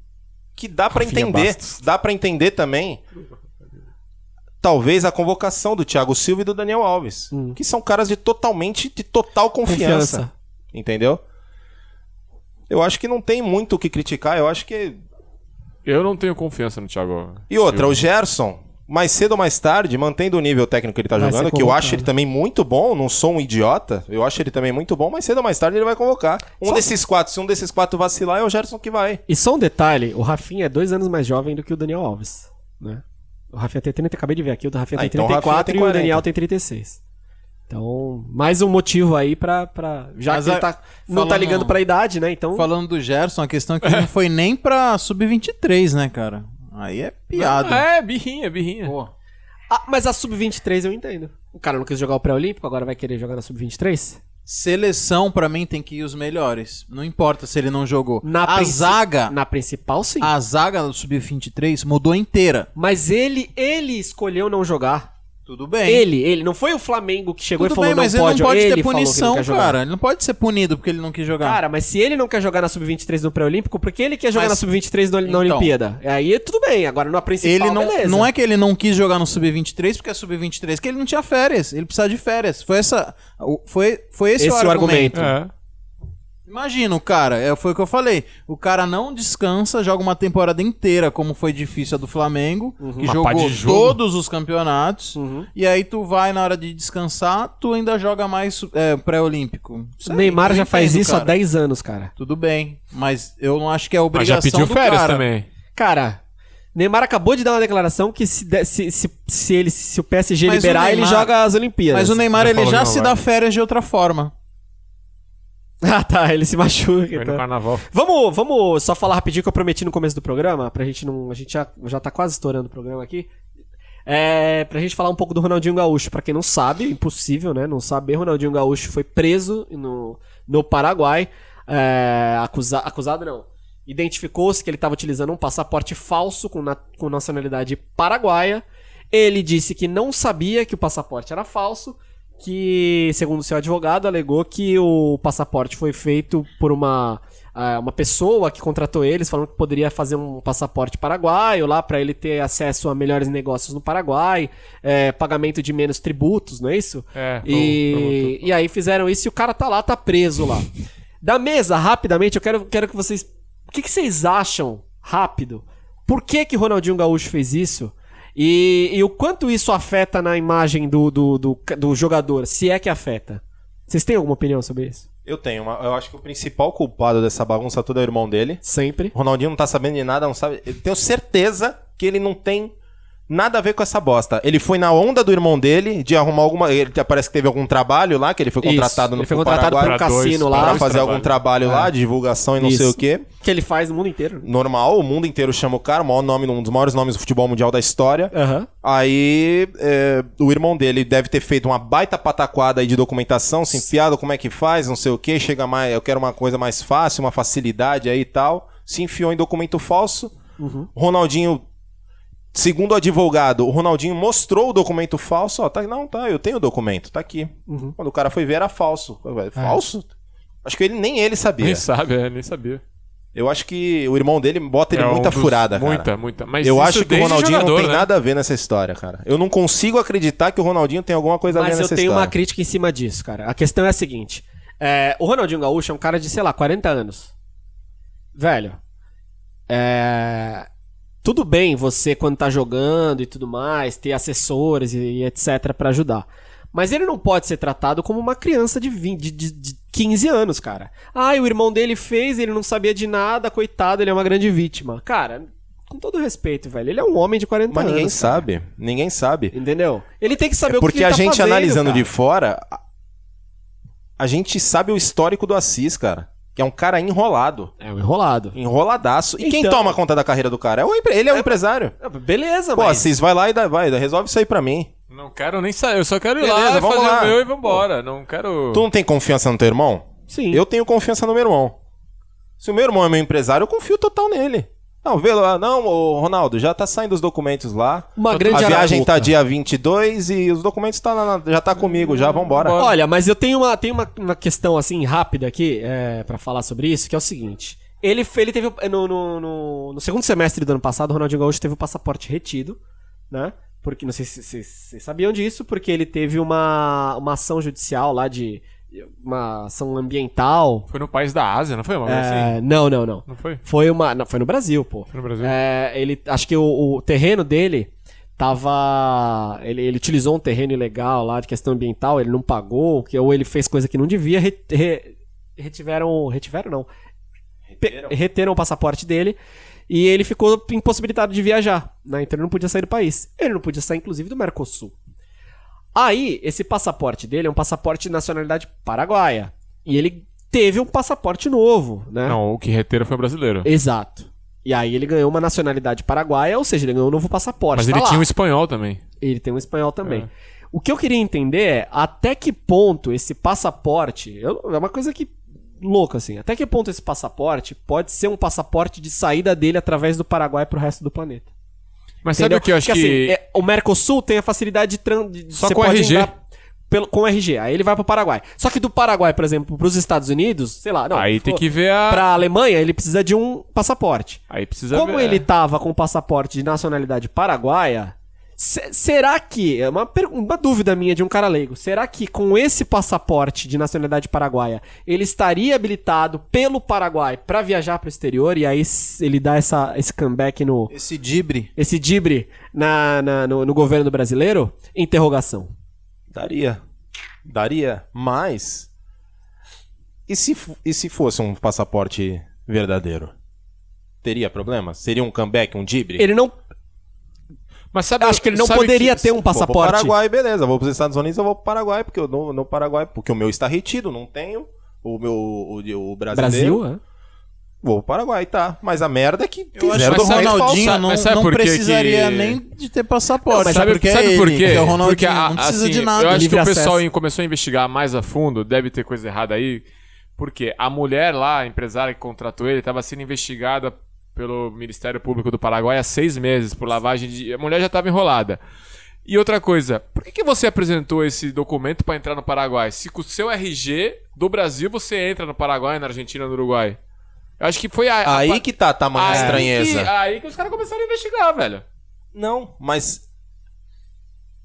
Speaker 3: que dá pra
Speaker 2: Rafinha
Speaker 3: entender.
Speaker 2: Bastos.
Speaker 3: Dá pra entender também. Talvez a convocação do Thiago Silva e do Daniel Alves.
Speaker 1: Hum.
Speaker 3: Que são caras de totalmente. de total confiança.
Speaker 1: Confiança.
Speaker 3: Entendeu? Eu acho que não tem muito o que criticar. Eu acho que
Speaker 2: Eu não tenho confiança no Thiago.
Speaker 3: E outra,
Speaker 2: Silva.
Speaker 3: o Gerson, mais cedo ou mais tarde, mantendo o nível técnico que ele tá
Speaker 1: Vai ser
Speaker 3: jogando, que eu acho
Speaker 1: convocado.
Speaker 3: ele também muito bom, não sou um idiota, eu acho ele também muito bom, mas cedo ou mais tarde ele vai convocar. Um
Speaker 1: Só-
Speaker 3: desses quatro, se um desses quatro vacilar, é o Gerson que vai.
Speaker 1: E só um detalhe, o Rafinha é dois anos mais jovem do que o Daniel Alves, né? O Rafinha tem 30, acabei de ver aqui, o Rafinha
Speaker 3: Ah,
Speaker 1: tem
Speaker 3: então o
Speaker 1: 34
Speaker 3: Rafinha tem
Speaker 1: e o
Speaker 3: 40.
Speaker 1: Daniel tem 36. Então, mais um motivo aí pra... pra já
Speaker 4: Mas
Speaker 1: que ele
Speaker 4: a-
Speaker 1: tá, não tá
Speaker 4: falando-
Speaker 1: ligando pra idade, né? Então,
Speaker 4: Falando do Gerson, a questão é que ele não foi nem pra sub-23, né, cara? Aí é piada.
Speaker 2: É, birrinha, birrinha.
Speaker 4: Pô.
Speaker 1: Ah, mas a Sub-23 eu entendo. O cara não quis jogar o pré-olímpico, agora vai querer jogar na Sub-23?
Speaker 4: Seleção, pra mim, tem que ir os melhores. Não importa se ele não jogou.
Speaker 1: Na
Speaker 4: a
Speaker 1: princi-
Speaker 4: zaga, Ah.
Speaker 1: Na principal, sim.
Speaker 4: a zaga do sub-23 mudou inteira.
Speaker 1: Mas ele, ele escolheu não jogar.
Speaker 4: Tudo bem.
Speaker 1: Ele, ele. Não foi o Flamengo que chegou e
Speaker 4: Tudo
Speaker 1: falou
Speaker 4: bem,
Speaker 1: não
Speaker 4: mas ele
Speaker 1: pode.
Speaker 4: não pode ter
Speaker 1: falou que não
Speaker 4: punição,
Speaker 1: quer jogar.
Speaker 4: cara. Ele não pode ser punido porque ele não quis jogar.
Speaker 1: Cara, mas se ele não quer jogar na Sub-23 no pré-olímpico, por que ele quer jogar
Speaker 4: Mas-
Speaker 1: na Sub-23 do- na
Speaker 4: Então.
Speaker 1: Olimpíada? Aí é tudo bem, agora na principal,
Speaker 4: ele não,
Speaker 1: beleza.
Speaker 4: não é que ele não quis jogar no sub-23 porque é sub-23, que ele não tinha férias, ele precisava de férias. Foi essa o- foi foi esse, o argumento.
Speaker 2: É.
Speaker 4: Imagina, o cara, é, foi o que eu falei. O cara não descansa, joga uma temporada inteira, como foi difícil a do Flamengo, que
Speaker 2: Mas Uhum. pá
Speaker 4: jogou
Speaker 2: de jogo.
Speaker 4: todos os campeonatos.
Speaker 1: Uhum.
Speaker 4: E aí tu vai na hora de descansar, tu ainda joga mais su- é, pré-olímpico. Isso
Speaker 1: O
Speaker 4: aí,
Speaker 1: Neymar
Speaker 4: eu
Speaker 1: já
Speaker 4: entendo,
Speaker 1: faz isso
Speaker 4: cara.
Speaker 1: há 10 anos, cara.
Speaker 4: Tudo bem, mas eu não acho que é
Speaker 2: Mas
Speaker 4: obrigação
Speaker 2: Ah, já pediu
Speaker 4: do
Speaker 2: férias
Speaker 4: cara.
Speaker 2: também.
Speaker 1: Cara, Neymar acabou de dar uma declaração que se, de- se, se, se ele, se o PSG
Speaker 4: Mas o
Speaker 1: liberar, ele
Speaker 4: Neymar-
Speaker 1: joga as Olimpíadas.
Speaker 4: Mas o Neymar,
Speaker 2: Já
Speaker 4: ele
Speaker 2: falou
Speaker 4: já
Speaker 2: que não
Speaker 4: se
Speaker 2: vai.
Speaker 4: dá férias de outra forma.
Speaker 1: *laughs* Ah, tá, ele se machuca.
Speaker 2: Foi no
Speaker 1: Então.
Speaker 2: carnaval.
Speaker 1: Vamos, vamos só falar rapidinho que eu prometi no começo do programa, pra gente não. A gente já, já tá quase estourando o programa aqui. É, pra gente falar um pouco do Ronaldinho Gaúcho. Pra quem não sabe, impossível, né? Não saber, Ronaldinho Gaúcho foi preso no, no Paraguai. é, acusa- acusado não. Identificou-se que ele estava utilizando um passaporte falso com, na- com nacionalidade paraguaia. Ele disse que não sabia que o passaporte era falso, que, segundo seu advogado, alegou que o passaporte foi feito por uma, ah, uma pessoa que contratou eles, falando que poderia fazer um passaporte paraguaio lá para ele ter acesso a melhores negócios no Paraguai, eh, pagamento de menos tributos, não é isso?
Speaker 5: É,
Speaker 1: E, e aí fizeram isso e o cara tá lá, tá preso lá. Da mesa, rapidamente, eu quero, quero que vocês. O que, que vocês acham, rápido? Por que que Ronaldinho Gaúcho fez isso? E, e o quanto isso afeta na imagem do, do, do, do jogador, se é que afeta? Vocês têm alguma opinião sobre isso?
Speaker 3: Eu tenho uma. Eu acho que o principal culpado dessa bagunça toda é o irmão dele.
Speaker 1: Sempre.
Speaker 3: O Ronaldinho não tá sabendo de nada, não sabe. Eu tenho certeza que ele não tem nada a ver com essa bosta. Ele foi na onda do irmão dele de arrumar alguma. Ele te- parece que teve algum trabalho lá, que ele foi contratado
Speaker 1: Isso.
Speaker 3: no
Speaker 1: Ele foi
Speaker 3: pro
Speaker 1: contratado por um
Speaker 3: Paraguai
Speaker 5: Paraguai, pra
Speaker 1: cassino lá, É.
Speaker 3: pra fazer algum trabalho lá, de divulgação e não
Speaker 1: Isso.
Speaker 3: sei o quê.
Speaker 1: que ele faz no mundo inteiro. né?
Speaker 3: Normal, o mundo inteiro chama o cara, o maior nome, um dos maiores nomes do futebol mundial da história.
Speaker 1: Aham.
Speaker 3: Aí é, o irmão dele deve ter feito uma baita pataquada aí de documentação, se enfiado, como é que faz, não sei o que, chega mais, eu quero uma coisa mais fácil, uma facilidade aí e tal. Se enfiou em documento falso. Ronaldinho, segundo o advogado, o Ronaldinho mostrou o documento falso, ó, tá, não, tá, eu tenho o documento, tá aqui. Quando o cara foi ver, era falso. Eu falei, Falso? Acho que ele nem ele sabia.
Speaker 5: Nem sabe, é, nem sabia.
Speaker 3: Eu acho que o irmão dele bota ele
Speaker 5: É um
Speaker 3: muita
Speaker 5: dos-
Speaker 3: furada, cara.
Speaker 5: Muita, muita. Mas
Speaker 3: Eu
Speaker 5: isso
Speaker 3: acho que o
Speaker 5: desde
Speaker 3: Ronaldinho
Speaker 5: jogador,
Speaker 3: não tem
Speaker 5: né?
Speaker 3: nada a ver nessa história, cara. Eu não consigo acreditar que o Ronaldinho tem alguma coisa a ver
Speaker 1: Mas eu
Speaker 3: nessa
Speaker 1: tenho uma
Speaker 3: história.
Speaker 1: crítica em cima disso, cara. A questão é a seguinte: é, o Ronaldinho Gaúcho é um cara de, sei lá, 40 anos. Velho, é, tudo bem você, quando tá jogando e tudo mais, ter assessores e, e etc pra ajudar. Mas ele não pode ser tratado como uma criança de, 20, de, de- de 15 anos, cara. Ah, e o irmão dele fez, ele não sabia de nada, coitado, ele é uma grande vítima. Cara, com todo respeito, velho, ele é um homem de 40
Speaker 3: Mas
Speaker 1: anos.
Speaker 3: ninguém
Speaker 1: cara.
Speaker 3: sabe. Ninguém sabe.
Speaker 1: Entendeu? Ele tem que saber o que
Speaker 3: Porque
Speaker 1: ele
Speaker 3: a
Speaker 1: tá
Speaker 3: gente
Speaker 1: fazendo,
Speaker 3: analisando
Speaker 1: cara.
Speaker 3: de fora, a- a gente sabe o histórico do Assis, cara. Que é um cara enrolado.
Speaker 1: É um enrolado.
Speaker 3: Enroladaço. E quem
Speaker 1: Então-
Speaker 3: toma conta da carreira do cara? É o empre- Ele é o empresário.
Speaker 1: Ah, Beleza,
Speaker 3: Pô,
Speaker 1: mas...
Speaker 3: Assis, vai lá e dá, vai, dá- resolve isso aí pra mim.
Speaker 5: Não quero nem sair, eu só quero ir
Speaker 3: Beleza,
Speaker 5: lá,
Speaker 3: vamos
Speaker 5: fazer
Speaker 3: lá.
Speaker 5: o meu e vambora. Não quero...
Speaker 3: Tu não tem confiança no teu irmão?
Speaker 1: Sim.
Speaker 3: Eu tenho confiança no meu irmão. Se o meu irmão é meu empresário, eu confio total nele. Não, vê lá, não, ô, Ronaldo, já tá saindo os documentos lá.
Speaker 1: Uma grande
Speaker 3: A viagem
Speaker 1: arapuca.
Speaker 3: tá dia 22 e os documentos tá lá na- já tá comigo, já, vambora.
Speaker 1: Olha, mas eu tenho uma, tenho uma, uma questão, assim, rápida aqui, é, para falar sobre isso, que é o seguinte. Ele, fe- ele teve... No, no, no- no segundo semestre do ano passado, o Ronaldinho Gaúcho teve o passaporte retido, né? Porque, não sei se vocês vocês sabiam disso, porque ele teve uma, uma ação judicial lá de... Uma ação ambiental.
Speaker 5: Foi no país da Ásia, não foi? Uma vez assim?
Speaker 1: É, não, não, não.
Speaker 5: Não foi?
Speaker 1: Foi uma... Não, foi no Brasil, pô.
Speaker 5: Foi no Brasil?
Speaker 1: É, ele, acho que o, o terreno dele tava. Ele, ele utilizou um terreno ilegal lá de questão ambiental, ele não pagou, que, ou ele fez coisa que não devia, re- re- retiveram. Retiveram, não. Pe- reteram o passaporte dele e ele ficou impossibilitado de viajar, né? Então ele não podia sair do país. Ele não podia sair, inclusive, do Mercosul. Aí, esse passaporte dele é um passaporte de nacionalidade paraguaia. E ele teve um passaporte novo, né?
Speaker 5: Não, o que reteira foi o brasileiro.
Speaker 1: Exato. E aí ele ganhou uma nacionalidade paraguaia, ou seja, ele ganhou um novo passaporte.
Speaker 5: Mas
Speaker 1: tá
Speaker 5: ele
Speaker 1: lá.
Speaker 5: tinha um É. espanhol também.
Speaker 1: Ele tem um espanhol também. O que eu queria entender é até que ponto esse passaporte. eu- é uma coisa que. louca, assim. Até que ponto esse passaporte pode ser um passaporte de saída dele através do Paraguai pro resto do planeta?
Speaker 5: Mas
Speaker 1: Entendeu?
Speaker 5: sabe o que eu acho que...
Speaker 1: Porque, assim, é, o Mercosul tem a facilidade de. Tran... de-
Speaker 5: Só
Speaker 1: você
Speaker 5: com
Speaker 1: pode
Speaker 5: RG.
Speaker 1: andar Pelo, com RG. Aí ele vai pro Paraguai. Só que do Paraguai, por exemplo, pros Estados Unidos, sei lá. Não,
Speaker 5: Aí tem
Speaker 1: pô,
Speaker 5: que ver a...
Speaker 1: Pra Alemanha, ele precisa de um passaporte.
Speaker 5: Aí
Speaker 2: é
Speaker 5: precisa
Speaker 1: Como
Speaker 5: ver... é.
Speaker 1: ele tava com passaporte de nacionalidade paraguaia, se- será que. É uma, per- uma dúvida minha de um cara leigo. Será que com esse passaporte de nacionalidade paraguaia, ele estaria habilitado pelo Paraguai pra viajar pro exterior e aí s- ele dá essa, esse comeback no.
Speaker 4: Esse Dibre.
Speaker 1: Esse dibre na, na- no, no governo brasileiro? Interrogação.
Speaker 3: Daria. Daria. Mas. E se, fo- e se fosse um passaporte verdadeiro? Teria problema? Seria um comeback, um dibre?
Speaker 1: Ele não.
Speaker 5: Mas sabe,
Speaker 1: Acho que ele não
Speaker 5: sabe
Speaker 1: poderia ter um
Speaker 3: Vou pro
Speaker 1: passaporte.
Speaker 3: Paraguai, beleza. Vou pros Estados Unidos, eu vou pro Paraguai, porque eu no, no Paraguai, porque o meu está retido, não tenho. O meu o, de- o brasileiro.
Speaker 1: Brasil? é?
Speaker 3: Vou pro Paraguai, tá. Mas a merda é que
Speaker 4: Eu acho
Speaker 3: fizeram
Speaker 4: que
Speaker 3: do
Speaker 4: o
Speaker 3: Ronaldinho
Speaker 4: Ronaldinho
Speaker 5: falso.
Speaker 4: não,
Speaker 5: Mas sabe
Speaker 4: não
Speaker 5: por que que-
Speaker 4: precisaria nem de ter passaporte.
Speaker 5: Mas sabe,
Speaker 4: porque é
Speaker 5: sabe
Speaker 4: ele,
Speaker 5: por quê?
Speaker 4: porque o Ronaldinho
Speaker 5: Porque, a-
Speaker 4: não precisa
Speaker 5: assim,
Speaker 4: de nada.
Speaker 5: Eu acho
Speaker 1: Livre
Speaker 5: que o pessoal
Speaker 1: acesso.
Speaker 5: começou a investigar mais a fundo, deve ter coisa errada aí.
Speaker 2: Porque a mulher lá, a empresária que contratou ele, estava sendo investigada pelo Ministério Público do Paraguai há seis meses por lavagem de. A mulher já estava enrolada. E outra coisa, por que, que você apresentou esse documento para entrar no Paraguai? Se com o seu RG do Brasil você entra no Paraguai, na Argentina, no Uruguai. Eu acho que foi a, a
Speaker 3: Aí
Speaker 2: pa-
Speaker 3: que tá a tamanha
Speaker 2: aí
Speaker 3: estranheza.
Speaker 2: que- aí que os caras começaram a investigar, velho.
Speaker 3: Não, mas.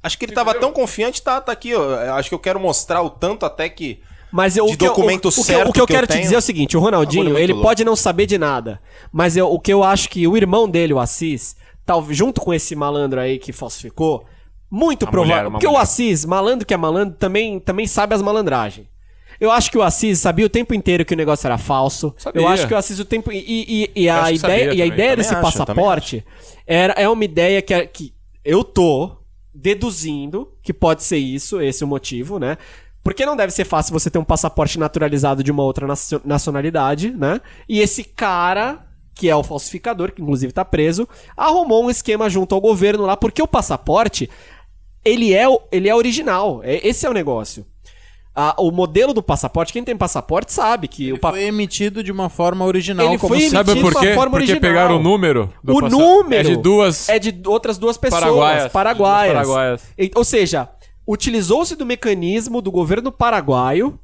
Speaker 3: Acho que ele tava tão confiante, tá, tá aqui, ó. Acho que eu quero mostrar o tanto até que.
Speaker 1: Mas eu,
Speaker 3: De
Speaker 1: o que eu-
Speaker 3: documento
Speaker 1: o, que eu-
Speaker 3: certo
Speaker 1: o que eu
Speaker 3: que eu
Speaker 1: quero te
Speaker 3: tenho.
Speaker 1: dizer é o seguinte: o
Speaker 3: Agulha
Speaker 1: Ronaldinho,
Speaker 3: muito
Speaker 1: ele
Speaker 3: louca.
Speaker 1: pode não saber de nada. Mas eu- o que eu acho que o irmão dele, o Assis, tal, junto com esse malandro aí que falsificou, muito
Speaker 2: Uma mulher,
Speaker 1: provável.
Speaker 2: uma
Speaker 1: Porque o
Speaker 2: mulher.
Speaker 1: Assis, malandro que é malandro, também, também sabe as malandragens. Eu acho que o Assis sabia o tempo inteiro que o negócio era falso.
Speaker 2: Sabia.
Speaker 1: Eu acho que o Assis o tempo. E, e- e- e
Speaker 2: acho
Speaker 1: a,
Speaker 2: que
Speaker 1: ideia,
Speaker 2: sabia
Speaker 1: e a
Speaker 2: também,
Speaker 1: ideia
Speaker 3: também
Speaker 1: desse
Speaker 3: acho,
Speaker 1: passaporte era, é uma ideia que, a- que eu tô deduzindo que pode ser isso, esse é o motivo, né? Porque não deve ser fácil você ter um passaporte naturalizado de uma outra nacio- nacionalidade, né? E esse cara, que é o falsificador, que inclusive tá preso, arrumou um esquema junto ao governo lá, porque o passaporte, ele é, o- ele é original. É- esse é o negócio. Ah, o modelo do passaporte, quem tem passaporte sabe que o
Speaker 4: Ele
Speaker 1: pa-
Speaker 4: foi emitido de uma forma original,
Speaker 1: Ele
Speaker 4: como
Speaker 1: foi
Speaker 4: se...
Speaker 1: emitido-
Speaker 2: Sabe por
Speaker 1: Sua
Speaker 2: quê?
Speaker 1: forma
Speaker 2: Porque
Speaker 1: original.
Speaker 2: pegaram o número. do
Speaker 1: O
Speaker 2: passa-
Speaker 1: número
Speaker 2: É de duas
Speaker 1: é de outras duas pessoas,
Speaker 2: paraguaias.
Speaker 1: paraguaias.
Speaker 2: De duas paraguaias.
Speaker 1: E- Ou seja, utilizou-se do mecanismo do governo paraguaio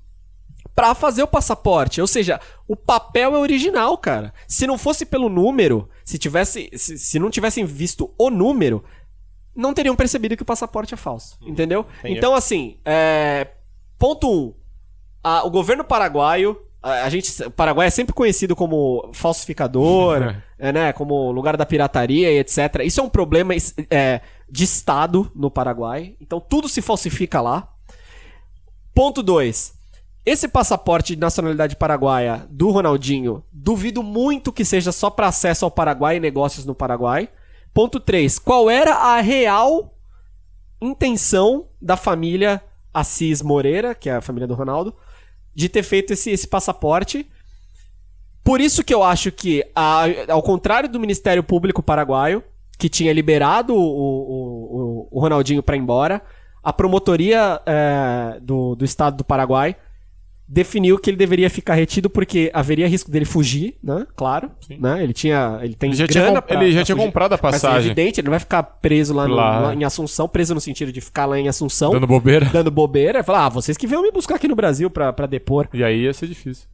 Speaker 1: pra fazer o passaporte. Ou seja, o papel é original, cara. Se não fosse pelo número, se tivesse, se, se não tivessem visto o número, não teriam percebido que o passaporte é falso, entendeu?
Speaker 3: entendi.
Speaker 1: Então, assim, é, ponto um, a- o governo paraguaio a, a gente, o Paraguai é sempre conhecido como falsificador, é, né, como lugar da pirataria e etc. Isso é um problema es- é, de Estado no Paraguai. Então tudo se falsifica lá. Ponto 2. Esse passaporte de nacionalidade paraguaia do Ronaldinho, duvido muito que seja só para acesso ao Paraguai e negócios no Paraguai. Ponto 3. Qual era a real intenção da família Assis Moreira, que é a família do Ronaldo, de ter feito esse, esse passaporte? Por isso que eu acho que, a- ao contrário do Ministério Público Paraguaio, que tinha liberado o, o- o- o Ronaldinho para ir embora, a promotoria eh, do, do estado do Paraguai definiu que ele deveria ficar retido porque haveria risco dele fugir, né? Claro, né? Ele tinha, ele tem
Speaker 2: Ele já tinha,
Speaker 1: grana
Speaker 2: comp-
Speaker 1: pra-
Speaker 2: ele já
Speaker 1: pra
Speaker 2: tinha
Speaker 1: fugir.
Speaker 2: comprado a
Speaker 1: Mas é
Speaker 2: passagem.
Speaker 1: evidente, ele não vai ficar preso lá, no-
Speaker 2: Lá.
Speaker 1: lá em Assunção, preso no sentido de ficar lá em Assunção,
Speaker 2: Dando
Speaker 1: dando,
Speaker 2: bobeira.
Speaker 1: bobeira, e falar, ah, vocês que vêm me buscar aqui no Brasil pra, pra depor.
Speaker 2: E aí ia ser difícil.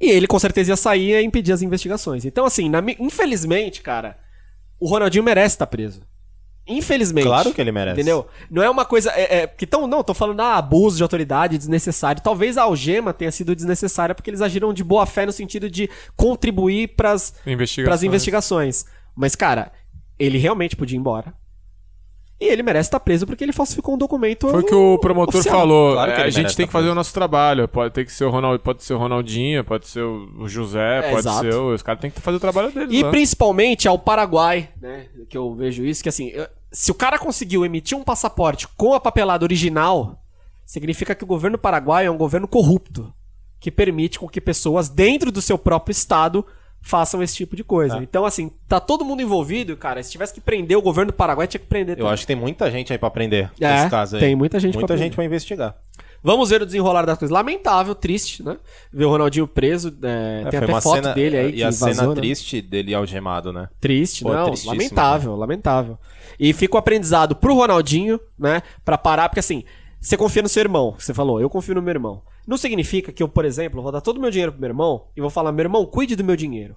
Speaker 1: E ele com certeza ia sair e impedir as investigações. Então, assim, na mi- infelizmente, cara, o Ronaldinho merece estar preso. Infelizmente.
Speaker 3: Claro que ele merece.
Speaker 1: Entendeu? Não é uma coisa. É, é, que tão, não, tô falando ah, abuso de autoridade desnecessário. Talvez a algema tenha sido desnecessária porque eles agiram de boa fé no sentido de contribuir pras,
Speaker 2: Investigação.
Speaker 1: pras investigações. Mas, cara, ele realmente podia ir embora. E ele merece estar preso porque ele falsificou um documento.
Speaker 2: Foi o que o promotor
Speaker 1: oficial.
Speaker 2: falou.
Speaker 3: Claro que
Speaker 2: É,
Speaker 3: ele
Speaker 2: a gente
Speaker 3: merece
Speaker 2: tem
Speaker 3: tá
Speaker 2: que fazer o nosso trabalho. Pode ter que ser o Ronald, pode ser o Ronaldinho, pode ser o José,
Speaker 1: É,
Speaker 2: pode
Speaker 1: exato.
Speaker 2: ser o. Os caras têm que fazer o trabalho deles. né?
Speaker 1: E
Speaker 2: lá.
Speaker 1: principalmente ao Paraguai, né? Que eu vejo isso, que assim, eu- se o cara conseguiu emitir um passaporte com a papelada original, significa que o governo paraguaio é um governo corrupto, que permite com que pessoas dentro do seu próprio estado façam esse tipo de coisa. Então, assim, tá todo mundo envolvido, cara. Se tivesse que prender o governo do Paraguai, tinha que prender
Speaker 3: Eu
Speaker 1: também.
Speaker 3: acho que tem muita gente aí pra aprender
Speaker 1: É,
Speaker 3: nesse caso aí.
Speaker 1: tem muita gente pra
Speaker 3: Muita
Speaker 1: aprender.
Speaker 3: gente pra investigar.
Speaker 1: Vamos ver o desenrolar das coisas. Lamentável, triste, né? Ver o Ronaldinho preso. é,
Speaker 3: É,
Speaker 1: tem até foto dele aí.
Speaker 3: E
Speaker 1: que
Speaker 3: a
Speaker 1: vazou,
Speaker 3: cena
Speaker 1: né?
Speaker 3: triste dele algemado, né?
Speaker 1: Triste,
Speaker 3: Pô, né?
Speaker 1: não,
Speaker 3: tristíssimo,
Speaker 1: lamentável, lamentável. E fica o aprendizado pro Ronaldinho, né, Pra parar, porque assim, você confia no seu irmão, que você falou, eu confio no meu irmão. Não significa que eu, por exemplo, vou dar todo o meu dinheiro pro meu irmão e vou falar, meu irmão, cuide do meu dinheiro.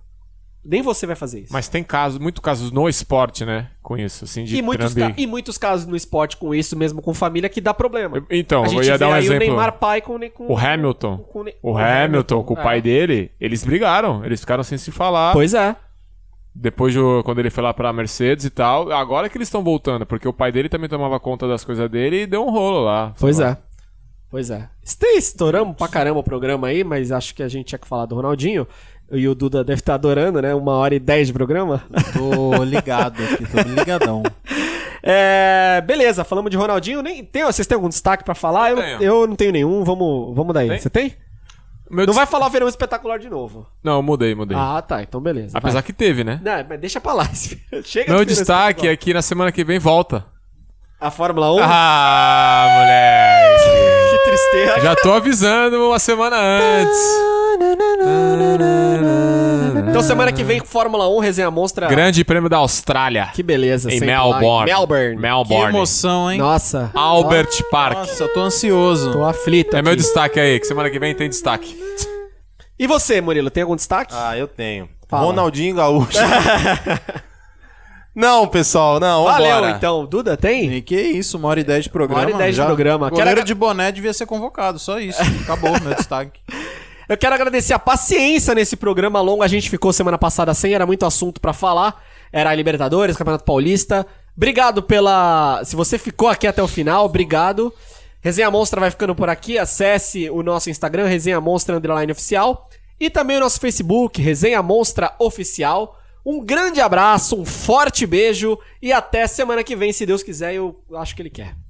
Speaker 1: Nem você vai fazer isso.
Speaker 2: Mas tem casos, muito casos no esporte, né? Com isso, assim, de
Speaker 1: e, muitos ca-
Speaker 2: trambique.
Speaker 1: e muitos casos no esporte com isso, mesmo com família, que dá problema.
Speaker 2: Eu- Então,
Speaker 1: A
Speaker 2: eu
Speaker 1: gente
Speaker 2: ia
Speaker 1: vê
Speaker 2: dar um
Speaker 1: aí
Speaker 2: exemplo.
Speaker 1: o Neymar pai com, com
Speaker 2: O Hamilton.
Speaker 1: com- com-
Speaker 2: O Hamilton com o
Speaker 1: é.
Speaker 2: pai dele, eles brigaram, eles ficaram sem se falar.
Speaker 1: Pois é.
Speaker 2: Depois, do- quando ele foi lá pra Mercedes e tal, agora é que eles estão voltando, porque o pai dele também tomava conta das coisas dele e deu um rolo lá.
Speaker 1: Pois é. Pois é. Este- Estouramos pra caramba o programa aí, mas acho que a gente tinha que falar do Ronaldinho. E o Duda deve estar adorando, né? Uma hora e dez de programa. *laughs*
Speaker 4: Tô ligado aqui, tô ligadão.
Speaker 1: É, beleza, falamos de Ronaldinho. Nem, tem, vocês têm algum destaque pra falar? Eu,
Speaker 2: Tenho.
Speaker 1: eu não tenho nenhum. Vamos, vamos daí. Você tem?
Speaker 2: Meu
Speaker 1: é. Não
Speaker 2: des-
Speaker 1: vai falar o verão espetacular de novo.
Speaker 2: Não, eu mudei, mudei.
Speaker 1: Ah, tá. Então beleza.
Speaker 2: Apesar
Speaker 1: vai.
Speaker 2: que teve, né?
Speaker 1: Não, mas deixa pra lá. *laughs* esse- Chega
Speaker 2: Meu
Speaker 1: de verão
Speaker 2: destaque é
Speaker 1: espetacular.
Speaker 2: que na semana que vem volta.
Speaker 1: A Fórmula 1.
Speaker 2: Ah, moleque!
Speaker 1: que tristeza.
Speaker 2: *laughs* Já tô avisando uma semana antes.
Speaker 1: Então semana que vem, Fórmula 1, resenha monstra.
Speaker 2: Grande prêmio da Austrália.
Speaker 1: Que beleza.
Speaker 2: Em
Speaker 1: sempre lá,
Speaker 2: Melbourne.
Speaker 1: em Melbourne.
Speaker 4: Que
Speaker 2: Melbourne.
Speaker 4: emoção, hein?
Speaker 1: Nossa,
Speaker 2: Albert Park.
Speaker 4: Nossa, eu tô ansioso.
Speaker 1: tô aflito
Speaker 2: É meu
Speaker 1: aqui.
Speaker 2: destaque aí, que semana que vem tem destaque.
Speaker 1: E você, Murilo, tem algum destaque?
Speaker 3: Ah, eu tenho.
Speaker 1: Fala. *laughs*
Speaker 3: Ronaldinho Gaúcho. não, pessoal, não.
Speaker 1: Valeu,
Speaker 3: vambora.
Speaker 1: então. Duda, tem?
Speaker 4: E que isso, uma hora e dez de programa.
Speaker 1: Uma hora e dez de
Speaker 4: já.
Speaker 1: programa.
Speaker 4: Goleiro
Speaker 1: Quero-
Speaker 4: de boné devia ser convocado, só isso. Acabou meu destaque.
Speaker 1: Eu quero agradecer a paciência nesse programa longo. A gente ficou semana passada sem, era muito assunto pra falar. Era Libertadores, Campeonato Paulista. Obrigado pela. Se você ficou aqui até o final, obrigado. Resenha Monstra vai ficando por aqui. Acesse o nosso Instagram, Resenha Monstra Underline Oficial. E também o nosso Facebook, Resenha Monstra Oficial. Um grande abraço, um forte beijo e até semana que vem, se Deus quiser, eu acho que ele quer.